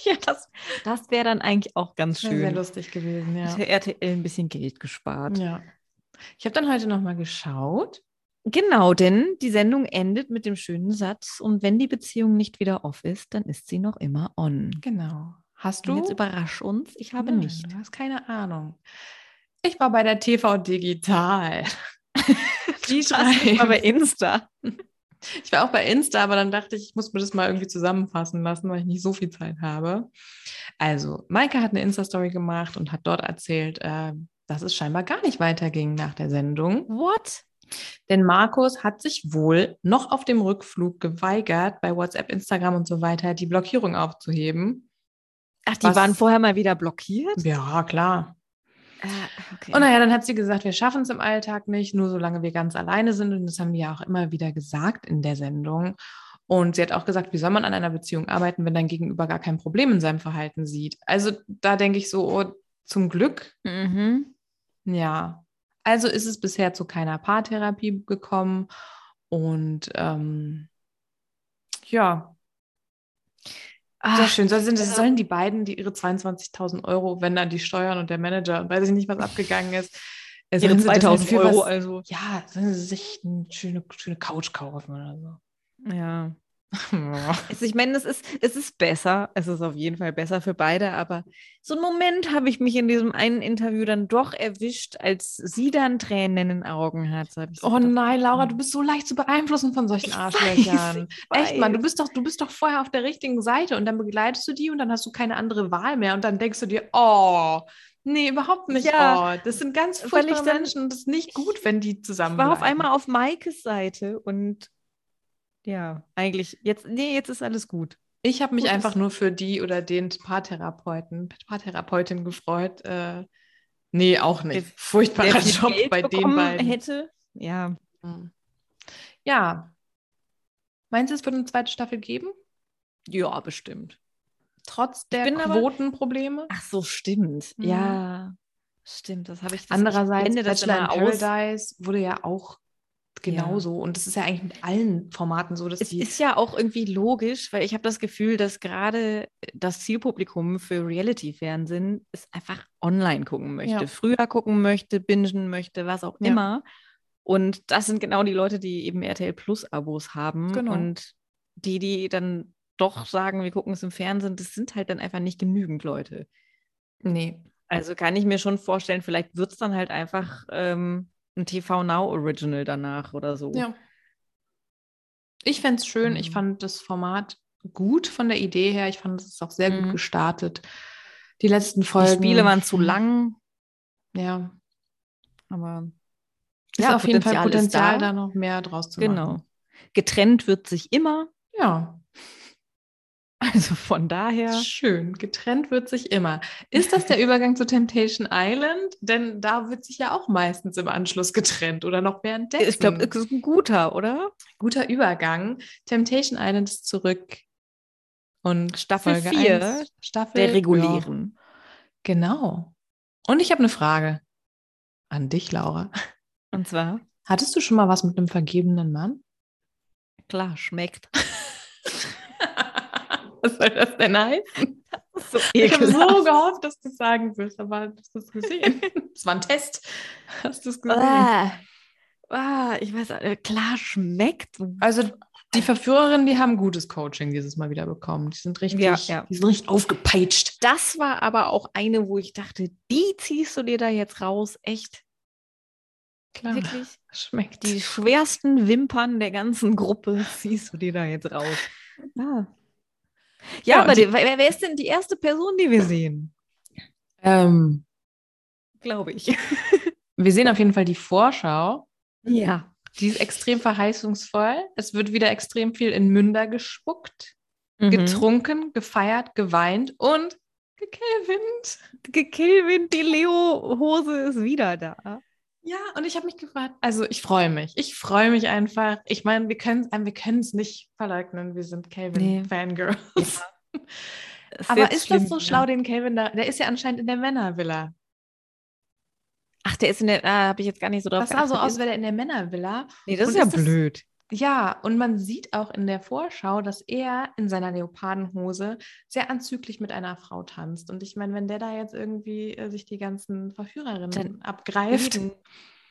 Speaker 2: ja, das das wäre dann eigentlich auch ganz
Speaker 3: Das wäre
Speaker 2: schön.
Speaker 3: lustig gewesen, ja.
Speaker 2: Hätte RTL ein bisschen Geld gespart.
Speaker 3: ja. Ich habe dann heute nochmal geschaut.
Speaker 2: Genau, denn die Sendung endet mit dem schönen Satz, und wenn die Beziehung nicht wieder off ist, dann ist sie noch immer on.
Speaker 3: Genau. Hast
Speaker 2: Du?
Speaker 3: du?
Speaker 2: Jetzt überrasch uns, ich habe
Speaker 3: Nein,
Speaker 2: nicht.
Speaker 3: Du hast keine Ahnung. Ich war bei der TV [laughs] Digital. Die schreiben.
Speaker 2: Aber Insta.
Speaker 3: Ich war auch bei Insta, aber dann dachte ich, ich muss mir das mal irgendwie zusammenfassen lassen, weil ich nicht so viel Zeit habe. Also, Maike hat eine Insta-Story gemacht und hat dort erzählt, äh, dass es scheinbar gar nicht weiterging nach der Sendung.
Speaker 2: What?
Speaker 3: Denn Markus hat sich wohl noch auf dem Rückflug geweigert, bei WhatsApp, Instagram und so weiter die Blockierung aufzuheben.
Speaker 2: Ach, die
Speaker 3: Was?
Speaker 2: waren vorher mal wieder blockiert?
Speaker 3: Ja, klar.
Speaker 2: Äh, okay.
Speaker 3: Und naja, dann hat sie gesagt, wir schaffen es im Alltag nicht, nur solange wir ganz alleine sind. Und das haben wir ja auch immer wieder gesagt in der Sendung. Und sie hat auch gesagt, wie soll man an einer Beziehung arbeiten, wenn dein Gegenüber gar kein Problem in seinem Verhalten sieht. Also da denke ich so, oh, zum Glück,
Speaker 2: mhm.
Speaker 3: ja. Also ist es bisher zu keiner Paartherapie gekommen. Und ähm, ja, sehr
Speaker 2: Ach,
Speaker 3: schön. So sind,
Speaker 2: also-
Speaker 3: sollen die beiden, die ihre 22.000 Euro, wenn dann die Steuern und der Manager und weiß ich nicht, was abgegangen ist, äh,
Speaker 2: ihre
Speaker 3: sollen sie das halt
Speaker 2: 2000
Speaker 3: für was-
Speaker 2: Euro, also.
Speaker 3: ja, sollen sie sich eine schöne, schöne Couch kaufen oder
Speaker 2: [laughs] Ja.
Speaker 3: so. Ja.
Speaker 2: Also ich meine, es ist, es ist besser. Es ist auf jeden Fall besser für beide, aber so einen Moment habe ich mich in diesem einen Interview dann doch erwischt, als sie dann Tränen in den Augen hat. So habe ich so
Speaker 3: Oh
Speaker 2: gedacht,
Speaker 3: nein, Laura, du bist so leicht zu beeinflussen von solchen
Speaker 2: Ich
Speaker 3: Arschlöchern.
Speaker 2: weiß,
Speaker 3: Echt mal, du
Speaker 2: ich
Speaker 3: bist doch, du bist doch vorher auf der richtigen Seite und dann begleitest du die und dann hast du keine andere Wahl mehr und dann denkst du dir, oh, nee, überhaupt nicht.
Speaker 2: Ja,
Speaker 3: oh, das sind ganz
Speaker 2: weil ich
Speaker 3: furchtbare
Speaker 2: dann-
Speaker 3: Menschen und das ist nicht gut, wenn die zusammen.
Speaker 2: war auf einmal auf Maikes Seite und ja, eigentlich, jetzt, nee, jetzt ist alles gut.
Speaker 3: Ich habe mich
Speaker 2: Gut,
Speaker 3: einfach
Speaker 2: das-
Speaker 3: nur für die oder den Paartherapeuten, Paartherapeutin gefreut. Äh, nee, auch nicht.
Speaker 2: Der-
Speaker 3: Furchtbarer
Speaker 2: Wer viel
Speaker 3: Job
Speaker 2: Geld
Speaker 3: bei den
Speaker 2: bekommen
Speaker 3: beiden.
Speaker 2: hätte. Ja,
Speaker 3: Mhm. Ja. Meinst du, es wird eine zweite Staffel geben?
Speaker 2: ja, bestimmt.
Speaker 3: Trotz der
Speaker 2: bin aber-
Speaker 3: Quotenprobleme?
Speaker 2: Ach so, stimmt.
Speaker 3: Mhm.
Speaker 2: Ja, stimmt. Das habe ich. Das, ich
Speaker 3: Andererseits,
Speaker 2: blende das
Speaker 3: Bachelor in
Speaker 2: immer aus.
Speaker 3: Paradise wurde ja auch genauso. Und das ist ja eigentlich mit allen Formaten so, dass
Speaker 2: Es
Speaker 3: die...
Speaker 2: ist ja auch irgendwie logisch, weil ich habe das Gefühl, dass gerade äh, das Zielpublikum für Reality-Fernsehen es einfach online gucken möchte,
Speaker 3: Ja.
Speaker 2: früher gucken möchte, bingen möchte, was auch
Speaker 3: Ja.
Speaker 2: immer. Und das sind genau die Leute, die eben RTL Plus-Abos haben.
Speaker 3: Genau.
Speaker 2: Und die, die dann doch sagen, wir gucken es im Fernsehen, das sind halt dann einfach nicht genügend Leute.
Speaker 3: nee.
Speaker 2: Also kann ich mir schon vorstellen, vielleicht wird es dann halt einfach ähm, ein TV Now Original danach oder so.
Speaker 3: Ja. Ich fände es schön. Ich
Speaker 2: Mhm.
Speaker 3: fand das Format gut von der Idee her. Ich fand, es ist auch sehr
Speaker 2: Mhm.
Speaker 3: gut gestartet. Die letzten
Speaker 2: Die
Speaker 3: Folgen...
Speaker 2: Spiele waren zu lang,
Speaker 3: Ja.
Speaker 2: aber
Speaker 3: Ist
Speaker 2: Ja,
Speaker 3: auf jeden Fall
Speaker 2: Potenzial ist
Speaker 3: Potenzial,
Speaker 2: da.
Speaker 3: da. noch mehr draus zu
Speaker 2: Genau.
Speaker 3: machen.
Speaker 2: Getrennt wird sich immer. [laughs]
Speaker 3: Genau. Ja.
Speaker 2: Also von daher.
Speaker 3: Schön, getrennt wird sich immer. Ist das der Übergang zu Temptation Island? Denn da wird sich ja auch meistens im Anschluss getrennt oder noch währenddessen.
Speaker 2: Ich glaube, es ist ein guter, oder?
Speaker 3: guter Übergang. Temptation Island ist zurück. Und
Speaker 2: Staffel
Speaker 3: Folge
Speaker 2: vier,
Speaker 3: eins, Staffel
Speaker 2: Der
Speaker 3: Ja,
Speaker 2: regulären.
Speaker 3: genau. Und ich habe eine Frage an dich, Laura.
Speaker 2: Und zwar,
Speaker 3: Hattest du schon mal was mit einem vergebenen Mann? [laughs]
Speaker 2: klar, schmeckt. [laughs]
Speaker 3: was soll das denn heißen?
Speaker 2: [laughs] So
Speaker 3: Ich habe
Speaker 2: ekelhaft.
Speaker 3: so gehofft, dass du es sagen wirst, aber hast du es gesehen? [laughs] Es war ein Test. Hast du es gesehen?
Speaker 2: Ah. Ah, ich weiß, äh, klar schmeckt.
Speaker 3: Also die Verführerinnen, die haben gutes Coaching dieses Mal wieder bekommen. Die sind richtig,
Speaker 2: Ja, ja.
Speaker 3: Die sind richtig aufgepeitscht.
Speaker 2: Das war aber auch eine, wo ich dachte, die ziehst du dir da jetzt raus. Echt,
Speaker 3: Klar,
Speaker 2: wirklich.
Speaker 3: schmeckt.
Speaker 2: Die schwersten Wimpern der ganzen Gruppe [laughs] ziehst du dir da jetzt raus. Ja, ja,
Speaker 3: Ja, und
Speaker 2: aber
Speaker 3: die-
Speaker 2: die, wer, wer ist denn die erste Person, die wir sehen?
Speaker 3: Ähm,
Speaker 2: Glaube ich.
Speaker 3: wir sehen auf jeden Fall die Vorschau.
Speaker 2: [laughs] Ja.
Speaker 3: Die ist extrem verheißungsvoll. Es wird wieder extrem viel in Münder gespuckt, Mhm.
Speaker 2: Getrunken.
Speaker 3: getrunken, gefeiert, geweint und gekillt.
Speaker 2: Gekilvin, die Leo-Hose ist wieder da.
Speaker 3: Ja, und ich habe mich gefragt, also ich freue mich. Ich freue mich einfach. Ich meine, wir können äh, wir es nicht verleugnen. Wir sind
Speaker 2: Nee.
Speaker 3: Calvin-Fangirls.
Speaker 2: Ist
Speaker 3: [laughs] Aber
Speaker 2: jetzt
Speaker 3: ist
Speaker 2: schlimm,
Speaker 3: das so
Speaker 2: ne?
Speaker 3: schlau, den Calvin da? Der ist ja anscheinend in der Männervilla.
Speaker 2: Ach, der ist in der. Ah, habe ich jetzt gar nicht so drauf
Speaker 3: Das sah so
Speaker 2: geachtet.
Speaker 3: aus, wäre der in der Männervilla.
Speaker 2: Nee, das
Speaker 3: Und
Speaker 2: ist ja
Speaker 3: ist das-
Speaker 2: blöd.
Speaker 3: Ja, und man sieht auch in der Vorschau, dass er in seiner Leopardenhose sehr anzüglich mit einer Frau tanzt. Und ich meine, wenn der da jetzt irgendwie äh, sich die ganzen Verführerinnen
Speaker 2: Dann-
Speaker 3: abgreift.
Speaker 2: Eben.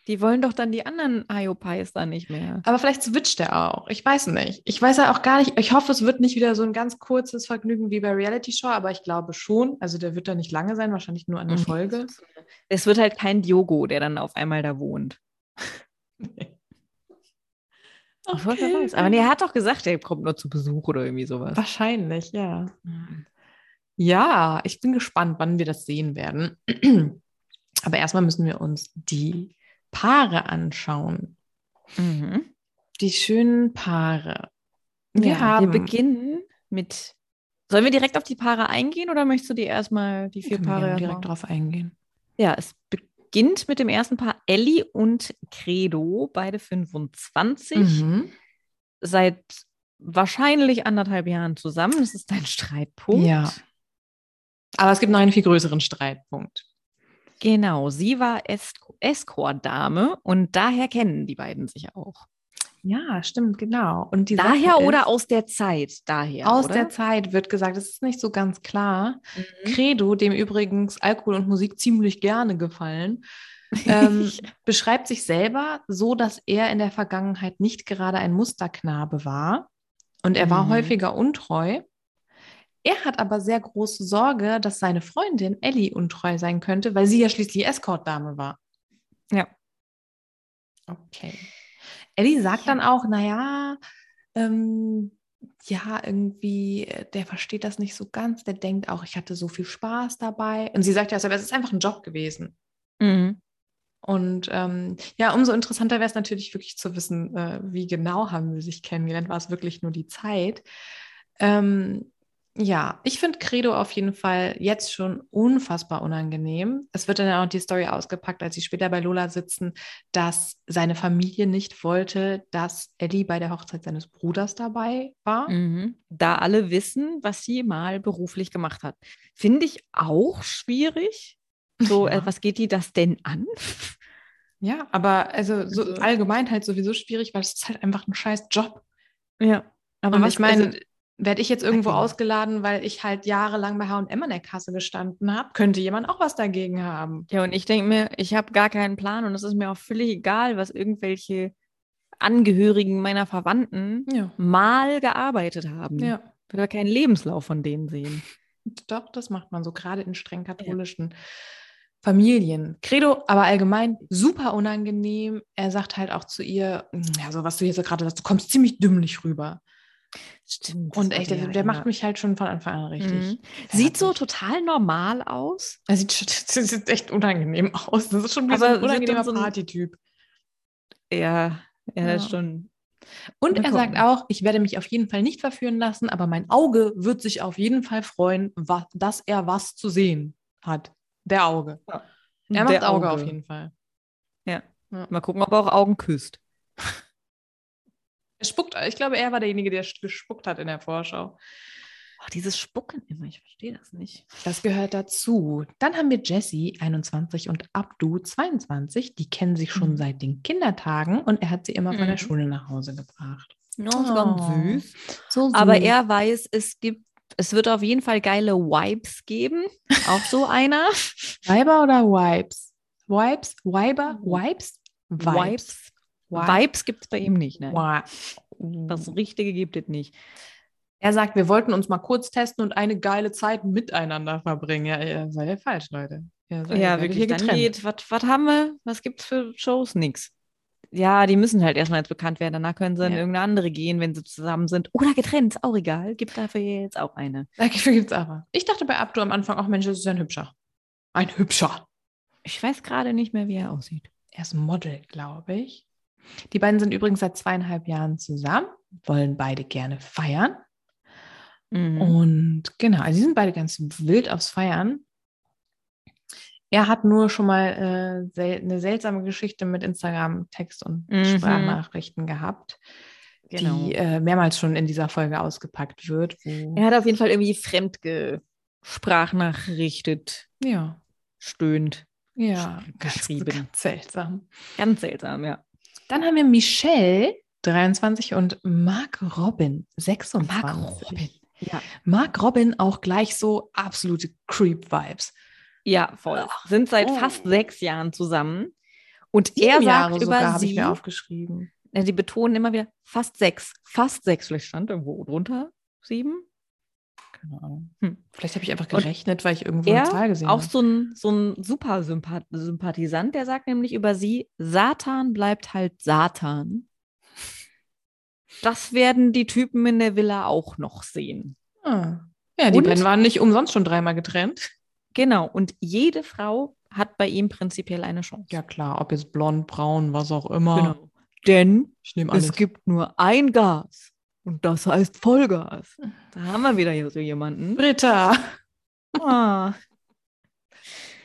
Speaker 2: Die wollen doch dann die anderen IOPIs da nicht mehr.
Speaker 3: Aber vielleicht switcht er auch. Ich weiß nicht. Ich weiß ja auch gar nicht. Ich hoffe, es wird nicht wieder so ein ganz kurzes Vergnügen wie bei Reality Show, aber ich glaube schon. Also der wird da nicht lange sein, wahrscheinlich nur eine
Speaker 2: Mhm.
Speaker 3: Folge.
Speaker 2: Es wird halt kein Diogo, der dann auf einmal da wohnt. Obwohl, wer weiß. Aber nee, er hat doch gesagt, er kommt nur zu Besuch oder irgendwie sowas.
Speaker 3: Wahrscheinlich, ja. Ja, ich bin gespannt, wann wir das sehen werden. Aber erstmal müssen wir uns die Paare anschauen.
Speaker 2: Mhm.
Speaker 3: Die schönen Paare. Wir
Speaker 2: Ja,
Speaker 3: haben.
Speaker 2: Wir beginnen mit. Sollen wir direkt auf die Paare eingehen oder möchtest du die erstmal, die vier
Speaker 3: Können wir
Speaker 2: Paare?
Speaker 3: gerne
Speaker 2: erstmal-
Speaker 3: direkt drauf eingehen.
Speaker 2: Ja, es beginnt mit dem ersten Paar Ellie und Credo, beide 25,
Speaker 3: Mhm.
Speaker 2: seit wahrscheinlich anderthalb Jahren zusammen. Das ist dein Streitpunkt.
Speaker 3: Ja. Aber es gibt noch einen viel größeren Streitpunkt.
Speaker 2: Genau, sie war Es- Escort-Dame und daher kennen die beiden sich auch.
Speaker 3: Ja, stimmt, genau. Und die
Speaker 2: Daher
Speaker 3: Sache
Speaker 2: oder
Speaker 3: ist,
Speaker 2: aus der Zeit? Daher.
Speaker 3: aus
Speaker 2: oder?
Speaker 3: der Zeit wird gesagt, es ist nicht so ganz klar.
Speaker 2: Mhm.
Speaker 3: Credo, dem übrigens Alkohol und Musik ziemlich gerne [laughs] gefallen, ähm, beschreibt sich selber so, dass er in der Vergangenheit nicht gerade ein Musterknabe war und er war
Speaker 2: Mhm.
Speaker 3: häufiger untreu. Er hat aber sehr große Sorge, dass seine Freundin Ellie untreu sein könnte, weil sie ja schließlich Escort-Dame war.
Speaker 2: Ja.
Speaker 3: Okay. Ellie sagt dann auch, naja, ähm, ja, irgendwie, äh, der versteht das nicht so ganz. Der denkt auch, ich hatte so viel Spaß dabei. Und sie sagt ja, selber, es ist einfach ein Job gewesen.
Speaker 2: Mhm.
Speaker 3: Und ähm, ja, umso interessanter wäre es natürlich wirklich zu wissen, äh, wie genau haben sie sich kennengelernt. War es wirklich nur die Zeit? Ähm, ja, ich finde Credo auf jeden Fall jetzt schon unfassbar unangenehm. Es wird dann auch die Story ausgepackt, als sie später bei Lola sitzen, dass seine Familie nicht wollte, dass Ellie bei der Hochzeit seines Bruders dabei war.
Speaker 2: Mhm. Da alle wissen, was sie mal beruflich gemacht hat. Finde ich auch schwierig. So,
Speaker 3: Ja.
Speaker 2: äh, was geht die das denn an?
Speaker 3: Ja, aber also so
Speaker 2: Also-
Speaker 3: allgemein halt sowieso schwierig, weil es ist halt einfach ein scheiß Job.
Speaker 2: Ja. Aber
Speaker 3: Und
Speaker 2: was,
Speaker 3: ich meine,
Speaker 2: also,
Speaker 3: werde ich jetzt irgendwo
Speaker 2: genau.
Speaker 3: ausgeladen, weil ich halt jahrelang bei H&M an der Kasse gestanden habe, könnte jemand auch was dagegen haben.
Speaker 2: ja, und ich denke mir, ich habe gar keinen Plan und es ist mir auch völlig egal, was irgendwelche Angehörigen meiner Verwandten
Speaker 3: Ja.
Speaker 2: mal gearbeitet haben.
Speaker 3: Ja,
Speaker 2: Ich will da keinen Lebenslauf von denen sehen.
Speaker 3: doch, das macht man so, gerade in streng katholischen Familien. Credo, aber allgemein super unangenehm. Er sagt halt auch zu ihr, ja, so was du jetzt gerade sagst, du kommst ziemlich dümmlich rüber.
Speaker 2: Stimmt.
Speaker 3: Und echt, der, der macht mich halt schon von Anfang an richtig.
Speaker 2: Mhm. Sieht so
Speaker 3: [laughs] fertig.
Speaker 2: total normal aus.
Speaker 3: Er sieht, schon- [laughs] das sieht echt unangenehm aus. Das ist schon wie so
Speaker 2: Aber
Speaker 3: ein
Speaker 2: sieht
Speaker 3: unangenehmer
Speaker 2: dann so ein-
Speaker 3: Partytyp.
Speaker 2: Ja, ja, das
Speaker 3: Ja.
Speaker 2: ist schon.
Speaker 3: Und
Speaker 2: Mal
Speaker 3: er sagt
Speaker 2: gucken.
Speaker 3: auch, ich werde mich auf jeden Fall nicht verführen lassen, aber mein Auge wird sich auf jeden Fall freuen, wa- dass er was zu sehen hat. Der Auge. Er macht
Speaker 2: Der
Speaker 3: Auge, auf jeden Fall.
Speaker 2: Ja.
Speaker 3: Ja.
Speaker 2: Mal gucken, ob er auch Augen küsst.
Speaker 3: Er spuckt, ich glaube, er war derjenige, der sch- gespuckt hat in der Vorschau.
Speaker 2: Oh, dieses Spucken immer, ich verstehe das nicht.
Speaker 3: Das gehört dazu. Dann haben wir Jessie, 21, und Abdu, 22. Die kennen sich schon
Speaker 2: Mhm.
Speaker 3: seit den Kindertagen und er hat sie immer von der
Speaker 2: Mhm.
Speaker 3: Schule nach Hause gebracht.
Speaker 2: Ja,
Speaker 3: ist ganz süß. So
Speaker 2: Oh. Aber
Speaker 3: süß.
Speaker 2: er weiß, es gibt, es wird auf jeden Fall geile Vibes geben. Auch so [laughs] einer.
Speaker 3: Weiber oder Wipes? Wipes? Weiber?
Speaker 2: Mhm.
Speaker 3: Wipes?
Speaker 2: Vibes. Vibes gibt es bei ihm nicht. ne? Nein.
Speaker 3: Wa-
Speaker 2: Das Richtige gibt es nicht.
Speaker 3: Er sagt, wir wollten uns mal kurz testen und eine geile Zeit miteinander verbringen. Ja, ihr seid ja falsch, Leute. Ihr seid
Speaker 2: Ja,
Speaker 3: gerade
Speaker 2: wirklich.
Speaker 3: hier
Speaker 2: Dann
Speaker 3: getrennt.
Speaker 2: geht, was was haben wir? Was gibt's für Shows? Nix. Ja, die müssen halt erstmal jetzt bekannt werden. Danach können sie in
Speaker 3: Ja.
Speaker 2: irgendeine andere gehen, wenn sie zusammen sind. Oder getrennt, ist auch egal. Gibt dafür jetzt auch eine.
Speaker 3: [laughs] Dafür gibt's aber. Ich dachte bei Abdu am Anfang, ach Mensch, das ist ja ein Hübscher. Ein Hübscher.
Speaker 2: Ich weiß gerade nicht mehr, wie er aussieht.
Speaker 3: Er ist ein Model, glaube ich. Die beiden sind übrigens seit zweieinhalb Jahren zusammen, wollen beide gerne feiern.
Speaker 2: Mhm.
Speaker 3: Und genau, also sie sind beide ganz wild aufs Feiern. Er hat nur schon mal äh, sel eine seltsame Geschichte mit Instagram-Text und
Speaker 2: Mhm.
Speaker 3: Sprachnachrichten gehabt,
Speaker 2: Genau.
Speaker 3: die äh, mehrmals schon in dieser Folge ausgepackt wird. Wo,
Speaker 2: Er hat auf jeden Fall irgendwie fremd gesprachnachrichtet,
Speaker 3: ja,
Speaker 2: stöhnt.
Speaker 3: ja, ganz,
Speaker 2: geschrieben.
Speaker 3: ganz seltsam.
Speaker 2: Ganz seltsam, ja.
Speaker 3: Dann haben wir Michelle, 23, und Mark Robin, 26.
Speaker 2: Robin. Ja.
Speaker 3: Mark Robin auch gleich so absolute Creep-Vibes.
Speaker 2: Ja, voll. Sind seit fast
Speaker 3: Oh.
Speaker 2: sechs Jahren zusammen. Und
Speaker 3: Sieben
Speaker 2: er sagt
Speaker 3: Jahre
Speaker 2: über
Speaker 3: sogar, habe ich
Speaker 2: sie,
Speaker 3: mir aufgeschrieben.
Speaker 2: äh, die betonen immer wieder fast sechs, fast sechs. Vielleicht stand irgendwo drunter sieben.
Speaker 3: Keine Ahnung.
Speaker 2: Hm.
Speaker 3: Vielleicht habe ich einfach
Speaker 2: Und
Speaker 3: gerechnet, weil ich irgendwo
Speaker 2: er
Speaker 3: eine Zahl gesehen
Speaker 2: Auch
Speaker 3: habe.
Speaker 2: so ein, so ein super Sympath Sympathisant, der sagt nämlich über sie, Satan bleibt halt Satan. Das werden die Typen in der Villa auch noch sehen.
Speaker 3: Ah. Ja, die
Speaker 2: Und-
Speaker 3: beiden waren nicht umsonst schon dreimal getrennt.
Speaker 2: Genau, und jede Frau hat bei ihm prinzipiell eine Chance.
Speaker 3: Ja klar, ob jetzt blond, braun, was auch immer.
Speaker 2: genau. Denn
Speaker 3: Ich nehme alles.
Speaker 2: es gibt nur ein Gas und das heißt Vollgas. Da haben wir wieder hier so jemanden.
Speaker 3: Britta.
Speaker 2: Ah,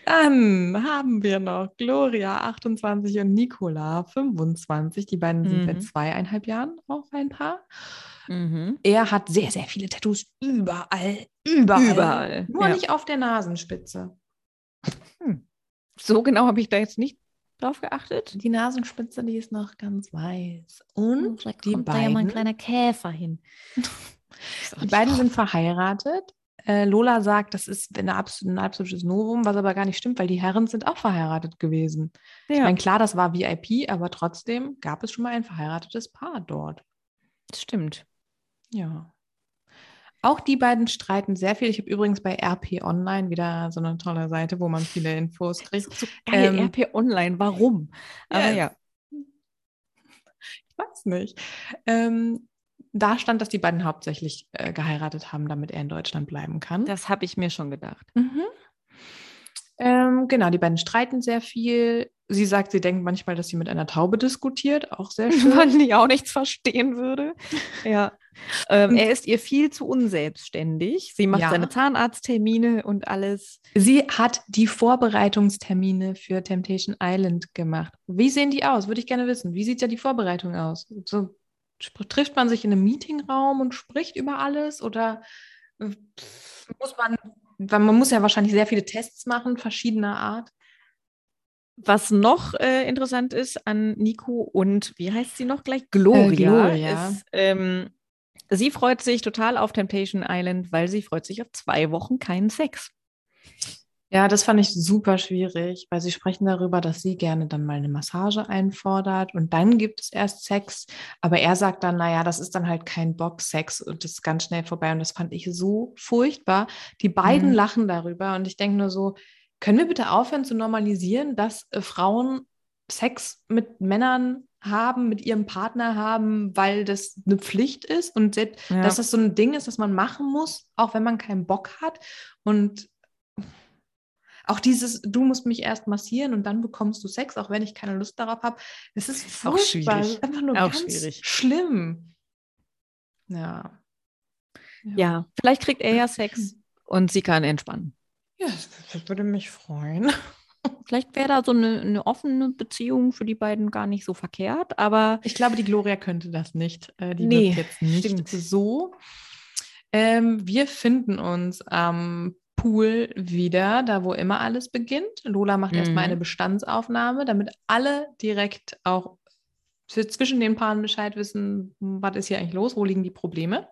Speaker 3: Dann haben wir noch Gloria, 28 und Nicola, 25. Die beiden sind
Speaker 2: Mhm.
Speaker 3: seit zweieinhalb Jahren auch ein Paar.
Speaker 2: mhm.
Speaker 3: Er hat sehr, sehr viele Tattoos überall, überall.
Speaker 2: Überall.
Speaker 3: Nur
Speaker 2: Ja.
Speaker 3: nicht auf der Nasenspitze.
Speaker 2: So genau habe ich da jetzt nicht drauf geachtet.
Speaker 3: Die Nasenspitze, die ist noch ganz weiß. Und
Speaker 2: Hm, Vielleicht
Speaker 3: die beiden
Speaker 2: Käfer hin.
Speaker 3: Die beiden sind verheiratet. Äh, Lola sagt, das ist eine absol ein absolutes Novum, was aber gar nicht stimmt, weil die Herren sind auch verheiratet gewesen. Ich
Speaker 2: ja,
Speaker 3: meine, klar, das war VIP, aber trotzdem gab es schon mal ein verheiratetes Paar dort.
Speaker 2: das stimmt.
Speaker 3: Ja. Auch die beiden streiten sehr viel. Ich habe übrigens bei RP Online wieder so eine tolle Seite, wo man viele Infos kriegt.
Speaker 2: So geil,
Speaker 3: Ähm,
Speaker 2: RP Online, warum? Aber
Speaker 3: ja,
Speaker 2: ja.
Speaker 3: Ich weiß nicht. Ähm, da stand, dass die beiden hauptsächlich äh, geheiratet haben, damit er in Deutschland bleiben kann.
Speaker 2: das habe ich mir schon [laughs] gedacht.
Speaker 3: Mhm. Ähm, genau, die beiden streiten sehr viel. Sie sagt, sie denkt manchmal, dass sie mit einer Taube diskutiert.
Speaker 2: [laughs]
Speaker 3: Auch sehr schön.
Speaker 2: Weil ich auch nichts verstehen [laughs] würde. Ja. Ähm,
Speaker 3: Und-
Speaker 2: er ist ihr viel zu unselbstständig. Sie macht
Speaker 3: Ja.
Speaker 2: seine Zahnarzttermine und alles.
Speaker 3: sie hat die Vorbereitungstermine für Temptation Island gemacht. Wie sehen die aus? Würde ich gerne wissen. Wie sieht ja die Vorbereitung aus? So, sp- trifft man sich in einem Meetingraum und spricht über alles? Oder äh, pff, muss man, weil man muss ja wahrscheinlich sehr viele Tests machen, verschiedener Art.
Speaker 2: Was noch äh, interessant ist an Nico und wie heißt sie noch gleich? Äh, Gloria.
Speaker 3: Gloria.
Speaker 2: Ist, ähm, sie freut sich total auf Temptation Island, weil sie freut sich auf zwei Wochen keinen Sex.
Speaker 3: Ja, das fand ich super schwierig, weil sie sprechen darüber, dass sie gerne dann mal eine Massage einfordert und dann gibt es erst Sex. Aber er sagt dann, naja, das ist dann halt kein Boxsex und das ist ganz schnell vorbei. Und das fand ich so furchtbar. Die beiden
Speaker 2: Mhm.
Speaker 3: lachen darüber und ich denke nur so, können wir bitte aufhören zu normalisieren, dass äh, Frauen Sex mit Männern haben, mit ihrem Partner haben, weil das eine Pflicht ist und selbst, dass das so ein Ding ist, das man machen muss, auch wenn man keinen Bock hat. Und auch dieses, du musst mich erst massieren und dann bekommst du Sex, auch wenn ich keine Lust darauf habe. Das ist
Speaker 2: Auch
Speaker 3: furchtbar. Das
Speaker 2: schwierig.
Speaker 3: ist einfach nur
Speaker 2: Auch
Speaker 3: ganz
Speaker 2: schwierig.
Speaker 3: schlimm. Ja.
Speaker 2: ja, Äh, hm. vielleicht kriegt er ja Sex und sie kann entspannen.
Speaker 3: Ja, das, das würde mich freuen.
Speaker 2: Vielleicht wäre da so eine, eine offene Beziehung für die beiden gar nicht so verkehrt, aber
Speaker 3: Ich glaube, die Gloria könnte das nicht. Äh, die
Speaker 2: Nee,
Speaker 3: wirkt jetzt nicht
Speaker 2: stimmt.
Speaker 3: so. Ähm, wir finden uns am Pool wieder, da wo immer alles beginnt. Lola macht erstmal
Speaker 2: Mhm.
Speaker 3: eine Bestandsaufnahme, damit alle direkt auch zw- zwischen den Paaren Bescheid wissen, was ist hier eigentlich los, wo liegen die Probleme.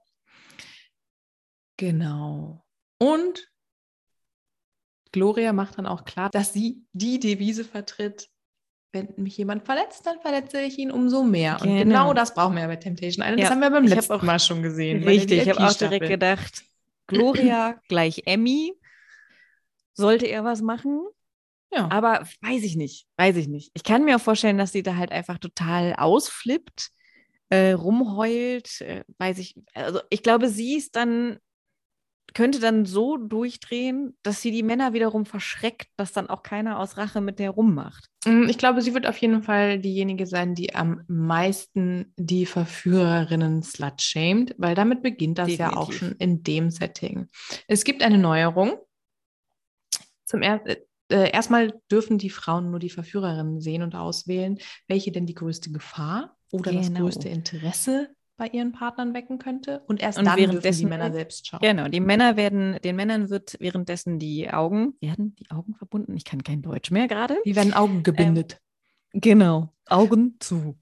Speaker 3: Genau. Und Gloria macht dann auch klar, dass sie die Devise vertritt, wenn mich jemand verletzt, dann verletze ich ihn umso mehr. Und
Speaker 2: Genau.
Speaker 3: genau das brauchen wir bei Temptation Island.
Speaker 2: Ja,
Speaker 3: Das haben wir beim
Speaker 2: ich hab
Speaker 3: letzten
Speaker 2: auch-
Speaker 3: Mal schon gesehen. bei der
Speaker 2: Richtig, ich habe auch
Speaker 3: VIP-Staffel.
Speaker 2: direkt gedacht, [clears throat] Gloria gleich Emmy. Sollte er was machen?
Speaker 3: Ja.
Speaker 2: Aber weiß ich nicht, weiß ich nicht. Ich kann mir auch vorstellen, dass sie da halt einfach total ausflippt, äh, rumheult, äh, weiß ich. Also ich glaube, sie ist dann könnte dann so durchdrehen, dass sie die Männer wiederum verschreckt, dass dann auch keiner aus Rache mit der rummacht.
Speaker 3: Mm, Ich glaube, sie wird auf jeden Fall diejenige sein, die am meisten die Verführerinnen slut shamed, weil damit beginnt das ja auch
Speaker 2: Definitiv.
Speaker 3: schon in dem Setting. Es gibt eine Neuerung. Zum er äh, äh, erstmal dürfen die Frauen nur die Verführerinnen sehen und auswählen, welche denn die größte Gefahr oder das
Speaker 2: Genau.
Speaker 3: größte Interesse bei ihren Partnern wecken könnte. Und erst
Speaker 2: Und
Speaker 3: dann dürfen die
Speaker 2: währenddessen-
Speaker 3: Männer selbst schauen.
Speaker 2: Genau, die Männer werden, den Männern wird währenddessen die Augen, werden die Augen verbunden? Ich kann kein Deutsch mehr gerade.
Speaker 3: Die werden
Speaker 2: Ähm,
Speaker 3: Augen gebindet.
Speaker 2: Genau, Augen zu.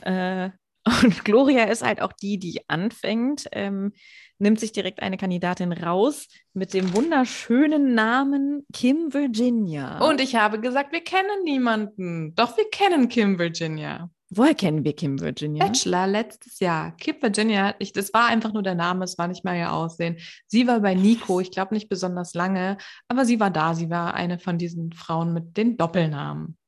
Speaker 2: Äh, [laughs] und Gloria ist halt auch die, die anfängt, ähm, nimmt sich direkt eine Kandidatin raus mit dem wunderschönen Namen Kim Virginia.
Speaker 3: Und ich habe gesagt, wir kennen niemanden. Doch wir kennen Kim Virginia.
Speaker 2: woher kennen wir Kim Virginia?
Speaker 3: Bachelor letztes Jahr. Kim Virginia, hat- ich, das war einfach nur der Name, es war nicht mal ihr Aussehen. Sie war bei Nico, ich glaube nicht besonders lange, aber sie war da. Sie war eine von diesen Frauen mit den Doppelnamen.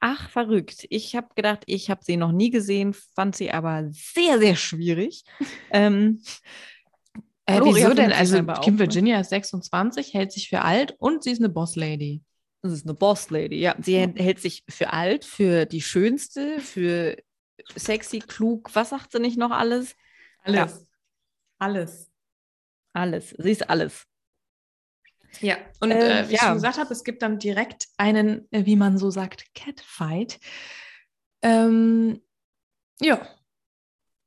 Speaker 2: Ach, verrückt. Ich habe gedacht, ich habe sie noch nie gesehen, fand sie aber sehr, sehr schwierig. [laughs] ähm,
Speaker 3: Äh,
Speaker 2: Gloria
Speaker 3: wieso
Speaker 2: findet
Speaker 3: denn?
Speaker 2: sie
Speaker 3: Also
Speaker 2: scheinbar auch,
Speaker 3: Kim
Speaker 2: ne?
Speaker 3: Virginia ist 26, hält sich für alt und sie ist eine Bosslady.
Speaker 2: Das ist eine Boss Lady, ja. Sie hält- hält sich für alt, für die schönste, für sexy, klug. Was sagt sie nicht noch alles? Alles.
Speaker 3: Alles.
Speaker 2: Alles. Sie ist alles.
Speaker 3: Ja, und
Speaker 2: Äh,
Speaker 3: äh, wie ich
Speaker 2: ja.
Speaker 3: schon gesagt habe, es gibt dann direkt einen, äh, wie man so sagt, Catfight. Ähm, ja,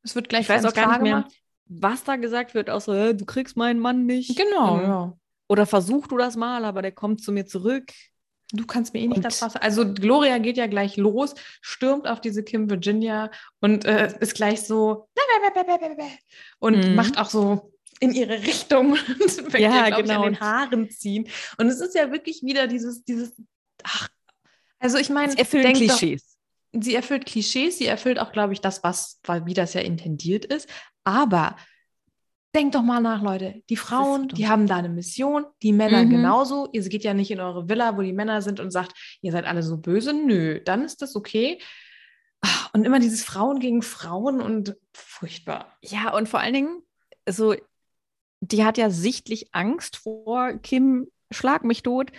Speaker 3: es wird gleich
Speaker 2: Ich weiß
Speaker 3: ganz
Speaker 2: auch gar nicht
Speaker 3: klar
Speaker 2: mehr,
Speaker 3: gemacht.
Speaker 2: was da gesagt wird, außer "Hä, du kriegst meinen Mann nicht.
Speaker 3: Genau,
Speaker 2: Ähm,
Speaker 3: ja.
Speaker 2: Oder versuch du das mal, aber der kommt zu mir zurück.
Speaker 3: Du kannst mir eh nicht
Speaker 2: Und-
Speaker 3: das Wasser. Also Gloria geht ja gleich los, stürmt auf diese Kim Virginia und äh, ist gleich so und
Speaker 2: Mhm.
Speaker 3: macht auch so in ihre Richtung [laughs] und fängt
Speaker 2: Ja,
Speaker 3: ihr, glaub
Speaker 2: genau.
Speaker 3: ich, an den Haaren ziehen. Und es ist ja wirklich wieder dieses, dieses, ach, also ich meine,
Speaker 2: Das erfüllen
Speaker 3: denk doch-
Speaker 2: Klischees.
Speaker 3: sie erfüllt Klischees, sie erfüllt auch, glaube ich, das, was, weil- wie das ja intendiert ist. Aber denkt doch mal nach, Leute. Die Frauen,
Speaker 2: so dumm.
Speaker 3: die haben da eine Mission, die Männer
Speaker 2: Mhm.
Speaker 3: genauso. Ihr geht ja nicht in eure Villa, wo die Männer sind und sagt, ihr seid alle so böse. Nö, dann ist das okay. Ah, Und immer dieses Frauen gegen Frauen und furchtbar.
Speaker 2: Ja, und vor allen Dingen, so, die hat ja sichtlich Angst vor Kim, schlag mich tot,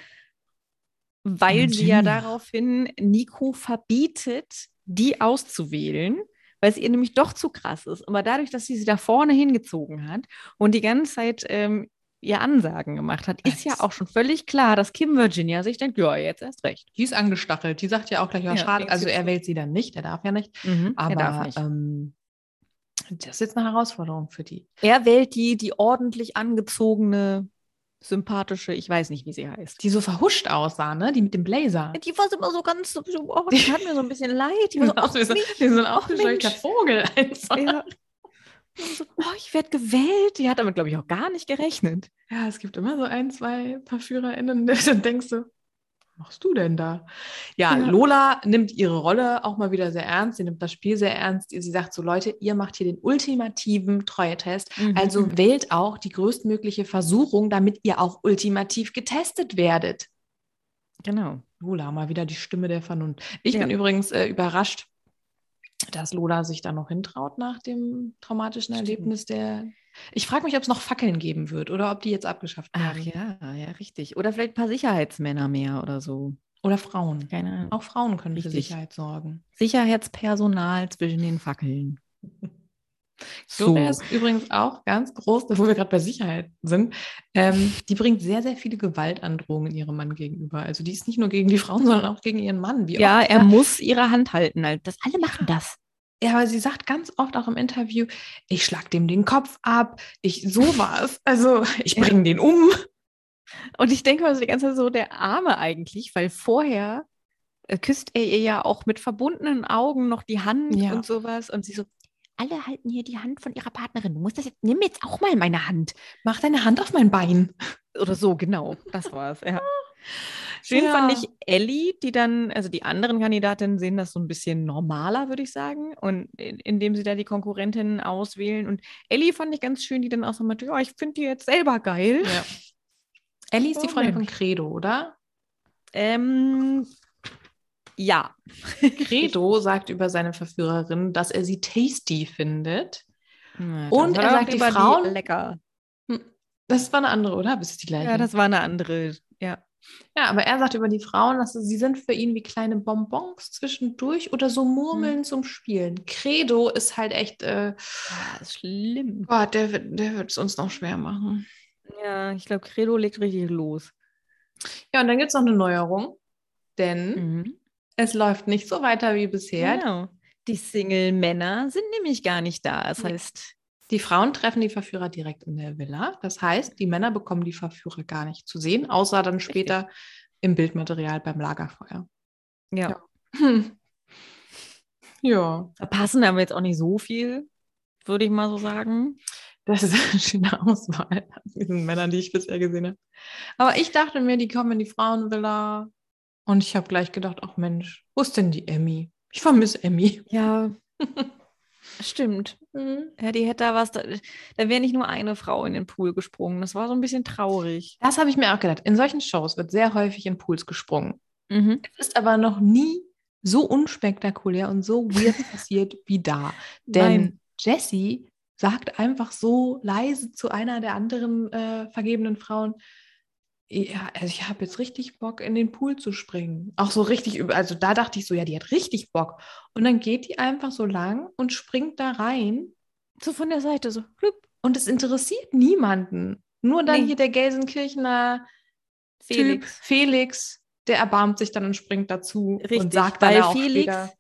Speaker 2: weil sie ja
Speaker 3: Virginia.
Speaker 2: daraufhin Nico verbietet, die auszuwählen, weil es ihr nämlich doch zu krass ist. Aber dadurch, dass sie sie da vorne hingezogen hat und die ganze Zeit ähm, ihr Ansagen gemacht hat, ist ja
Speaker 3: Als-
Speaker 2: auch schon völlig klar, dass Kim Virginia sich denkt, ja, jetzt erst recht.
Speaker 3: Die ist angestachelt. Die sagt ja auch gleich, ja,
Speaker 2: Ja,
Speaker 3: schade.
Speaker 2: links
Speaker 3: Also er
Speaker 2: gibt's
Speaker 3: wählt sie dann nicht, er darf ja nicht.
Speaker 2: er darf
Speaker 3: Mhm, Aber
Speaker 2: nicht.
Speaker 3: ähm, das ist jetzt eine Herausforderung für die.
Speaker 2: Er wählt die, die ordentlich angezogene, sympathische, ich weiß nicht, wie sie heißt.
Speaker 3: Die so verhuscht aussah, ne? Die mit dem Blazer.
Speaker 2: Die war immer so ganz, so, so, oh, die hat mir so ein bisschen leid. [laughs]
Speaker 3: [laughs]
Speaker 2: Die war so, ach,
Speaker 3: wir sind,
Speaker 2: mich.
Speaker 3: wir sind
Speaker 2: Ach,
Speaker 3: aufgescheuchter
Speaker 2: Mensch.
Speaker 3: Vogel [laughs] einfach.
Speaker 2: [laughs] Ja. Die war so, oh, ich werde gewählt. Die hat damit, glaube ich, auch gar nicht gerechnet.
Speaker 3: Ja, es gibt immer so ein, zwei ParführerInnen, [laughs] dann denkst du, was machst du denn da? Ja,
Speaker 2: Ja.
Speaker 3: Lola nimmt ihre Rolle auch mal wieder sehr ernst. Sie nimmt das Spiel sehr ernst. Sie sagt so, Leute, ihr macht hier den ultimativen Treue-Test.
Speaker 2: Mhm.
Speaker 3: Also wählt auch die größtmögliche Versuchung, damit ihr auch ultimativ getestet werdet.
Speaker 2: genau.
Speaker 3: Lola, mal wieder die Stimme der Vernunft. Ich
Speaker 2: Ja.
Speaker 3: bin übrigens äh, überrascht, dass Lola sich da noch hintraut nach dem traumatischen
Speaker 2: Stimmt.
Speaker 3: Erlebnis der. Ich frage mich, ob es noch Fackeln geben wird oder ob die jetzt abgeschafft
Speaker 2: Ach
Speaker 3: werden.
Speaker 2: ja, ja, richtig. Oder vielleicht ein paar Sicherheitsmänner mehr oder so.
Speaker 3: Oder Frauen.
Speaker 2: Keine Ahnung.
Speaker 3: Auch Frauen können für
Speaker 2: Richtig.
Speaker 3: Sicherheit sorgen.
Speaker 2: Sicherheitspersonal zwischen den Fackeln. So.
Speaker 3: Gloria ist übrigens auch ganz groß, wo wir gerade bei Sicherheit sind. Ähm, die bringt sehr, sehr viele Gewaltandrohungen ihrem Mann gegenüber. Also die ist nicht nur gegen die Frauen, sondern auch gegen ihren Mann. Wie oft
Speaker 2: Ja,
Speaker 3: sie
Speaker 2: er muss ihre Hand halten. Also Das, alle machen das.
Speaker 3: Ja, aber sie sagt ganz oft auch im Interview, ich schlag dem den Kopf ab, ich so war's. Also ich bringe den um.
Speaker 2: Und ich denke mal so die ganze Zeit so, der Arme eigentlich, weil vorher äh, küsst er ihr ja auch mit verbundenen Augen noch die Hand
Speaker 3: Ja.
Speaker 2: und sowas. Und sie so, alle halten hier die Hand von ihrer Partnerin. Du musst das jetzt, nimm jetzt auch mal meine Hand.
Speaker 3: Mach deine Hand auf mein Bein.
Speaker 2: Oder so, genau. Das war's,
Speaker 3: [laughs]
Speaker 2: ja. Schön fand ich Ellie, die dann, also die anderen Kandidatinnen sehen das so ein bisschen normaler, würde ich sagen. Und in, indem sie da die Konkurrentinnen auswählen. Und Ellie fand ich ganz schön, die dann auch so meinte, ja, ich finde die jetzt selber geil.
Speaker 3: Ja. Ellie ist die
Speaker 2: Oh,
Speaker 3: Freundin von Credo, oder?
Speaker 2: Ähm, ja.
Speaker 3: Credo sagt über seine Verführerin, dass er sie tasty findet.
Speaker 2: Na,
Speaker 3: Und
Speaker 2: dann
Speaker 3: er
Speaker 2: doch
Speaker 3: sagt, die
Speaker 2: lieber
Speaker 3: Frauen-
Speaker 2: lecker.
Speaker 3: Das war eine andere, oder? Bist du die gleiche?
Speaker 2: Ja, das war eine andere. Ja.
Speaker 3: Ja, aber er sagt über die Frauen, dass sie sind für ihn wie kleine Bonbons zwischendurch oder so Murmeln zum Spielen. Credo ist halt echt, äh,
Speaker 2: ja Ah, ist schlimm.
Speaker 3: Gott, der, wird- der wird es uns noch schwer machen.
Speaker 2: Ja, ich glaube, Credo legt richtig los.
Speaker 3: Ja, und dann gibt es noch eine Neuerung, denn
Speaker 2: Mhm.
Speaker 3: es läuft nicht so weiter wie bisher.
Speaker 2: Genau. Die Single-Männer sind nämlich gar nicht da. Das heißt,
Speaker 3: Die Frauen treffen die Verführer direkt in der Villa. Das heißt, die Männer bekommen die Verführer gar nicht zu sehen, außer dann später im Bildmaterial beim Lagerfeuer.
Speaker 2: ja.
Speaker 3: Ja. Hm. [laughs] Ja,
Speaker 2: Verpassen haben wir jetzt auch nicht so viel, würde ich mal so sagen.
Speaker 3: das ist eine schöne Auswahl an diesen Männern, die ich bisher gesehen habe. Aber ich dachte mir, die kommen in die Frauenvilla. Und ich habe gleich gedacht, ach Mensch, wo ist denn die Emmy? Ich vermisse Emmy.
Speaker 2: Ja. [laughs] Stimmt.
Speaker 3: Mhm.
Speaker 2: Ja, die hätte da was. Da, da wäre nicht nur eine Frau in den Pool gesprungen. Das war so ein bisschen traurig.
Speaker 3: Das habe ich mir auch gedacht. In solchen Shows wird sehr häufig in Pools gesprungen.
Speaker 2: Mhm.
Speaker 3: ist aber noch nie so unspektakulär und so
Speaker 2: [laughs]
Speaker 3: weird passiert wie da. Denn
Speaker 2: Nein.
Speaker 3: Jessie sagt einfach so leise zu einer der anderen äh, vergebenen Frauen, ja, also ich habe jetzt richtig Bock, in den Pool zu springen. Auch so richtig, über- also da dachte ich so, ja, die hat richtig Bock. Und dann geht die einfach so lang und springt da rein
Speaker 2: So von der Seite so. Blub.
Speaker 3: und es interessiert niemanden. Nur dann
Speaker 2: Nee.
Speaker 3: hier der Gelsenkirchener Felix.
Speaker 2: Felix.
Speaker 3: Typ Felix, der erbarmt sich dann und springt dazu und
Speaker 2: Richtig,
Speaker 3: sagt dann
Speaker 2: weil
Speaker 3: auch
Speaker 2: Felix
Speaker 3: wieder,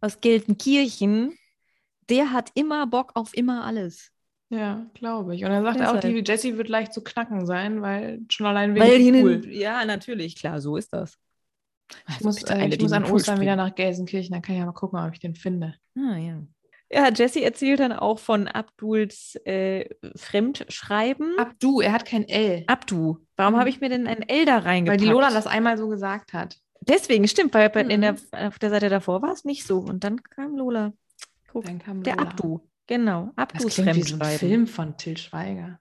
Speaker 2: aus Gelsenkirchen, der hat immer Bock auf immer alles.
Speaker 3: ja, glaube ich. Und dann sagt er auch,
Speaker 2: Deshalb.
Speaker 3: die Jessie wird leicht zu knacken sein, weil schon allein wegen
Speaker 2: Weil die
Speaker 3: dem
Speaker 2: einen,
Speaker 3: Pool.
Speaker 2: ja, natürlich, klar, so ist das. Also
Speaker 3: Ich muss, äh, ich muss an Ostern wieder nach Gelsenkirchen, dann kann ich ja mal gucken, ob ich den finde.
Speaker 2: Ah, ja. Ja, Jesse erzählt dann auch von Abduls äh, Fremdschreiben. Mhm.
Speaker 3: Abdu, er hat kein L,
Speaker 2: Abdu. Warum habe ich mir denn ein L da
Speaker 3: weil
Speaker 2: reingepackt?
Speaker 3: die Lola das einmal so gesagt hat.
Speaker 2: Deswegen, stimmt, weil bei- in der,
Speaker 3: Mhm.
Speaker 2: auf der Seite davor war es nicht so. Und dann kam Lola. Guck,
Speaker 3: Dann kam
Speaker 2: der
Speaker 3: Lola.
Speaker 2: Abdu. Genau,
Speaker 3: Das
Speaker 2: Abdus
Speaker 3: klingt wie so ein
Speaker 2: Fremdschreiben.
Speaker 3: Film von Till Schweiger.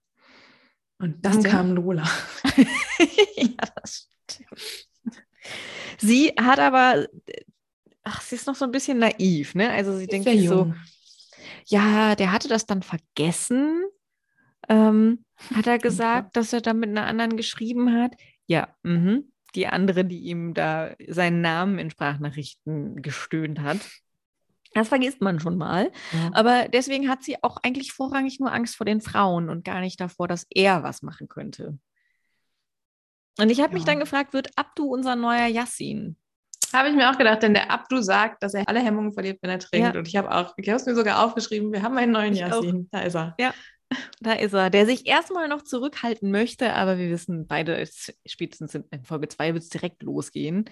Speaker 3: Und
Speaker 2: Was
Speaker 3: dann
Speaker 2: denn?
Speaker 3: kam Lola.
Speaker 2: [laughs] ja, das stimmt. Sie hat aber, ach, sie ist noch so ein bisschen naiv, ne? Also sie denkt
Speaker 3: Sehr
Speaker 2: sich so,
Speaker 3: jung.
Speaker 2: Ja, der hatte das dann vergessen. Ähm, hat er gesagt, dass er da mit einer anderen geschrieben hat? Ja, mhm. die andere, die ihm da seinen Namen in Sprachnachrichten gestöhnt hat. Das vergisst man schon mal.
Speaker 3: Ja.
Speaker 2: Aber deswegen hat sie auch eigentlich vorrangig nur Angst vor den Frauen und gar nicht davor, dass er was machen könnte. Und ich habe mich
Speaker 3: Ja.
Speaker 2: dann gefragt, wird Abdu unser neuer Yassin?
Speaker 3: Habe ich mir auch gedacht, denn der Abdu sagt, dass er alle Hemmungen verliert, wenn er trinkt.
Speaker 2: Ja.
Speaker 3: Und ich habe auch, ich habe es mir sogar aufgeschrieben, wir haben einen neuen
Speaker 2: Ich auch.
Speaker 3: Yassin. Da ist er.
Speaker 2: Da ist er, der sich erstmal noch zurückhalten möchte, aber wir wissen beide, es- spätestens in in Folge 2 wird es direkt losgehen.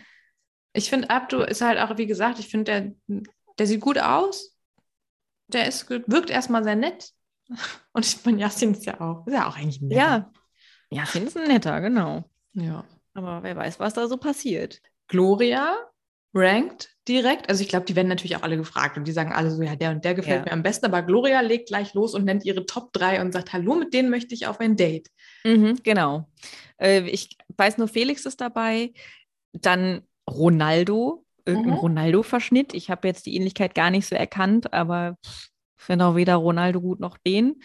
Speaker 3: Ich finde, Abdu ist halt auch, wie gesagt, ich finde, der, der sieht gut aus. Der ist, gut- wirkt erstmal sehr nett. [laughs] Und ich meine, Yassin ist ja auch, ist ja auch eigentlich nett.
Speaker 2: Ja, Finn ist ein netter, genau.
Speaker 3: ja.
Speaker 2: Aber wer weiß, was da so passiert.
Speaker 3: Gloria rankt direkt. Also ich glaube, die werden natürlich auch alle gefragt und die sagen alle so, ja, der und der gefällt
Speaker 2: Ja.
Speaker 3: mir am besten. Aber Gloria legt gleich los und nennt ihre Top 3 und sagt, hallo, mit denen möchte ich auf ein Date.
Speaker 2: Mhm, genau. Äh, ich weiß nur, Felix ist dabei. Dann Ronaldo, irgendein
Speaker 3: Mhm.
Speaker 2: Ronaldo-Verschnitt. Ich habe jetzt die Ähnlichkeit gar nicht so erkannt, aber pff, finde auch weder Ronaldo gut noch den.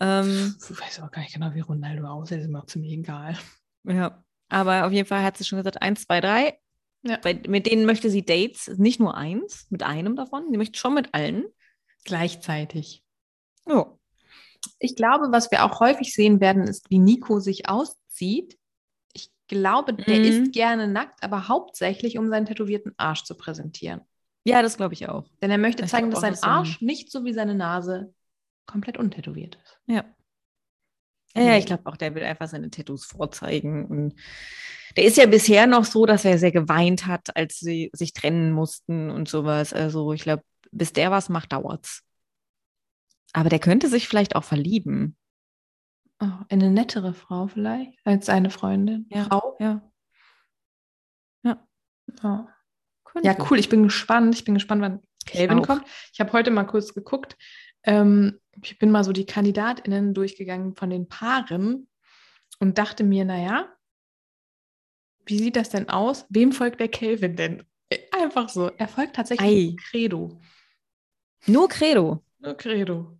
Speaker 2: Ähm,
Speaker 3: Hm. Ich weiß aber gar nicht genau, wie Ronaldo aussieht, ist mir auch ziemlich egal.
Speaker 2: Ja, aber auf jeden Fall hat sie schon gesagt, eins, zwei, drei.
Speaker 3: Ja.
Speaker 2: Bei, mit denen möchte sie Dates, nicht nur eins, mit einem davon. Sie möchte schon mit allen.
Speaker 3: Gleichzeitig.
Speaker 2: Ja.
Speaker 3: Ich glaube, was wir auch häufig sehen werden, ist, wie Nico sich auszieht. Ich glaube, der
Speaker 2: Mhm.
Speaker 3: ist gerne nackt, aber hauptsächlich, um seinen tätowierten Arsch zu präsentieren.
Speaker 2: Ja, das glaube ich auch.
Speaker 3: Denn er möchte
Speaker 2: Ich
Speaker 3: zeigen, dass
Speaker 2: glaub
Speaker 3: sein
Speaker 2: auch, dass er-
Speaker 3: Arsch nicht so wie seine Nase komplett untätowiert ist.
Speaker 2: Ja. Ja, ja, ich
Speaker 3: Mhm.
Speaker 2: glaube auch, der will einfach seine Tattoos vorzeigen. Und der ist ja bisher noch so, dass er sehr geweint hat, als sie sich trennen mussten und sowas. Also ich glaube, bis der was macht, dauert's. Aber der könnte sich vielleicht auch verlieben.
Speaker 3: Oh, eine nettere Frau vielleicht als seine Freundin.
Speaker 2: Ja.
Speaker 3: Frau?
Speaker 2: Ja.
Speaker 3: Ja.
Speaker 2: Könnte.
Speaker 3: Ja, cool. Ich bin gespannt. Ich bin gespannt, wann Calvin
Speaker 2: auch.
Speaker 3: kommt. Ich habe heute mal kurz geguckt. Ähm, ich bin mal so die KandidatInnen durchgegangen von den Paaren und dachte mir, naja, wie sieht das denn aus? Wem folgt der Calvin denn? Äh, Einfach so. Er folgt tatsächlich
Speaker 2: Ei.
Speaker 3: Credo.
Speaker 2: Nur Credo.
Speaker 3: Nur Credo.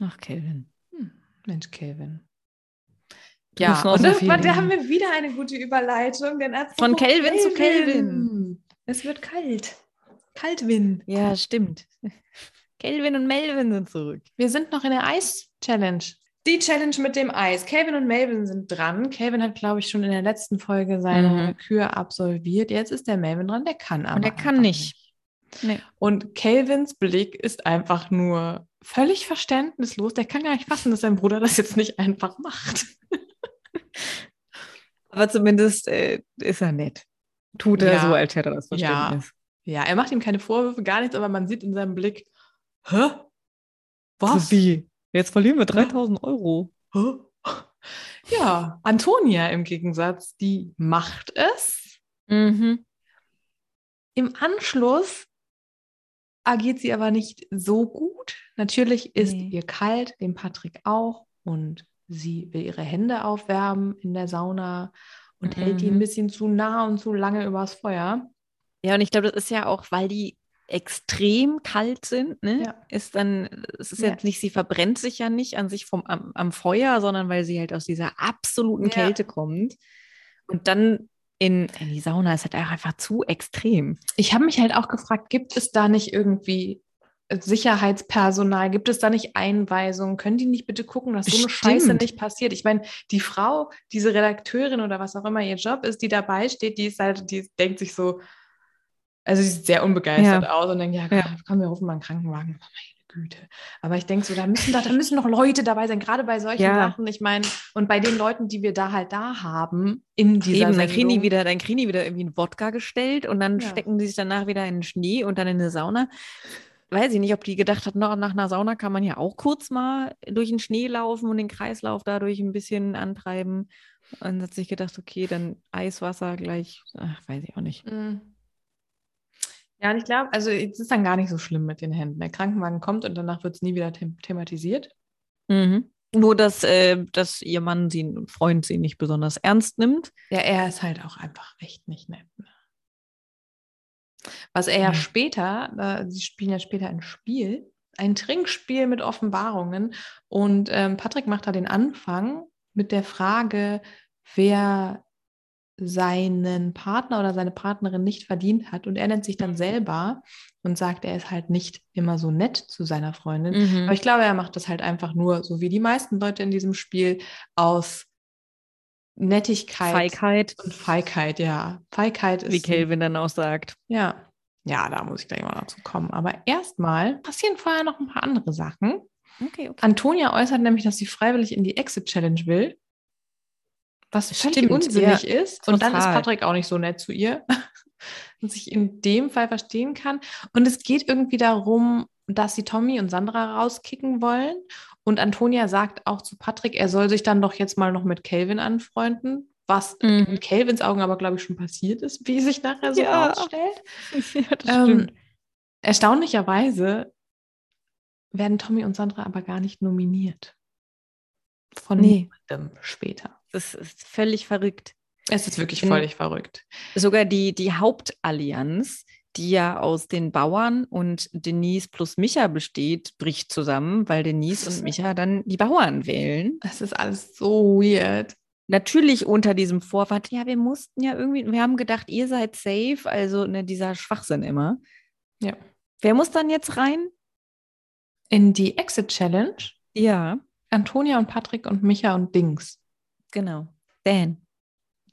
Speaker 2: Ach, Kelvin.
Speaker 3: Hm, Mensch, Calvin. Ja,
Speaker 2: Muss noch
Speaker 3: und
Speaker 2: so
Speaker 3: das,
Speaker 2: viel
Speaker 3: war- da
Speaker 2: reden.
Speaker 3: haben wir wieder eine gute Überleitung. Denn
Speaker 2: Von
Speaker 3: apropos
Speaker 2: Kelvin zu
Speaker 3: Es wird kalt. Kaltwin.
Speaker 2: Ja, stimmt. [laughs] Kelvin und Melvin sind zurück.
Speaker 3: Wir sind noch in der Eis-Challenge. Die Challenge mit dem Eis. Kelvin und Melvin sind dran. Kelvin hat, glaube ich, schon in der letzten Folge seine
Speaker 2: Mhm.
Speaker 3: Kür absolviert. Jetzt ist der Melvin dran, der kann aber.
Speaker 2: Und er kann
Speaker 3: einfach
Speaker 2: nicht. Nee.
Speaker 3: Und Kelvins Blick ist einfach nur völlig verständnislos. Der kann gar nicht fassen, dass sein Bruder das jetzt nicht einfach macht.
Speaker 2: Aber zumindest äh, ist er nett. Tut er
Speaker 3: Ja.
Speaker 2: so, als hätte er das
Speaker 3: Ja.
Speaker 2: Verständnis.
Speaker 3: Ja, er macht ihm keine Vorwürfe, gar nichts, aber man sieht in seinem Blick, hä? Was?
Speaker 2: Sophie, jetzt verlieren wir 3000 Euro.
Speaker 3: Hä? Ja, Antonia im Gegensatz, die macht es.
Speaker 2: Mhm.
Speaker 3: Im Anschluss agiert sie aber nicht so gut. Natürlich ist
Speaker 2: Nee.
Speaker 3: ihr kalt, dem Patrick auch. Und sie will ihre Hände aufwärmen in der Sauna und hält die
Speaker 2: Mhm.
Speaker 3: ein bisschen zu nah und zu lange übers Feuer.
Speaker 2: Ja, und ich glaube, das ist ja auch, weil die extrem kalt sind, ne?
Speaker 3: Ja.
Speaker 2: Ist dann, es ist
Speaker 3: Ja.
Speaker 2: jetzt nicht, sie verbrennt sich ja nicht an sich vom, am, am Feuer, sondern weil sie halt aus dieser absoluten
Speaker 3: Ja.
Speaker 2: Kälte kommt. Und dann in, in die Sauna ist halt auch einfach zu extrem.
Speaker 3: Ich habe mich halt auch gefragt, gibt es da nicht irgendwie Sicherheitspersonal? Gibt es da nicht Einweisungen? Können die nicht bitte gucken, dass so eine Scheiße
Speaker 2: Bestimmt.
Speaker 3: nicht passiert? Ich meine, die Frau, diese Redakteurin oder was auch immer ihr Job ist, die dabei steht, die ist halt, die denkt sich so, also sie sieht sehr unbegeistert aus und denkt, ja,
Speaker 2: Ja.
Speaker 3: komm, wir rufen mal einen Krankenwagen. Oh Meine Güte. Aber ich denke so, da müssen, da, da müssen noch Leute dabei sein, gerade bei solchen
Speaker 2: Ja.
Speaker 3: Sachen. Ich meine, und bei den Leuten, die wir da halt da haben, in dieser
Speaker 2: Eben, dann kriegen die
Speaker 3: Sendung.
Speaker 2: wieder, dann kriegen die wieder irgendwie einen Wodka gestellt und dann
Speaker 3: Ja.
Speaker 2: stecken die sich danach wieder in den Schnee und dann in eine Sauna. Weiß ich nicht, ob die gedacht hat, na, nach einer Sauna kann man ja auch kurz mal durch den Schnee laufen und den Kreislauf dadurch ein bisschen antreiben. Und hat sich gedacht, okay, dann Eiswasser gleich, ach, weiß ich auch nicht.
Speaker 3: Mm. Ja, und ich glaube, also es ist dann gar nicht so schlimm mit den Händen. Der Krankenwagen kommt und danach wird es nie wieder them thematisiert.
Speaker 2: Nur, dass, äh, dass ihr Mann, sie, Freund, sie nicht besonders ernst nimmt.
Speaker 3: Ja, er ist halt auch einfach echt nicht nett. Ne? Was er ja
Speaker 2: Nee.
Speaker 3: später, äh, sie spielen ja später ein Spiel, ein Trinkspiel mit Offenbarungen. Und ähm, Patrick macht da den Anfang mit der Frage, wer seinen Partner oder seine Partnerin nicht verdient hat. Und er nennt sich dann selber und sagt, er ist halt nicht immer so nett zu seiner Freundin.
Speaker 2: Mhm.
Speaker 3: Aber ich glaube, er macht das halt einfach nur, so wie die meisten Leute in diesem Spiel, aus Nettigkeit
Speaker 2: Feigheit,
Speaker 3: und Feigheit, ja. Feigheit ist.
Speaker 2: wie Kelvin dann auch sagt.
Speaker 3: Ja. Ja, da muss ich gleich mal dazu kommen. Aber erstmal passieren vorher noch ein paar andere Sachen.
Speaker 2: Okay, okay.
Speaker 3: Antonia äußert nämlich, dass sie freiwillig in die Exit-Challenge will. Was völlig
Speaker 2: Stimmt,
Speaker 3: unsinnig ist. Und dann ist
Speaker 2: total.
Speaker 3: Patrick auch nicht so nett zu ihr, [laughs] dass ich in dem Fall verstehen kann. Und es geht irgendwie darum, dass sie Tommy und Sandra rauskicken wollen. Und Antonia sagt auch zu Patrick, er soll sich dann doch jetzt mal noch mit Calvin anfreunden. Was
Speaker 2: Mhm.
Speaker 3: in Calvins Augen aber, glaube ich, schon passiert ist, wie sich nachher so
Speaker 2: Ja.
Speaker 3: herausstellt.
Speaker 2: [laughs] ja, das
Speaker 3: Ähm,
Speaker 2: stimmt.
Speaker 3: erstaunlicherweise werden Tommy und Sandra aber gar nicht nominiert. Von
Speaker 2: Nee.
Speaker 3: niemandem später.
Speaker 2: Das ist völlig verrückt.
Speaker 3: Es ist wirklich
Speaker 2: In-
Speaker 3: völlig verrückt.
Speaker 2: Sogar die, die Hauptallianz, die ja aus den Bauern und Denise plus Micha besteht, bricht zusammen, weil Denise und Micha dann die Bauern wählen.
Speaker 3: Es ist alles so weird.
Speaker 2: Natürlich unter diesem Vorwand, ja, wir mussten ja irgendwie, wir haben gedacht, ihr seid safe, also ne, dieser Schwachsinn immer.
Speaker 3: Ja.
Speaker 2: Wer muss dann jetzt rein?
Speaker 3: In die Exit Challenge,
Speaker 2: Ja,
Speaker 3: Antonia und Patrick und Micha und Dings.
Speaker 2: genau. Dan.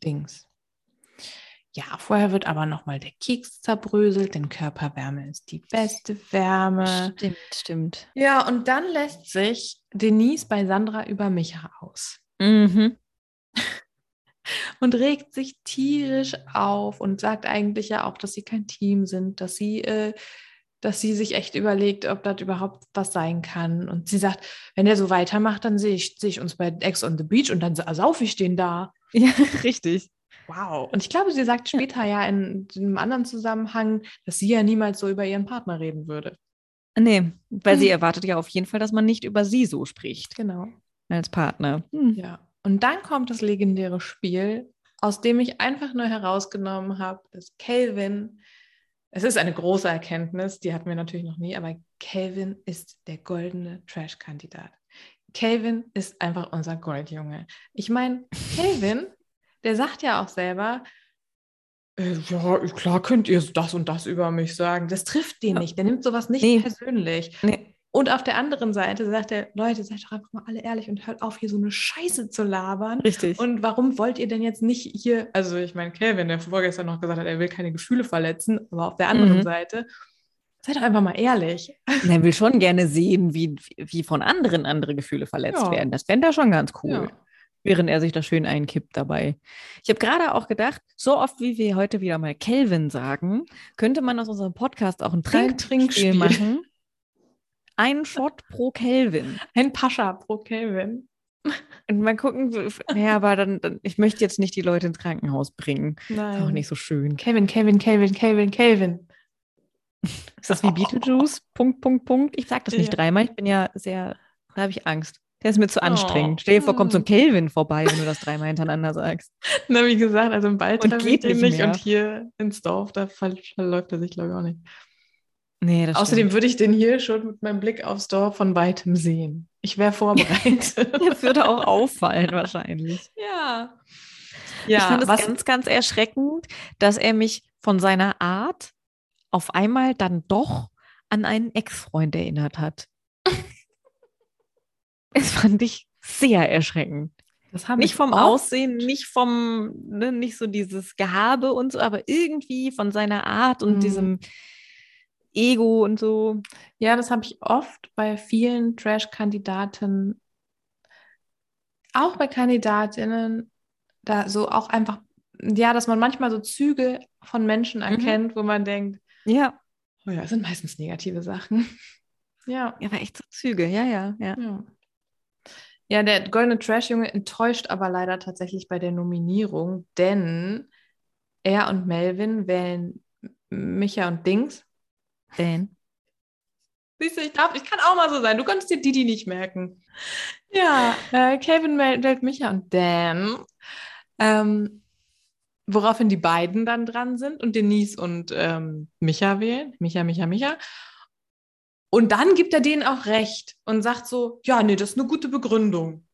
Speaker 3: Dings. Ja, vorher wird aber nochmal der Keks zerbröselt, denn Körperwärme ist die beste Wärme.
Speaker 2: Stimmt, stimmt.
Speaker 3: Ja, und dann lässt sich Denise bei Sandra über Micha aus.
Speaker 2: Mhm. [laughs]
Speaker 3: und regt sich tierisch auf und sagt eigentlich ja auch, dass sie kein Team sind, dass sie, äh, dass sie sich echt überlegt, ob das überhaupt was sein kann. Und sie sagt, wenn er so weitermacht, dann sehe ich, sehe ich uns bei Ex on the Beach und dann sa- saufe ich den da.
Speaker 2: Ja, richtig.
Speaker 3: Wow. Und ich glaube, sie sagt später ja in, einem anderen Zusammenhang, dass sie ja niemals so über ihren Partner reden würde.
Speaker 2: Nee, weil sie [laughs]
Speaker 3: Mhm.
Speaker 2: erwartet ja auf jeden Fall, dass man nicht über sie so spricht
Speaker 3: Genau.
Speaker 2: als Partner. Hm.
Speaker 3: Ja. Und dann kommt das legendäre Spiel, aus dem ich einfach nur herausgenommen habe, dass Calvin, es ist eine große Erkenntnis, die hatten wir natürlich noch nie, aber Calvin ist der goldene Trash-Kandidat. Calvin ist einfach unser Goldjunge. Ich meine,
Speaker 2: [laughs]
Speaker 3: Calvin, der sagt ja auch selber, äh, ja, klar könnt ihr das und das über mich sagen. Das trifft den
Speaker 2: Ja.
Speaker 3: nicht. Der nimmt sowas nicht
Speaker 2: Nee.
Speaker 3: persönlich.
Speaker 2: Nee.
Speaker 3: Und auf der anderen Seite sagt er, Leute, seid doch einfach mal alle ehrlich und hört auf, hier so eine Scheiße zu labern.
Speaker 2: Richtig.
Speaker 3: Und warum wollt ihr denn jetzt nicht hier, also ich meine, Calvin, der vorgestern noch gesagt hat, er will keine Gefühle verletzen, aber auf der anderen
Speaker 2: Mhm.
Speaker 3: Seite, seid doch einfach mal ehrlich.
Speaker 2: er will schon gerne sehen, wie, wie von anderen andere Gefühle verletzt
Speaker 3: Ja.
Speaker 2: werden. Das fände er schon ganz cool.
Speaker 3: Ja.
Speaker 2: während er sich da schön einkippt dabei. Ich habe gerade auch gedacht, so oft wie wir heute wieder mal Kelvin sagen, könnte man aus unserem Podcast auch ein
Speaker 3: Ein
Speaker 2: Trinktrinkspiel
Speaker 3: Trinkspiel.
Speaker 2: [laughs] machen. Ein Shot pro Kelvin.
Speaker 3: Ein Pascha pro Calvin.
Speaker 2: Und mal gucken, w- naja, aber dann, dann, ich möchte jetzt nicht die Leute ins Krankenhaus bringen. Ist
Speaker 3: Nein.
Speaker 2: auch nicht so schön.
Speaker 3: Calvin, Calvin, Calvin, Calvin, Calvin.
Speaker 2: Ist das wie Beetlejuice? Punkt, Punkt, Punkt. Ich sage das nicht
Speaker 3: Ja.
Speaker 2: dreimal. Ich bin ja sehr, da habe ich Angst. Der ist mir zu anstrengend.
Speaker 3: Oh.
Speaker 2: Stell dir vor, kommt so ein
Speaker 3: Hm.
Speaker 2: Kelvin vorbei, wenn du das dreimal hintereinander sagst.
Speaker 3: Na, wie gesagt, also im Wald
Speaker 2: Und
Speaker 3: treffe
Speaker 2: geht
Speaker 3: ich den
Speaker 2: nicht mehr.
Speaker 3: und hier ins Dorf, da ver- verläuft er sich, glaube ich, auch nicht.
Speaker 2: Nee, das stimmt. [laughs]
Speaker 3: Außerdem würde ich den hier schon mit meinem Blick aufs Dorf von weitem sehen.
Speaker 2: [laughs]
Speaker 3: Ich wäre vorbereitet.
Speaker 2: Das würde auch auffallen wahrscheinlich.
Speaker 3: ja.
Speaker 2: ich
Speaker 3: Ja,
Speaker 2: fand es
Speaker 3: was,
Speaker 2: ganz, ganz erschreckend, dass er mich von seiner Art auf einmal dann doch an einen Ex-Freund erinnert [laughs] hat. Es fand ich sehr erschreckend.
Speaker 3: das habe
Speaker 2: Nicht
Speaker 3: ich
Speaker 2: vom
Speaker 3: oft.
Speaker 2: Aussehen, nicht vom, ne, nicht so dieses Gehabe und so, aber irgendwie von seiner Art und
Speaker 3: Mhm.
Speaker 2: diesem Ego und so.
Speaker 3: Ja, das habe ich oft bei vielen Trash-Kandidaten, auch bei Kandidatinnen, da so auch einfach, ja, dass man manchmal so Züge von
Speaker 2: Mhm.
Speaker 3: Menschen erkennt, wo man denkt,
Speaker 2: Ja,
Speaker 3: oh ja, das sind meistens negative Sachen. [laughs] Ja.
Speaker 2: er war echt so Züge. Ja, ja, ja.
Speaker 3: Ja. Ja, der goldene Trash-Junge enttäuscht aber leider tatsächlich bei der Nominierung, denn er und Melvin wählen Micha und Dings.
Speaker 2: Dan.
Speaker 3: Siehst du, ich darf, ich kann auch mal so sein. Du kannst dir Didi nicht merken. Ja, äh, Calvin mel- wählt Micha und Dan. Ähm, woraufhin die beiden dann dran sind und Denise und ähm, Micha wählen. Micha, Micha, Micha. Und dann gibt er denen auch recht und sagt so: Ja, nee, das ist eine gute Begründung.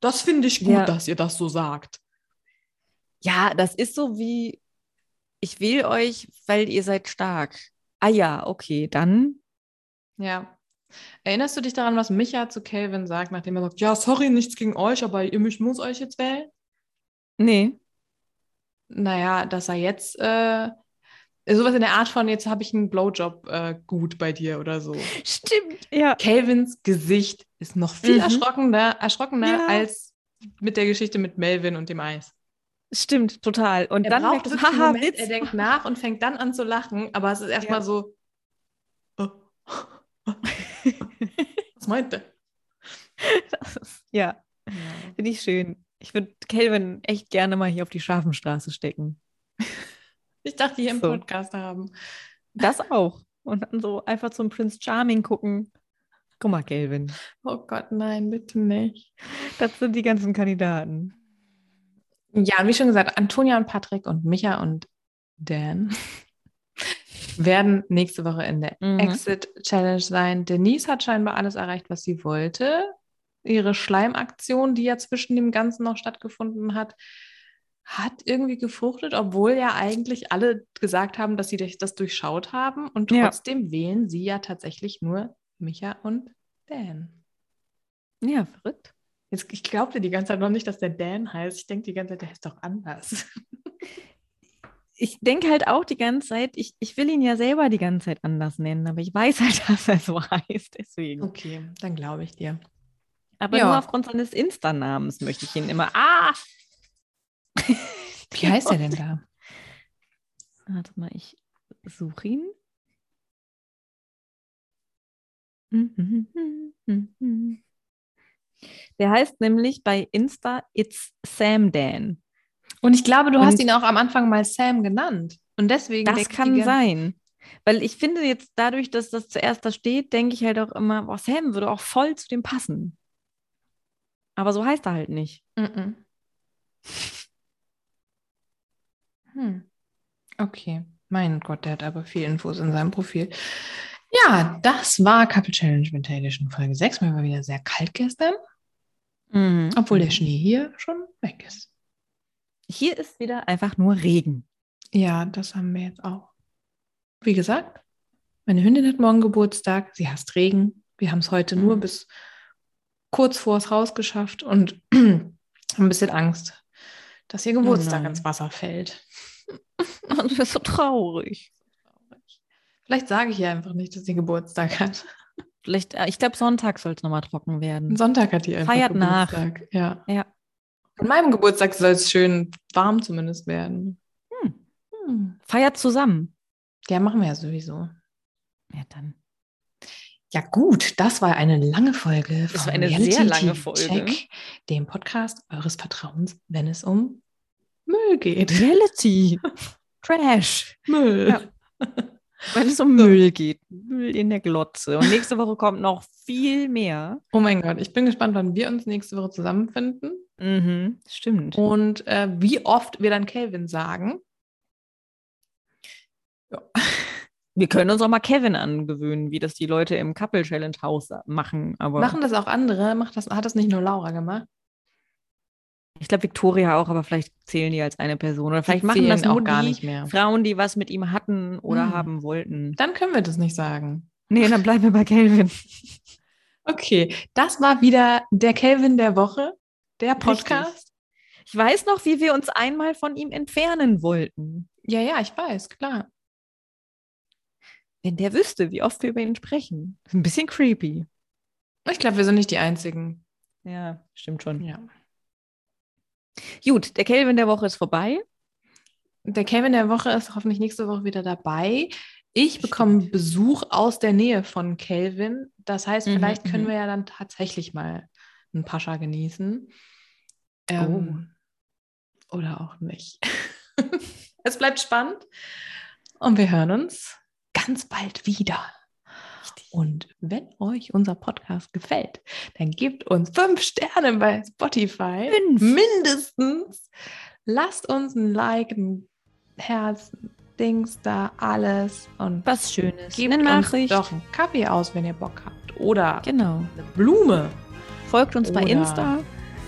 Speaker 3: Das finde ich gut,
Speaker 2: Ja.
Speaker 3: dass ihr das so sagt.
Speaker 2: Ja, das ist so wie, ich will euch, weil ihr seid stark. Ah ja, okay, dann.
Speaker 3: Ja. Erinnerst du dich daran, was Micha zu Calvin sagt, nachdem er sagt: Ja, sorry, nichts gegen euch, aber ihr- ich muss euch jetzt wählen?
Speaker 2: Nee.
Speaker 3: naja, dass er jetzt äh, sowas in der Art von, jetzt habe ich einen Blowjob äh, gut bei dir oder so.
Speaker 2: Stimmt, ja.
Speaker 3: Calvins Gesicht ist noch viel
Speaker 2: Mhm.
Speaker 3: erschrockener, erschrockener
Speaker 2: Ja.
Speaker 3: als mit der Geschichte mit Melvin und dem Eis.
Speaker 2: Stimmt, total. Und dann merkt es,
Speaker 3: wirklich einen
Speaker 2: haha,
Speaker 3: Moment,
Speaker 2: Witz.
Speaker 3: er denkt nach und fängt dann an zu lachen, aber es ist erstmal so, oh, [laughs] was meint er?
Speaker 2: Das ist- ja, finde ich schön. Ich würde Calvin echt gerne mal hier auf die Schafenstraße stecken.
Speaker 3: Ich dachte, hier im
Speaker 2: So.
Speaker 3: Podcast haben.
Speaker 2: Das auch. Und dann so einfach zum Prince Charming gucken. Guck mal, Calvin.
Speaker 3: Oh Gott, nein, bitte nicht.
Speaker 2: Das sind die ganzen Kandidaten.
Speaker 3: Ja, und wie schon gesagt, Antonia und Patrick und Micha und Dan [laughs] werden nächste Woche in der
Speaker 2: Mhm.
Speaker 3: Exit Challenge sein. Denise hat scheinbar alles erreicht, was sie wollte. Ihre Schleimaktion, die ja zwischen dem Ganzen noch stattgefunden hat, hat irgendwie gefruchtet, obwohl ja eigentlich alle gesagt haben, dass sie durch- das durchschaut haben. Und
Speaker 2: Ja.
Speaker 3: trotzdem wählen sie ja tatsächlich nur Micha und Dan.
Speaker 2: Ja, verrückt.
Speaker 3: Jetzt, ich glaubte die ganze Zeit noch nicht, dass der Dan heißt. Ich denke die ganze Zeit, der heißt doch anders.
Speaker 2: ich denke halt auch die ganze Zeit, ich, ich will ihn ja selber die ganze Zeit anders nennen, aber ich weiß halt, [laughs] dass er so heißt, deswegen.
Speaker 3: Okay, dann glaube ich dir.
Speaker 2: Aber
Speaker 3: Ja.
Speaker 2: nur aufgrund seines Insta-Namens möchte ich ihn immer. Ah!
Speaker 3: Wie
Speaker 2: Genau.
Speaker 3: heißt er denn da?
Speaker 2: Warte mal, ich suche ihn. Mhm. Der heißt nämlich bei Insta It's Sam Dan.
Speaker 3: Und ich glaube, du hast
Speaker 2: Und-
Speaker 3: ihn auch am Anfang mal Sam genannt. Und deswegen.
Speaker 2: Das
Speaker 3: denke ich
Speaker 2: kann
Speaker 3: die ganze-
Speaker 2: sein. Weil ich finde jetzt dadurch, dass das zuerst da steht, denke ich halt auch immer, boah, Sam würde auch voll zu dem passen. Aber so heißt er halt nicht.
Speaker 3: Mhm. Hm. Okay. Mein Gott, der hat aber viel Infos in seinem Profil. Ja, das war Couple Challenge Winter Edition Folge 6. Mir war wieder sehr kalt gestern.
Speaker 2: Mhm.
Speaker 3: Obwohl der Schnee hier schon weg ist.
Speaker 2: Hier ist wieder einfach nur [laughs] Regen.
Speaker 3: Ja, das haben wir jetzt auch. Wie gesagt, meine Hündin hat morgen Geburtstag, sie hasst Regen. Wir haben es heute nur
Speaker 2: Mhm.
Speaker 3: bis kurz vors Haus geschafft und [clears throat] haben ein bisschen Angst, dass ihr Geburtstag
Speaker 2: Oh nein.
Speaker 3: ins Wasser fällt.
Speaker 2: Und du bist so traurig.
Speaker 3: Vielleicht sage ich ihr einfach nicht, dass sie Geburtstag hat.
Speaker 2: Vielleicht, äh, ich glaube, Sonntag soll es nochmal trocken werden.
Speaker 3: Sonntag hat die einfach
Speaker 2: Feiert nach.
Speaker 3: Geburtstag. Ja.
Speaker 2: Ja.
Speaker 3: An meinem Geburtstag soll es schön warm zumindest werden.
Speaker 2: Hm.
Speaker 3: Hm.
Speaker 2: Feiert zusammen.
Speaker 3: Ja, machen wir ja sowieso.
Speaker 2: Ja, [laughs] dann.
Speaker 3: Ja gut, das war eine lange Folge
Speaker 2: Das war eine sehr lange Folge.
Speaker 3: Check, dem Podcast eures Vertrauens, wenn es um
Speaker 2: [laughs]
Speaker 3: Müll geht.
Speaker 2: Reality. Trash.
Speaker 3: Müll.
Speaker 2: Ja. Wenn es um Müll geht. Müll in der Glotze. Und nächste Woche kommt noch viel mehr.
Speaker 3: Oh mein Gott, ich bin gespannt, wann wir uns nächste Woche zusammenfinden
Speaker 2: Mhm, stimmt.
Speaker 3: und äh, wie oft wir dann Kelvin sagen.
Speaker 2: Wir können uns auch mal Kevin angewöhnen, wie das die Leute im Couple Challenge Haus machen. Aber
Speaker 3: Machen das auch andere? Macht das, hat das nicht nur Laura gemacht?
Speaker 2: ich glaube, Victoria auch, aber vielleicht zählen die als eine Person. Oder vielleicht machen
Speaker 3: Zählen
Speaker 2: das nur
Speaker 3: auch gar
Speaker 2: die
Speaker 3: nicht mehr.
Speaker 2: Frauen, die was mit ihm hatten oder
Speaker 3: Hm.
Speaker 2: haben wollten.
Speaker 3: Dann können wir das nicht sagen.
Speaker 2: Nee, dann bleiben wir bei [laughs] Kelvin.
Speaker 3: Okay, das war wieder der Kelvin der Woche, der Podcast.
Speaker 2: Ich weiß noch, wie wir uns einmal von ihm entfernen wollten.
Speaker 3: Ja, ja, ich weiß, klar.
Speaker 2: Wenn der wüsste, wie oft wir über ihn sprechen. Ist ein bisschen creepy.
Speaker 3: Ich glaube, wir sind nicht die Einzigen.
Speaker 2: Ja, stimmt schon.
Speaker 3: Ja.
Speaker 2: Gut, der Kelvin der Woche ist vorbei.
Speaker 3: Der Kevin der Woche ist hoffentlich nächste Woche wieder dabei. Ich bekomme Besuch aus der Nähe von Kelvin. Das heißt,
Speaker 2: Mhm,
Speaker 3: vielleicht können
Speaker 2: mhm.
Speaker 3: wir ja dann tatsächlich mal einen Pascha genießen.
Speaker 2: Oh.
Speaker 3: Ähm, Oder auch nicht. [laughs] es bleibt spannend. Und wir hören uns ganz bald wieder. Und wenn euch unser Podcast gefällt, dann gebt uns fünf Sterne bei Spotify.
Speaker 2: Fünf.
Speaker 3: Mindestens. Lasst uns ein Like, ein Herz, ein Dings da, alles. Und
Speaker 2: Was Schönes.
Speaker 3: gebt uns doch einen Kaffee aus, wenn ihr Bock habt. Oder
Speaker 2: Genau.
Speaker 3: eine Blume.
Speaker 2: Folgt uns bei
Speaker 3: Oder-
Speaker 2: Insta.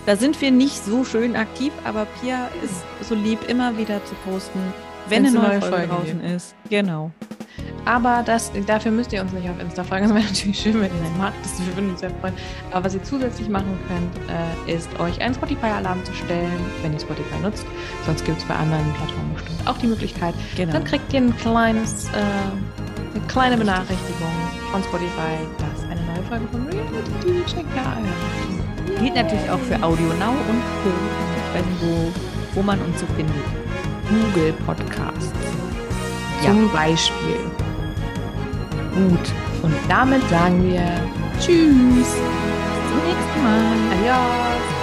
Speaker 2: Da sind wir nicht so schön aktiv, aber Pia ist so lieb, immer wieder zu posten, wenn
Speaker 3: Wenn's
Speaker 2: eine neue,
Speaker 3: eine neue
Speaker 2: Folge,
Speaker 3: Folge
Speaker 2: draußen ist. Genau.
Speaker 3: Aber das, dafür müsst ihr uns nicht auf Insta folgen. [laughs] Das wäre natürlich schön, wenn ihr das macht. Das würde uns sehr freuen. Aber was ihr zusätzlich machen könnt, äh, ist euch einen Spotify-Alarm zu stellen, wenn ihr Spotify nutzt. Sonst gibt es bei anderen Plattformen bestimmt auch die Möglichkeit.
Speaker 2: genau.
Speaker 3: Dann kriegt ihr ein kleines, äh, eine kleine Benachrichtigung von Spotify, dass eine neue Folge von Reality TV Check da ist.
Speaker 2: Gilt natürlich auch für Audio Now und Co. Ich weiß nicht, wo, wo man uns so findet.
Speaker 3: Google Podcasts.
Speaker 2: Ja.
Speaker 3: Zum Beispiel.
Speaker 2: Gut.
Speaker 3: Und damit sagen wir Tschüss.
Speaker 2: Bis zum nächsten Mal.
Speaker 3: Adios.